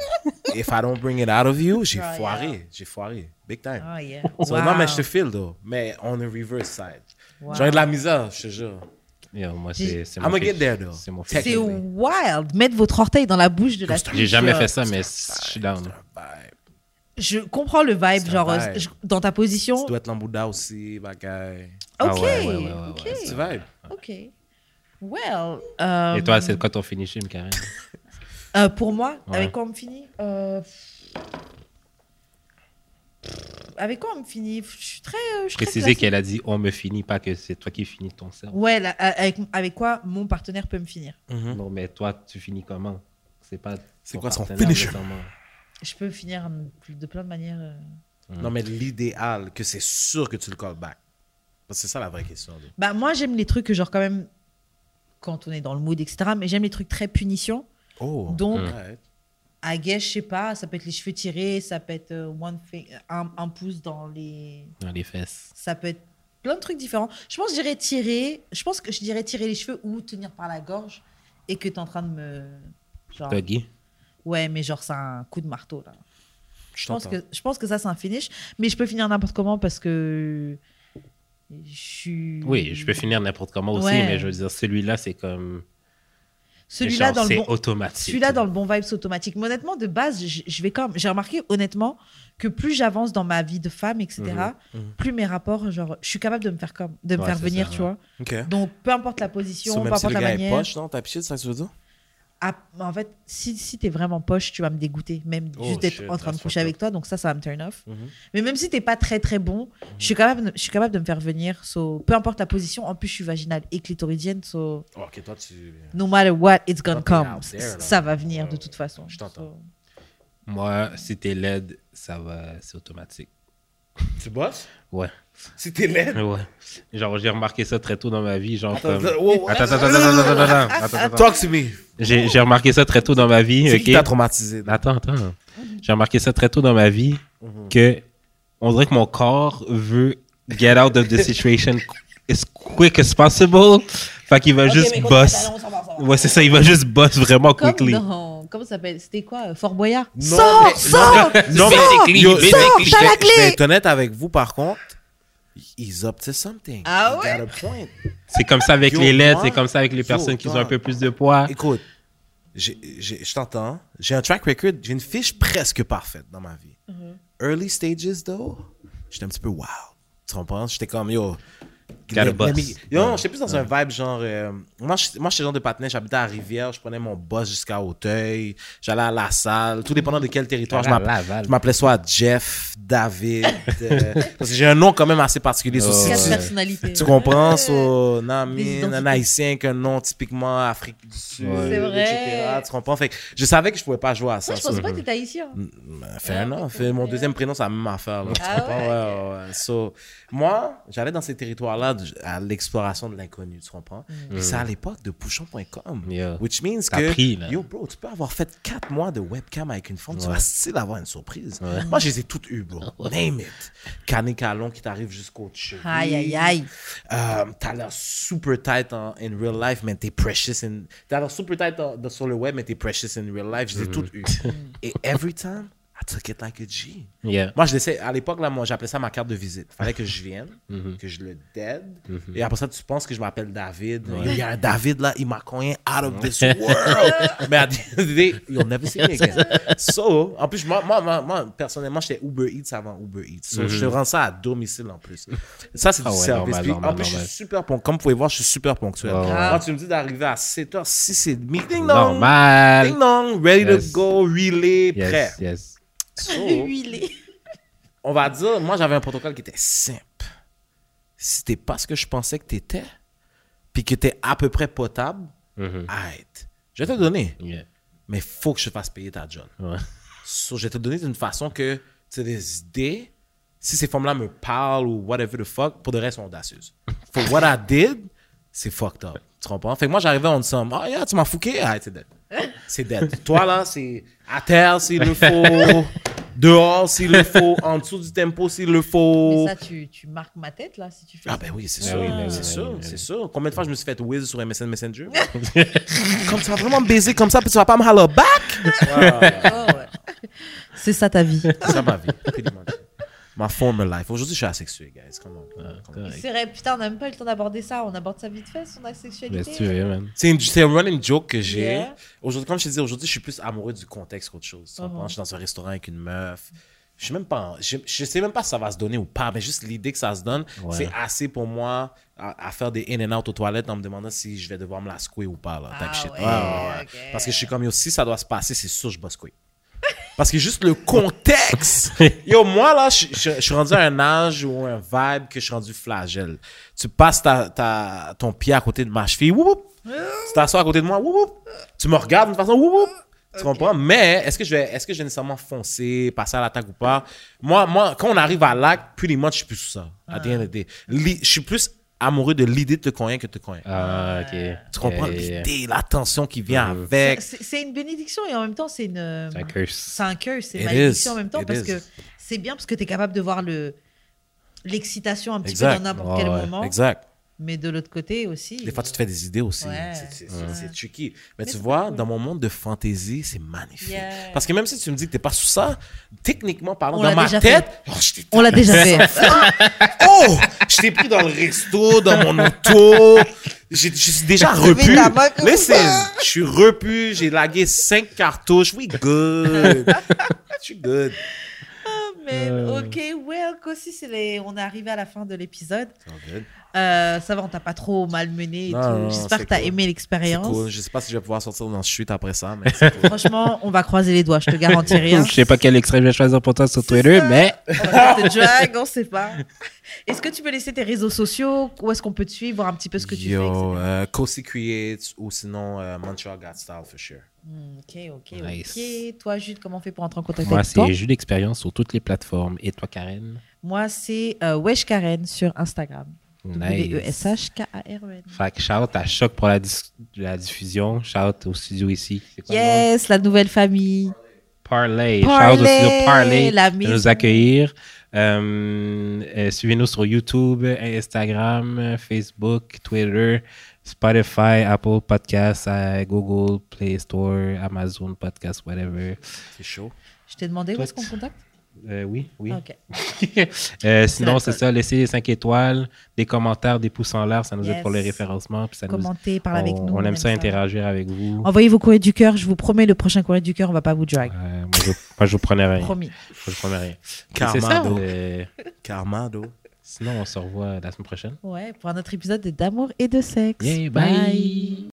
[SPEAKER 4] If I don't bring it out of you, j'ai
[SPEAKER 3] Right, yeah.
[SPEAKER 4] foiré. J'ai foiré. Big time.
[SPEAKER 3] Ah, yeah.
[SPEAKER 4] So,
[SPEAKER 3] Wow.
[SPEAKER 4] Non, mais je te file, though. Mais on the reverse side.
[SPEAKER 3] Wow.
[SPEAKER 4] J'en ai de la misère, je te jure.
[SPEAKER 1] Yo, moi, c'est, c'est
[SPEAKER 4] I'm
[SPEAKER 1] mon
[SPEAKER 4] gonna
[SPEAKER 1] fetiche.
[SPEAKER 4] get there, though.
[SPEAKER 1] C'est mon
[SPEAKER 4] Check.
[SPEAKER 1] fetiche.
[SPEAKER 3] C'est wild. Mettre votre orteil dans la bouche de la
[SPEAKER 1] J'ai jamais fait
[SPEAKER 3] fille, euh,
[SPEAKER 1] ça, mais je suis down.
[SPEAKER 4] Bye.
[SPEAKER 3] Je comprends le vibe,
[SPEAKER 4] un
[SPEAKER 3] genre, euh,
[SPEAKER 4] vibe.
[SPEAKER 3] je- dans ta position.
[SPEAKER 4] Tu dois être l'ambouda aussi, bagaille.
[SPEAKER 1] Ah ouais,
[SPEAKER 3] Ok,
[SPEAKER 1] ouais, ouais, ouais, ouais.
[SPEAKER 3] ok,
[SPEAKER 4] Tu vibes.
[SPEAKER 3] ok. Well, euh,
[SPEAKER 1] Et toi, c'est quand on finit chez Karen?
[SPEAKER 3] euh, pour moi,
[SPEAKER 1] Ouais.
[SPEAKER 3] avec quoi on me finit Euh, Avec quoi on me finit Je suis très. euh, je suis très
[SPEAKER 1] Préciser
[SPEAKER 3] classique.
[SPEAKER 1] qu'elle a dit on me finit pas, que c'est toi qui finis ton cerveau.
[SPEAKER 3] Ouais, là, euh, avec, avec quoi mon partenaire peut me finir
[SPEAKER 4] Mm-hmm.
[SPEAKER 1] Non, mais toi, tu finis comment? C'est pas.
[SPEAKER 4] C'est
[SPEAKER 1] ton
[SPEAKER 4] quoi son
[SPEAKER 1] partenaire
[SPEAKER 4] finisher?
[SPEAKER 1] nécessairement.
[SPEAKER 3] hum, Je peux finir de plein de manières. euh,
[SPEAKER 1] Mm.
[SPEAKER 4] Non, mais l'idéal, que c'est sûr que tu le call back. Parce que C'est ça la vraie question. là.
[SPEAKER 3] Bah, moi, j'aime les trucs que, genre, quand même, quand on est dans le mood, etc., mais j'aime les trucs très punition.
[SPEAKER 4] Oh.
[SPEAKER 3] Donc,
[SPEAKER 4] Ouais.
[SPEAKER 3] à guess, je sais pas, ça peut être les cheveux tirés, ça peut être euh, one thing- un, un pouce dans les.
[SPEAKER 1] dans les fesses.
[SPEAKER 3] Ça peut être plein de trucs différents. Je pense que j'irais tirer. Je pense que je dirais tirer les cheveux ou tenir par la gorge et que t'es en train de me. Genre,
[SPEAKER 1] Doggy.
[SPEAKER 3] ouais, mais genre, c'est un coup de marteau, là.
[SPEAKER 4] Je
[SPEAKER 3] Je pense,
[SPEAKER 4] t'entends.
[SPEAKER 3] que, je pense que ça, c'est un finish. Mais je peux finir n'importe comment parce que. Je suis.
[SPEAKER 1] Oui, je peux finir n'importe comment aussi,
[SPEAKER 3] Ouais.
[SPEAKER 1] mais je veux dire, celui-là, c'est comme.
[SPEAKER 3] Celui-là,
[SPEAKER 1] genre,
[SPEAKER 3] dans le
[SPEAKER 1] C'est
[SPEAKER 3] bon.
[SPEAKER 1] automatique.
[SPEAKER 3] Celui-là dans le bon vibes automatique. Mais honnêtement, de base, je, je vais comme j'ai remarqué honnêtement que plus j'avance dans ma vie de femme, etc., plus mes rapports, genre, je suis capable de me faire comme, de me
[SPEAKER 1] Mhm, Ouais,
[SPEAKER 3] faire
[SPEAKER 1] c'est
[SPEAKER 3] venir,
[SPEAKER 1] ça,
[SPEAKER 3] tu
[SPEAKER 1] ouais.
[SPEAKER 3] vois.
[SPEAKER 4] Ok.
[SPEAKER 3] Donc peu importe la position,
[SPEAKER 4] So,
[SPEAKER 3] peu
[SPEAKER 4] même si
[SPEAKER 3] importe
[SPEAKER 4] le
[SPEAKER 3] la
[SPEAKER 4] gars est
[SPEAKER 3] manière.
[SPEAKER 4] poche, non, t'as piché, c'est ça que tu veux dire?
[SPEAKER 3] Ah, en fait, si, si t'es vraiment poche, tu vas me dégoûter, même
[SPEAKER 1] Oh
[SPEAKER 3] juste d'être
[SPEAKER 1] shit,
[SPEAKER 3] en train de
[SPEAKER 1] that's
[SPEAKER 3] coucher
[SPEAKER 1] fucked
[SPEAKER 3] avec toi. Donc ça, ça va me turn off.
[SPEAKER 4] Mhm.
[SPEAKER 3] Mais même si t'es pas très très bon, je suis capable, je suis capable de me faire venir. So, peu importe la position. En plus, je suis vaginale et clitoridienne. So,
[SPEAKER 4] Oh, ok, toi, tu.
[SPEAKER 3] no matter what, it's gonna
[SPEAKER 4] Toi, t'es
[SPEAKER 3] come.
[SPEAKER 4] out there, là.
[SPEAKER 3] ça va venir de
[SPEAKER 4] Ouais,
[SPEAKER 3] toute façon.
[SPEAKER 4] je t'entends.
[SPEAKER 3] So-
[SPEAKER 1] Moi, si t'es laide, ça va, c'est automatique.
[SPEAKER 4] Tu bosses?
[SPEAKER 1] Ouais. Euh,
[SPEAKER 4] Si t'es laid.
[SPEAKER 1] Ouais. Genre, j'ai remarqué ça très tôt dans ma vie. Genre, comme.
[SPEAKER 4] wow, wow.
[SPEAKER 1] Attends, attends, attends, attends, attends, attends, attends, attends.
[SPEAKER 4] Oh, Talk to me.
[SPEAKER 1] J'ai j'ai remarqué ça très tôt dans ma vie.
[SPEAKER 4] C'est
[SPEAKER 1] ok?
[SPEAKER 4] qui t'a traumatisé? là?
[SPEAKER 1] Attends, attends. J'ai remarqué ça très tôt dans ma vie
[SPEAKER 4] Mhm.
[SPEAKER 1] que on dirait que mon corps veut get out of the situation as quick as possible. Fait qu'il va juste boss. Ouais, c'est ça, il va juste boss vraiment
[SPEAKER 3] Comme
[SPEAKER 1] quickly.
[SPEAKER 3] dans- comment ça s'appelle C'était quoi euh, Fort Boyard
[SPEAKER 4] Non,
[SPEAKER 3] Sors
[SPEAKER 4] mais-
[SPEAKER 3] Sors
[SPEAKER 4] Non,
[SPEAKER 3] Sors
[SPEAKER 1] Basically,
[SPEAKER 4] Yo,
[SPEAKER 1] basically,
[SPEAKER 3] Sors
[SPEAKER 1] j'étais-
[SPEAKER 3] T'as la
[SPEAKER 4] Je vais
[SPEAKER 3] clé
[SPEAKER 4] être honnête avec vous, par contre, he's up to something.
[SPEAKER 3] Ah
[SPEAKER 4] He
[SPEAKER 3] ouais?
[SPEAKER 4] got a point.
[SPEAKER 1] C'est comme ça avec
[SPEAKER 4] Yo,
[SPEAKER 1] les lettres,
[SPEAKER 4] moi,
[SPEAKER 1] c'est comme ça avec les
[SPEAKER 4] yo,
[SPEAKER 1] personnes qui ont
[SPEAKER 4] toi.
[SPEAKER 1] un peu plus de poids.
[SPEAKER 4] Écoute, j'ai- j'ai- je t'entends. J'ai un track record, j'ai une fiche presque parfaite dans ma vie. Early stages, though, j'étais un petit peu wow. Tu comprends? J'étais comme, yo.
[SPEAKER 1] Gotta
[SPEAKER 4] let- let
[SPEAKER 1] bust.
[SPEAKER 4] me- Yo, j'étais plus dans un vibe genre. euh, moi, je- moi, j'étais le genre de patinet, j'habitais à Rivière, je prenais mon bus jusqu'à Auteuil, j'allais à La Salle, tout dépendant de quel territoire. Je
[SPEAKER 1] J'allais à
[SPEAKER 4] m'appelais-
[SPEAKER 1] Laval.
[SPEAKER 4] je m'appelais soit Jeff, David, euh, parce que j'ai un nom quand même assez particulier. so,
[SPEAKER 1] Oh,
[SPEAKER 4] si
[SPEAKER 3] Quatre
[SPEAKER 4] tu-
[SPEAKER 1] ouais.
[SPEAKER 3] personnalités.
[SPEAKER 4] tu comprends? So, non,
[SPEAKER 3] Des
[SPEAKER 4] mais
[SPEAKER 3] identités.
[SPEAKER 4] un haïtien avec un nom typiquement Afrique du Sud,
[SPEAKER 1] Ouais.
[SPEAKER 3] C'est vrai.
[SPEAKER 4] etc. Tu comprends? Fait que je savais que je pouvais pas jouer à ça.
[SPEAKER 3] Moi, je
[SPEAKER 4] so-
[SPEAKER 3] pense pas que t'étais haïtien.
[SPEAKER 4] Ben, Fait un an. Fait mon deuxième prénom, c'est la même affaire. Là, tu
[SPEAKER 3] Ah
[SPEAKER 4] comprends? Ouais, ouais, ouais. So, moi, j'allais dans ces territoires-là du- à l'exploration de l'inconnu, tu comprends?
[SPEAKER 3] Mm.
[SPEAKER 4] Puis c'est à l'époque de bouchon.com.
[SPEAKER 1] Mm. Yeah.
[SPEAKER 4] Which means
[SPEAKER 1] T'as
[SPEAKER 4] que,
[SPEAKER 1] pris, là.
[SPEAKER 4] yo, bro, tu peux avoir fait 4 mois de webcam avec une femme, tu vas still avoir une surprise. Moi, je les ai toutes eues, bro. Name it. Canicalon qui t'arrive jusqu'au cheveux.
[SPEAKER 3] Aïe, aïe, aïe.
[SPEAKER 4] Euh, t'as l'air super tight en, in real life, mais t'es precious in... T'as l'air super tight en- sur le web, mais t'es precious in real life. Je l'ai tout eu. Et e every time, I took it like a G.
[SPEAKER 1] Yeah.
[SPEAKER 4] Moi, je laissais... À l'époque, là, moi, j'appelais ça ma carte de visite. Fallait que je vienne,
[SPEAKER 1] Mhm.
[SPEAKER 4] que je le dead. Et après ça, tu penses que je m'appelle David. Il y a un David, là, il m'a cogné out of this world. mais à des... You'll never see me again. So, en plus, moi, moi, moi, moi, personnellement, j'étais Uber Eats avant Uber Eats. So, je te rends ça à domicile, en plus. Ça, c'est
[SPEAKER 1] Mhm. Ah
[SPEAKER 4] du
[SPEAKER 1] ouais,
[SPEAKER 4] service.
[SPEAKER 1] normal,
[SPEAKER 4] Puis, en
[SPEAKER 1] normal,
[SPEAKER 4] plus, je suis
[SPEAKER 1] normal.
[SPEAKER 4] super ponctuel. Comme vous pouvez voir, je suis super ponctuel.
[SPEAKER 1] Ouais, ouais.
[SPEAKER 4] Quand tu me dis d'arriver à 7h, 6h30, ding dong,
[SPEAKER 1] Normal.
[SPEAKER 4] ding dong, ready
[SPEAKER 1] Yes.
[SPEAKER 4] to go, relay, prêt.
[SPEAKER 1] Yes, yes.
[SPEAKER 4] So, on va dire, moi, j'avais un protocole qui était simple. Si t'es pas ce que je pensais que t'étais, puis que t'es à peu près potable, arrête. Je vais te donner,
[SPEAKER 1] Yeah.
[SPEAKER 4] mais faut que je fasse payer ta John.
[SPEAKER 1] Ouais.
[SPEAKER 4] So, je vais te donner d'une façon que, tu sais, des idées, si ces femmes-là me parlent ou whatever the fuck, pour de reste, sont audacieuses. For what I did, c'est fucked up. Tu comprends? Fait que moi, j'arrivais en disant, ah, yeah, tu m'as fouqué? Ah, c'est dead. C'est dead. Toi, là, c'est à terre s'il le faut, dehors s'il le faut, en dessous du tempo s'il le faut.
[SPEAKER 3] Mais ça, tu, tu marques ma tête, là, si tu fais
[SPEAKER 4] Ah
[SPEAKER 3] ça.
[SPEAKER 4] ben oui, c'est
[SPEAKER 1] Ben
[SPEAKER 4] sûr,
[SPEAKER 1] oui, ben oui,
[SPEAKER 4] c'est
[SPEAKER 1] ben
[SPEAKER 4] sûr,
[SPEAKER 1] oui, ben
[SPEAKER 4] c'est
[SPEAKER 1] oui.
[SPEAKER 4] sûr. Combien de fois je me suis fait whiz sur MSN Messenger? comme tu vas vraiment me baiser comme ça, puis tu vas pas me holler back?
[SPEAKER 3] Oh, ouais. C'est ça ta vie.
[SPEAKER 4] C'est ça ma vie, pretty much. Ma former life. Aujourd'hui, je suis asexué, guys. Come on, come on, come on.
[SPEAKER 1] Correct.
[SPEAKER 3] C'est vrai, putain, on n'a même pas eu le temps d'aborder ça. On aborde ça vite fait, son
[SPEAKER 1] Mais
[SPEAKER 3] asexualité.
[SPEAKER 1] si tu veux, man.
[SPEAKER 4] C'est une- c'est un running joke que j'ai.
[SPEAKER 3] Yeah.
[SPEAKER 4] Aujourd'hui, comme je te dis, aujourd'hui, je suis plus amoureux du contexte qu'autre chose. tu comprends?
[SPEAKER 3] Mhm.
[SPEAKER 4] Je suis dans un restaurant avec une meuf. Je suis même pas, en- je, je sais même pas si ça va se donner ou pas, mais juste l'idée que ça se donne,
[SPEAKER 1] Ouais.
[SPEAKER 4] c'est assez pour moi à, à faire des in and out aux toilettes en me demandant si je vais devoir me la secouer ou pas là. type
[SPEAKER 3] Ah
[SPEAKER 4] shit.
[SPEAKER 3] ouais, ok.
[SPEAKER 4] Parce que je suis comme yo, si ça doit se passer, c'est sûr que je bosse secouer. Parce que juste le contexte. Yo, moi, là, je, je- je suis rendu à un âge ou un vibe que je suis rendu flagelle. Tu passes ta, ta- ton pied à côté de ma cheville, whoop, whoop. tu t'assois à côté de moi, whoop, whoop. tu me regardes d'une façon, whoop, whoop. Tu comprends? Mais est-ce que je vais, est-ce que je vais nécessairement foncer, passer à l'attaque ou pas? Moi, moi, quand on arrive à l'acte, pretty much, je suis plus sous ça.
[SPEAKER 3] Ah.
[SPEAKER 4] À the end of the day. Li- Je suis plus amoureux de l'idée de te convaincre que de te convaincre.
[SPEAKER 1] Ah, ok.
[SPEAKER 4] Tu comprends?
[SPEAKER 1] Yeah, yeah, yeah.
[SPEAKER 4] L'idée, la tension qui vient
[SPEAKER 1] Mm.
[SPEAKER 4] avec.
[SPEAKER 3] C'est c'est une bénédiction et en même temps, c'est une.
[SPEAKER 1] C'est un curse.
[SPEAKER 3] C'est un curse, c'est
[SPEAKER 4] It
[SPEAKER 3] une malédiction
[SPEAKER 4] is.
[SPEAKER 3] en même temps
[SPEAKER 4] It
[SPEAKER 3] parce
[SPEAKER 4] is.
[SPEAKER 3] que c'est bien parce que tu es capable de voir le l'excitation un petit
[SPEAKER 4] Exact. Ah
[SPEAKER 3] peu dans n'importe quel
[SPEAKER 1] Ouais, ouais.
[SPEAKER 3] moment,
[SPEAKER 4] Exact.
[SPEAKER 3] mais de l'autre côté aussi. euh,
[SPEAKER 4] Des fois, tu te fais des idées aussi.
[SPEAKER 3] Ouais.
[SPEAKER 4] C'est- C'est
[SPEAKER 3] Ouais.
[SPEAKER 4] c'est- c'est tricky. Mais, tu
[SPEAKER 3] c'est
[SPEAKER 4] vois,
[SPEAKER 3] cool.
[SPEAKER 4] dans mon monde de fantaisie, c'est magnifique.
[SPEAKER 3] Yeah.
[SPEAKER 4] Parce que même si tu me dis que t'es pas sous ça, techniquement parlant,
[SPEAKER 3] On
[SPEAKER 4] dans
[SPEAKER 3] l'a
[SPEAKER 4] ma
[SPEAKER 3] déjà
[SPEAKER 4] tête, oh, je t'ai-
[SPEAKER 3] On l'a déjà fait.
[SPEAKER 4] oh, je t'ai pris dans le resto, dans mon auto. J'ai- Je suis déjà repu.
[SPEAKER 3] mets la main comme
[SPEAKER 4] Listen,
[SPEAKER 3] ça.
[SPEAKER 4] je suis repu. J'ai lagué cinq cartouches. We good. Je suis good.
[SPEAKER 3] Mais,
[SPEAKER 1] Euh.
[SPEAKER 3] Ok, well, aussi, c'est les... on est arrivé à la fin de l'épisode.
[SPEAKER 4] C'est good.
[SPEAKER 3] Euh, ça va, on t'a pas trop malmené et
[SPEAKER 4] Non,
[SPEAKER 3] tout.
[SPEAKER 4] non, non,
[SPEAKER 3] J'espère
[SPEAKER 4] c'est
[SPEAKER 3] que t'as
[SPEAKER 4] cool.
[SPEAKER 3] aimé
[SPEAKER 4] C'est
[SPEAKER 3] l'expérience.
[SPEAKER 4] cool. Je sais pas si je vais pouvoir sortir dans ce chute après ça, mais c'est cool.
[SPEAKER 3] Franchement, on va croiser les doigts, je te garantis rien.
[SPEAKER 1] Je sais pas quel extrait je vais choisir pour toi sur
[SPEAKER 3] C'est
[SPEAKER 1] Twitter,
[SPEAKER 3] ça.
[SPEAKER 1] mais
[SPEAKER 3] On va te drag, on sait pas. Est-ce que tu peux laisser tes réseaux sociaux Où est-ce qu'on peut te suivre, voir un petit peu ce que tu fais etc.
[SPEAKER 4] Yo, euh, Cozy Creates ou sinon euh, Montreal Got Style for sure.
[SPEAKER 3] Ok, ok,
[SPEAKER 1] Nice.
[SPEAKER 3] ok. Toi, Jude, comment on fait pour entrer en contact
[SPEAKER 1] moi,
[SPEAKER 3] avec toi
[SPEAKER 1] c'est Jus d'expérience sur toutes les plateformes. Et toi, Karen?
[SPEAKER 3] Moi, c'est euh, Wesh Karen sur Instagram. E
[SPEAKER 1] Nice.
[SPEAKER 3] W-E-S-H-K-A-R-E-N.
[SPEAKER 1] Fait que shout à Choc pour la, dis- la diffusion. Shout au studio ici. C'est quoi le nom?
[SPEAKER 3] Yes, la nouvelle famille.
[SPEAKER 1] Parley.
[SPEAKER 3] Parley,
[SPEAKER 1] Shout au studio Parley
[SPEAKER 3] la
[SPEAKER 1] de
[SPEAKER 3] maison.
[SPEAKER 1] nous accueillir. Euh, euh, Suivez-nous sur YouTube, Instagram, Facebook, Twitter, Spotify, Apple Podcasts, euh, Google Play Store, Amazon Podcasts, whatever.
[SPEAKER 4] C'est chaud.
[SPEAKER 3] Je t'ai demandé où
[SPEAKER 1] Toi,
[SPEAKER 3] est-ce qu'on
[SPEAKER 1] tu-
[SPEAKER 3] contacte
[SPEAKER 1] Euh, oui, oui.
[SPEAKER 3] Ah, Ok.
[SPEAKER 1] Euh, sinon,
[SPEAKER 3] la
[SPEAKER 1] c'est
[SPEAKER 3] colle.
[SPEAKER 1] ça. Laissez les 5 étoiles, des commentaires, des pouces en l'air. Ça nous aide pour le
[SPEAKER 3] Yes.
[SPEAKER 1] référencement. Puis ça nous-
[SPEAKER 3] Commentez, parlez
[SPEAKER 1] on,
[SPEAKER 3] avec nous.
[SPEAKER 1] on aime ça, interagir avec vous.
[SPEAKER 3] Envoyez vos courriers du cœur. Je vous promets, le prochain courrier du cœur, on va pas vous drag.
[SPEAKER 1] Euh, moi, je, moi, je vous prenais rien. Moi,
[SPEAKER 3] Promis.
[SPEAKER 1] je vous prenais rien.
[SPEAKER 4] Karma,
[SPEAKER 1] C'est ça.
[SPEAKER 4] donc.
[SPEAKER 1] euh,
[SPEAKER 4] Carmado.
[SPEAKER 1] sinon, on se revoit la semaine prochaine.
[SPEAKER 3] Ouais, pour un autre épisode de D'amour et de sexe.
[SPEAKER 1] Yay, bye.